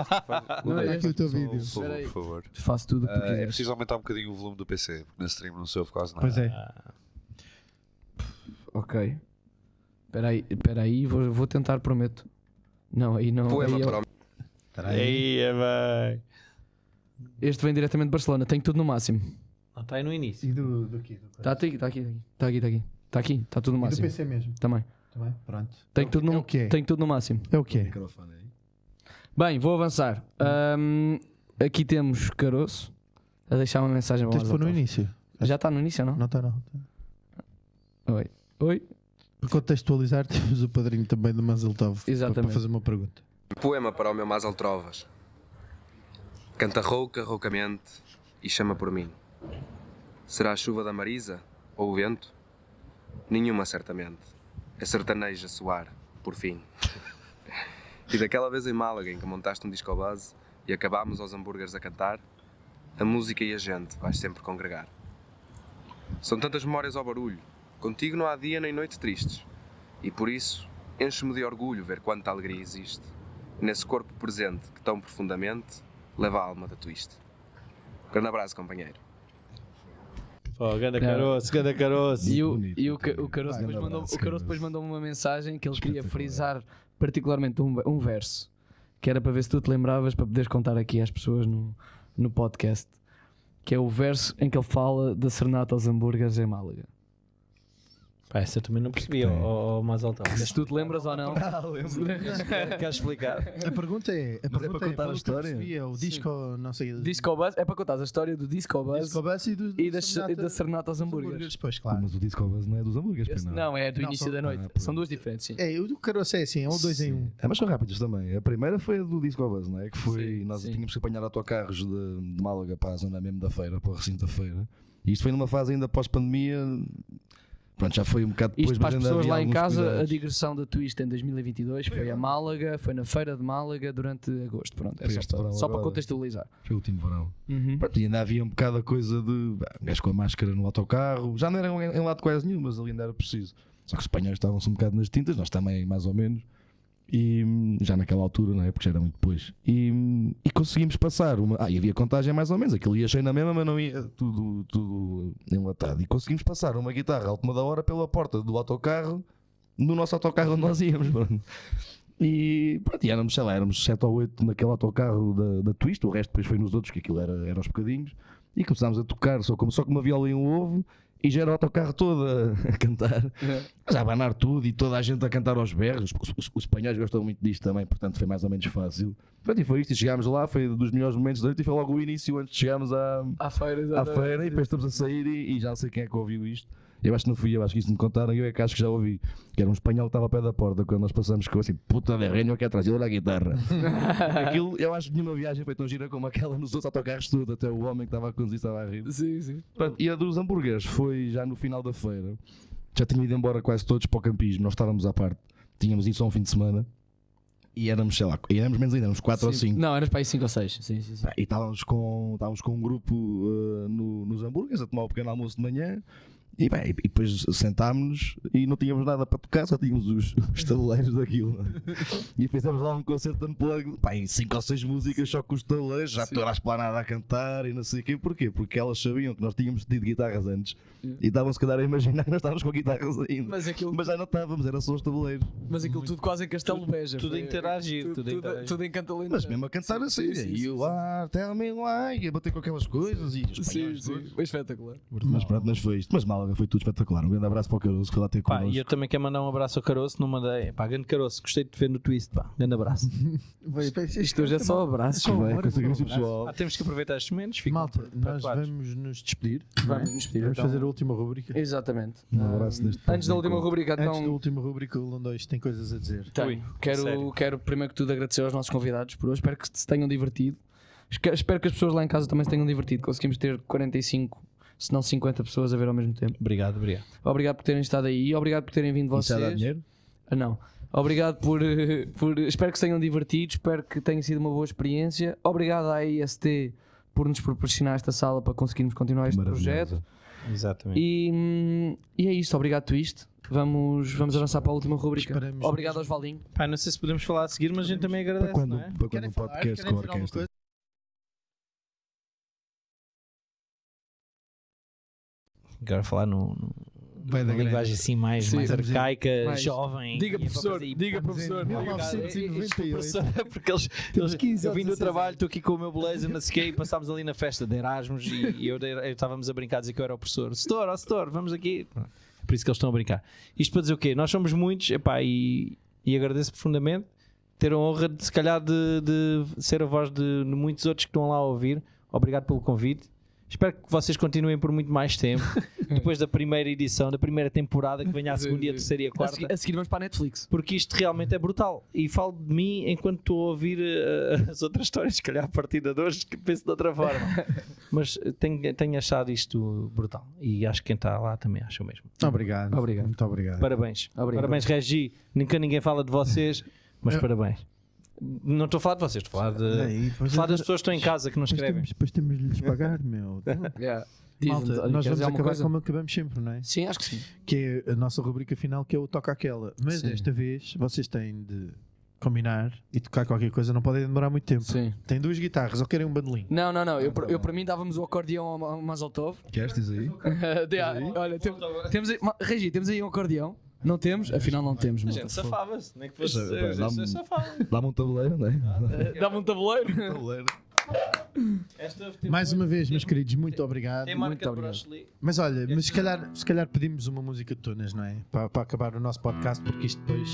Speaker 3: não,
Speaker 5: Leite,
Speaker 3: é
Speaker 2: aqui o teu
Speaker 5: só um
Speaker 2: vídeo.
Speaker 5: favor,
Speaker 3: Espera aí.
Speaker 5: por favor.
Speaker 3: Faço tudo o que tu
Speaker 5: Ah, é
Speaker 3: quiseres.
Speaker 5: preciso aumentar um bocadinho o volume do PC, porque na stream não se ouve quase nada.
Speaker 2: Pois é.
Speaker 3: Ok. Espera aí, espera aí vou, vou tentar, prometo. Não, aí não.
Speaker 5: Poema
Speaker 3: aí é eu-
Speaker 5: para o
Speaker 4: Aí, é bem.
Speaker 3: Este vem diretamente de Barcelona, tenho tudo no máximo.
Speaker 4: Não está aí no início.
Speaker 2: E do, do quê? Do,
Speaker 3: Está aqui,
Speaker 2: tá
Speaker 3: está aqui, está Tá aqui, está aqui. Está aqui, está tudo no
Speaker 2: e do
Speaker 3: máximo.
Speaker 2: PC mesmo.
Speaker 3: Também.
Speaker 2: Também? Pronto.
Speaker 3: Tenho tudo
Speaker 2: é
Speaker 3: no,
Speaker 2: o que é.
Speaker 3: tenho tudo no máximo.
Speaker 2: É o quê?
Speaker 3: Bem, vou avançar. Ahm, aqui temos Caroço a deixar uma mensagem para o
Speaker 2: Tens de pôr no
Speaker 3: Marzotov.
Speaker 2: início.
Speaker 3: Já está no início, não?
Speaker 2: Não está, não.
Speaker 3: Oi. Oi?
Speaker 2: Para contextualizar, temos o padrinho também do Mazeltov.
Speaker 3: Exatamente.
Speaker 2: Para fazer uma pergunta.
Speaker 13: Poema para o meu Masal Trovas. Canta rouca, roucamente e chama por mim. Será a chuva da Marisa ou o vento? Nenhuma, certamente. É sertaneja soar, por fim. E daquela vez em Málaga em que montaste um disco à base e acabámos aos hambúrgueres a cantar, a música e a gente vais sempre congregar. São tantas memórias ao barulho, contigo não há dia nem noite tristes, e por isso enche-me de orgulho ver quanta alegria existe nesse corpo presente que tão profundamente leva a alma da twist. Grande abraço, companheiro.
Speaker 4: Pô, ganda
Speaker 3: Não.
Speaker 4: caroço, ganda caroço.
Speaker 3: E o,
Speaker 8: bonito,
Speaker 3: e o,
Speaker 8: muito
Speaker 3: Ca- o
Speaker 8: bonito.
Speaker 3: Caroço
Speaker 8: Ah,
Speaker 3: depois
Speaker 8: grande
Speaker 3: mandou-
Speaker 8: abraço,
Speaker 3: o Caroço depois mandou-me uma mensagem que ele queria frisar particularmente um, um verso, que era para ver se tu te lembravas para poderes contar aqui às pessoas no, no podcast, que é o verso em que ele fala da serenata aos hambúrgueres em Málaga.
Speaker 4: Pá, essa eu também não percebi, ó, ó, ó, mais alto.
Speaker 3: Se tu te lembras ou não.
Speaker 4: Queres explicar?
Speaker 2: A pergunta é. A
Speaker 4: Mas é
Speaker 2: pergunta
Speaker 4: para contar a
Speaker 2: pelo que eu
Speaker 4: história?
Speaker 2: percebi, é o disco, não sei.
Speaker 3: Disco Bus, é para contar a história do Disco Bus,
Speaker 2: Disco Bus e, do,
Speaker 3: e das, e da Serenata aos Hambúrgueres.
Speaker 2: Depois, claro.
Speaker 1: Mas o Disco Buzz não é dos hambúrgueres, pois
Speaker 3: Esse-
Speaker 1: não.
Speaker 3: Não, é do
Speaker 1: Não,
Speaker 3: início
Speaker 1: são-
Speaker 3: da noite. são duas diferentes, sim.
Speaker 2: É, o do Caroço é assim, é um 2 em 1. Um.
Speaker 1: É, mas são rápidos também. A primeira foi a do Disco Buzz, não é? Que foi. nós tínhamos que apanhar autocarros de, de Málaga para a zona mesmo da feira, para o recinto da feira. E isto foi numa fase ainda pós-pandemia. Pronto, já foi um bocado depois
Speaker 3: Isto para as
Speaker 1: mas ainda
Speaker 3: pessoas
Speaker 1: havia
Speaker 3: lá em
Speaker 1: alguns
Speaker 3: casa, a
Speaker 1: cuidados.
Speaker 3: digressão da Twist em 2022 foi a Málaga, foi na Feira de Málaga durante agosto. Pronto, é
Speaker 1: Foi
Speaker 3: só,
Speaker 1: este verão
Speaker 3: só para
Speaker 1: agora.
Speaker 3: contextualizar.
Speaker 1: Foi o último verão.
Speaker 3: Uhum.
Speaker 1: Pronto, e ainda havia um bocado a coisa de bah, um gajo com a máscara no autocarro. Já não era em, em lado quase nenhum, mas ali ainda era preciso. Só que os espanhóis estavam-se um bocado nas tintas, nós também, mais ou menos. E hum, já naquela altura, não é? Porque já era muito depois. E, hum, e conseguimos passar. Uma... Ah, e havia contagem mais ou menos. Aquilo ia cheio na mesma, mas não ia tudo, tudo enlatado. E conseguimos passar uma guitarra à última da hora pela porta do autocarro, no nosso autocarro onde nós íamos. pronto. E pronto, e éramos, sei lá, éramos 7 ou 8 naquele autocarro da, da Twist, o resto depois foi nos outros, que aquilo era, era aos bocadinhos, e começámos a tocar, só como, só com uma viola e um ovo, e já era o autocarro todo a, a cantar,
Speaker 3: É.
Speaker 1: mas a abanar tudo e toda a gente a cantar aos berros. Os, os, os espanhóis gostam muito disto também, portanto foi mais ou menos fácil. Pronto, e foi isto, e chegámos lá, foi dos melhores momentos da noite, e foi logo o início, antes de chegarmos à,
Speaker 3: À feira,
Speaker 1: à
Speaker 3: exatamente.
Speaker 1: feira, e depois estamos a sair, e, e já não sei quem é que ouviu isto. Eu acho que não fui eu, acho que isso me contaram, eu é que acho que já ouvi. Que era um espanhol que estava ao pé da porta quando nós passamos, ficou assim, puta de reino que é trazido a guitarra. Aquilo, eu acho que nenhuma viagem foi tão gira como aquela nos outros autocarros tudo, até o homem que estava a conduzir estava a rir.
Speaker 3: Sim, sim.
Speaker 1: Pronto, e a dos hambúrgueres foi já no final da feira. Já tinham ido embora quase todos para o campismo, nós estávamos à parte. Tínhamos ido só um fim de semana e éramos, sei lá, e éramos menos ainda, éramos 4 ou
Speaker 3: Sim.
Speaker 1: 5.
Speaker 3: Não, eras para aí 5 ou 6. Sim, sim, sim.
Speaker 1: E estávamos com, estávamos com um grupo eh, no- nos hambúrgueres a tomar o pequeno almoço de manhã. E, bem, e depois sentámos-nos e não tínhamos nada para tocar, só tínhamos os, os tabuleiros daquilo. não é? E fizemos lá um concerto de unplugged, pá, em 5 ou 6 músicas só com os tabuleiros, já toda a esplanada a cantar e não sei o quê. Porquê? Porque elas sabiam que nós tínhamos tido guitarras antes e estavam se calhar a imaginar que nós estávamos com guitarras ainda.
Speaker 3: Mas,
Speaker 1: já não estávamos, era só os tabuleiros.
Speaker 3: Mas aquilo tudo quase em Castelo Beja.
Speaker 1: tudo
Speaker 3: foi-
Speaker 1: a interagir, tudo a interagir.
Speaker 3: Tudo em Cantalina.
Speaker 1: Mas mesmo a cantar assim, you are, tell me why, e a bater com aquelas coisas e os
Speaker 3: Sim,
Speaker 1: espanhóis
Speaker 3: sim. Foi espetacular.
Speaker 1: Mas pronto, mas foi isto. Mas Málaga foi tudo espetacular. Um grande abraço para o Caruso que lá ter
Speaker 4: Pá, e
Speaker 1: connosco.
Speaker 4: eu também quero mandar um abraço ao Caroço, não mandei. Pá, grande Caroço, gostei de te ver no Twist, pá, grande abraço.
Speaker 3: Isto hoje é só abraços,
Speaker 4: Só
Speaker 3: vai,
Speaker 4: amor,
Speaker 3: conseguimos
Speaker 4: só
Speaker 3: o pessoal.
Speaker 4: abraço. Ah, temos que aproveitar estes momentos. Fico
Speaker 2: Malta, nós vamos nos despedir. não é?
Speaker 3: Vamos nos despedir,
Speaker 2: Vamos
Speaker 3: então.
Speaker 2: fazer a última rubrica.
Speaker 3: Exatamente. Ah,
Speaker 1: Um abraço deste
Speaker 3: Antes da última rubrica, então.
Speaker 2: Antes da última rubrica, o Londões tem coisas a dizer.
Speaker 3: Tenho. Tá. quero, quero primeiro que tudo agradecer aos nossos convidados por hoje. Espero que se tenham divertido. Esque- Espero que as pessoas lá em casa também se tenham divertido. Conseguimos ter 45, se não 50 pessoas a ver ao mesmo tempo.
Speaker 4: Obrigado, obrigado.
Speaker 3: Obrigado por terem estado aí. Obrigado por terem vindo
Speaker 4: Isso
Speaker 3: vocês.
Speaker 4: já dá dinheiro?
Speaker 3: Ah, não. Obrigado por, eh, por. Espero que se tenham divertido. Espero que tenha sido uma boa experiência. Obrigado à IST por nos proporcionar esta sala para conseguirmos continuar este projeto.
Speaker 4: Exatamente.
Speaker 3: E, hum, e é isso. Obrigado, Twist. Vamos, vamos avançar para a última rubrica. Obrigado aos Valinho.
Speaker 4: Pá, não sei se podemos falar a seguir, mas a gente também agradece.
Speaker 3: quando-
Speaker 4: não é?
Speaker 3: para
Speaker 1: um
Speaker 3: quando Querem o falar? podcast Querem com a dizer alguma orquestra. coisa?
Speaker 4: Quero falar no, no,
Speaker 2: Vai
Speaker 4: numa
Speaker 2: dar
Speaker 4: linguagem
Speaker 2: grande.
Speaker 4: assim mais,
Speaker 2: Sim,
Speaker 4: mais
Speaker 2: vamos dizer-
Speaker 4: arcaica,
Speaker 2: mais-
Speaker 4: jovem.
Speaker 2: Diga,
Speaker 4: E é para
Speaker 2: professor,
Speaker 4: fazer-
Speaker 2: diga, professor. 1998.
Speaker 4: é Professor, é Porque eles,
Speaker 2: Temos
Speaker 4: eles-
Speaker 2: 15
Speaker 4: eu
Speaker 2: ou
Speaker 4: vim do
Speaker 2: 16
Speaker 4: trabalho, estou aqui com o meu blazer, não sei o quê, e passámos ali na festa de Erasmus e, e eu eu estávamos a brincar, a dizer que eu era o professor. Setor, ó setor, vamos aqui. Pronto. É por isso que eles estão a brincar. Isto para dizer o quê? Nós somos muitos, epá, e, e agradeço profundamente ter a honra de, se calhar, de, de ser a voz de, de muitos outros que estão lá a ouvir. Obrigado pelo convite. Espero que vocês continuem por muito mais tempo. Depois da primeira edição, da primeira temporada, que venha a segunda, e a terceira e a
Speaker 3: A
Speaker 4: quarta.
Speaker 2: tá.
Speaker 3: seguir, a seguir vamos para a Netflix.
Speaker 4: Porque isto realmente é brutal. E falo de mim enquanto estou a ouvir eh, as outras histórias, se calhar a partir de hoje, que penso de outra forma. Mas eh, tenho, tenho achado isto brutal. E acho que quem está lá também acha o mesmo.
Speaker 2: Obrigado. Obrigado. Muito obrigado.
Speaker 4: Parabéns. Parabéns, Regi. Nunca ninguém fala de vocês, mas parabéns. Não estou a falar de vocês, estou a falar, de,
Speaker 2: Não, e
Speaker 4: estou a
Speaker 2: depois-
Speaker 4: falar das pessoas que estão em casa que não
Speaker 2: Depois
Speaker 4: escrevem.
Speaker 2: temos- Depois temos de lhes pagar, meu.
Speaker 3: Yeah. Diz-nos,
Speaker 2: Malta,
Speaker 3: olha,
Speaker 2: nós
Speaker 3: queres
Speaker 2: vamos
Speaker 3: dizer alguma
Speaker 2: acabar
Speaker 3: coisa?
Speaker 2: como acabamos sempre, não é?
Speaker 3: Sim, acho que sim.
Speaker 2: Que é a nossa rubrica final, que é o Toca Aquela. Mas
Speaker 3: Sim.
Speaker 2: desta vez vocês têm de combinar e tocar qualquer coisa, não podem demorar muito tempo.
Speaker 3: Sim.
Speaker 2: Têm duas guitarras ou querem um bandolim?
Speaker 3: Não, não, não. Eu, eu, para mim dávamos o acordeão ao, ao Mazotov.
Speaker 1: Queres dizer aí?
Speaker 3: De- olha, tem- temos aí, Ma- Regi, temos aí um acordeão? Não temos? Afinal, não temos.
Speaker 4: A
Speaker 3: malta,
Speaker 4: gente
Speaker 3: por favor.
Speaker 4: safava-se, nem que fosse.
Speaker 1: Pois é, pá,
Speaker 4: a gente
Speaker 1: dá-me-
Speaker 4: safava.
Speaker 1: Dá-me um tabuleiro, não é?
Speaker 3: Dá-me um tabuleiro.
Speaker 4: Esta teve
Speaker 2: Mais uma vez, meus queridos, muito obrigado.
Speaker 4: tem marca
Speaker 2: muito
Speaker 4: de
Speaker 2: obrigado.
Speaker 4: Bruce Lee.
Speaker 2: Mas olha, mas se, calhar, se calhar pedimos uma música de Tunas, não é? Para, para acabar o nosso podcast, porque isto depois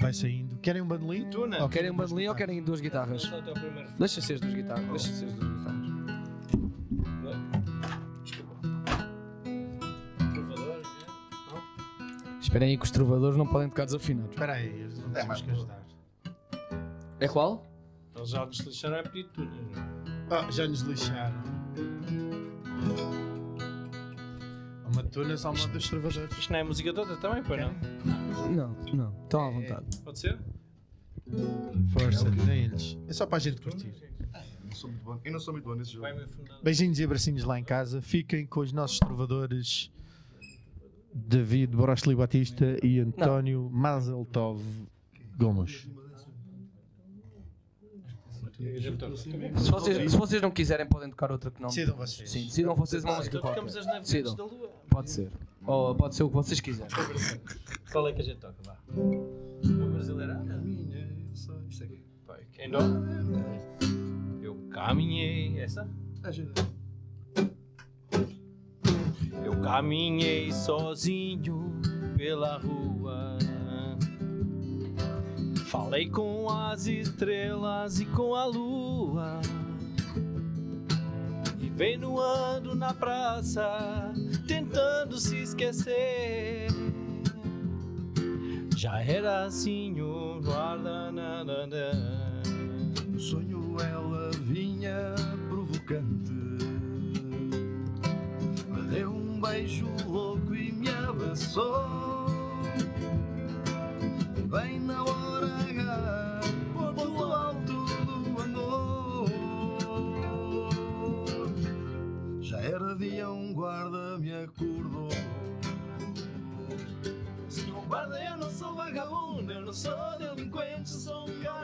Speaker 2: vai saindo. Querem um bandolim?
Speaker 3: Tunas.
Speaker 2: Ou
Speaker 3: Querem um
Speaker 2: mais
Speaker 3: bandolim ou querem duas guitarras?
Speaker 4: é
Speaker 3: Deixa ser as duas guitarras. Deixa ser as duas guitarras. Esperem aí que os trovadores não podem tocar desafinados.
Speaker 2: Espera aí, eu não temos que ajudar.
Speaker 3: É qual?
Speaker 4: Eles já nos lixaram a pedir tudo.
Speaker 2: Ah, já nos lixaram. Uma Tunas ao modo dos trovadores.
Speaker 4: Isto não é música toda também, pois não?
Speaker 3: Não, não. Estão à vontade.
Speaker 4: Pode ser?
Speaker 2: Força, deem-lhes. É só para a gente curtir.
Speaker 14: Não sou muito bom. Ah, Eu não sou muito bom nesse jogo.
Speaker 2: Beijinhos e abracinhos lá em casa. Fiquem com os nossos trovadores David Borosli Batista e António Mazeltov Gomes.
Speaker 3: Se vocês, se vocês não quiserem, podem tocar outra que não.
Speaker 2: Decidam vocês.
Speaker 3: Sim, decidam vocês uma música
Speaker 4: Então
Speaker 3: qualquer.
Speaker 4: tocamos as navegantes
Speaker 3: Decidam.
Speaker 4: da lua.
Speaker 3: Pode ser. Ou pode ser o que vocês quiserem.
Speaker 4: Qual é que a gente toca? Vá. Uma brasileirada? é Isso aqui. Quem dó? é Eu caminhei. Essa? Eu caminhei sozinho pela rua. Falei com as estrelas e com a lua. E venuando na praça, tentando se esquecer. Já era assim o guarda na, na, na.
Speaker 1: No sonho ela vinha provocante. Me deu um beijo louco e me abraçou. E Bem na hora H, ponto alto do amor. Já era dia, um guarda me acordou. Senhor guarda, eu não sou vagabundo, eu não sou delinquente, sou um cara.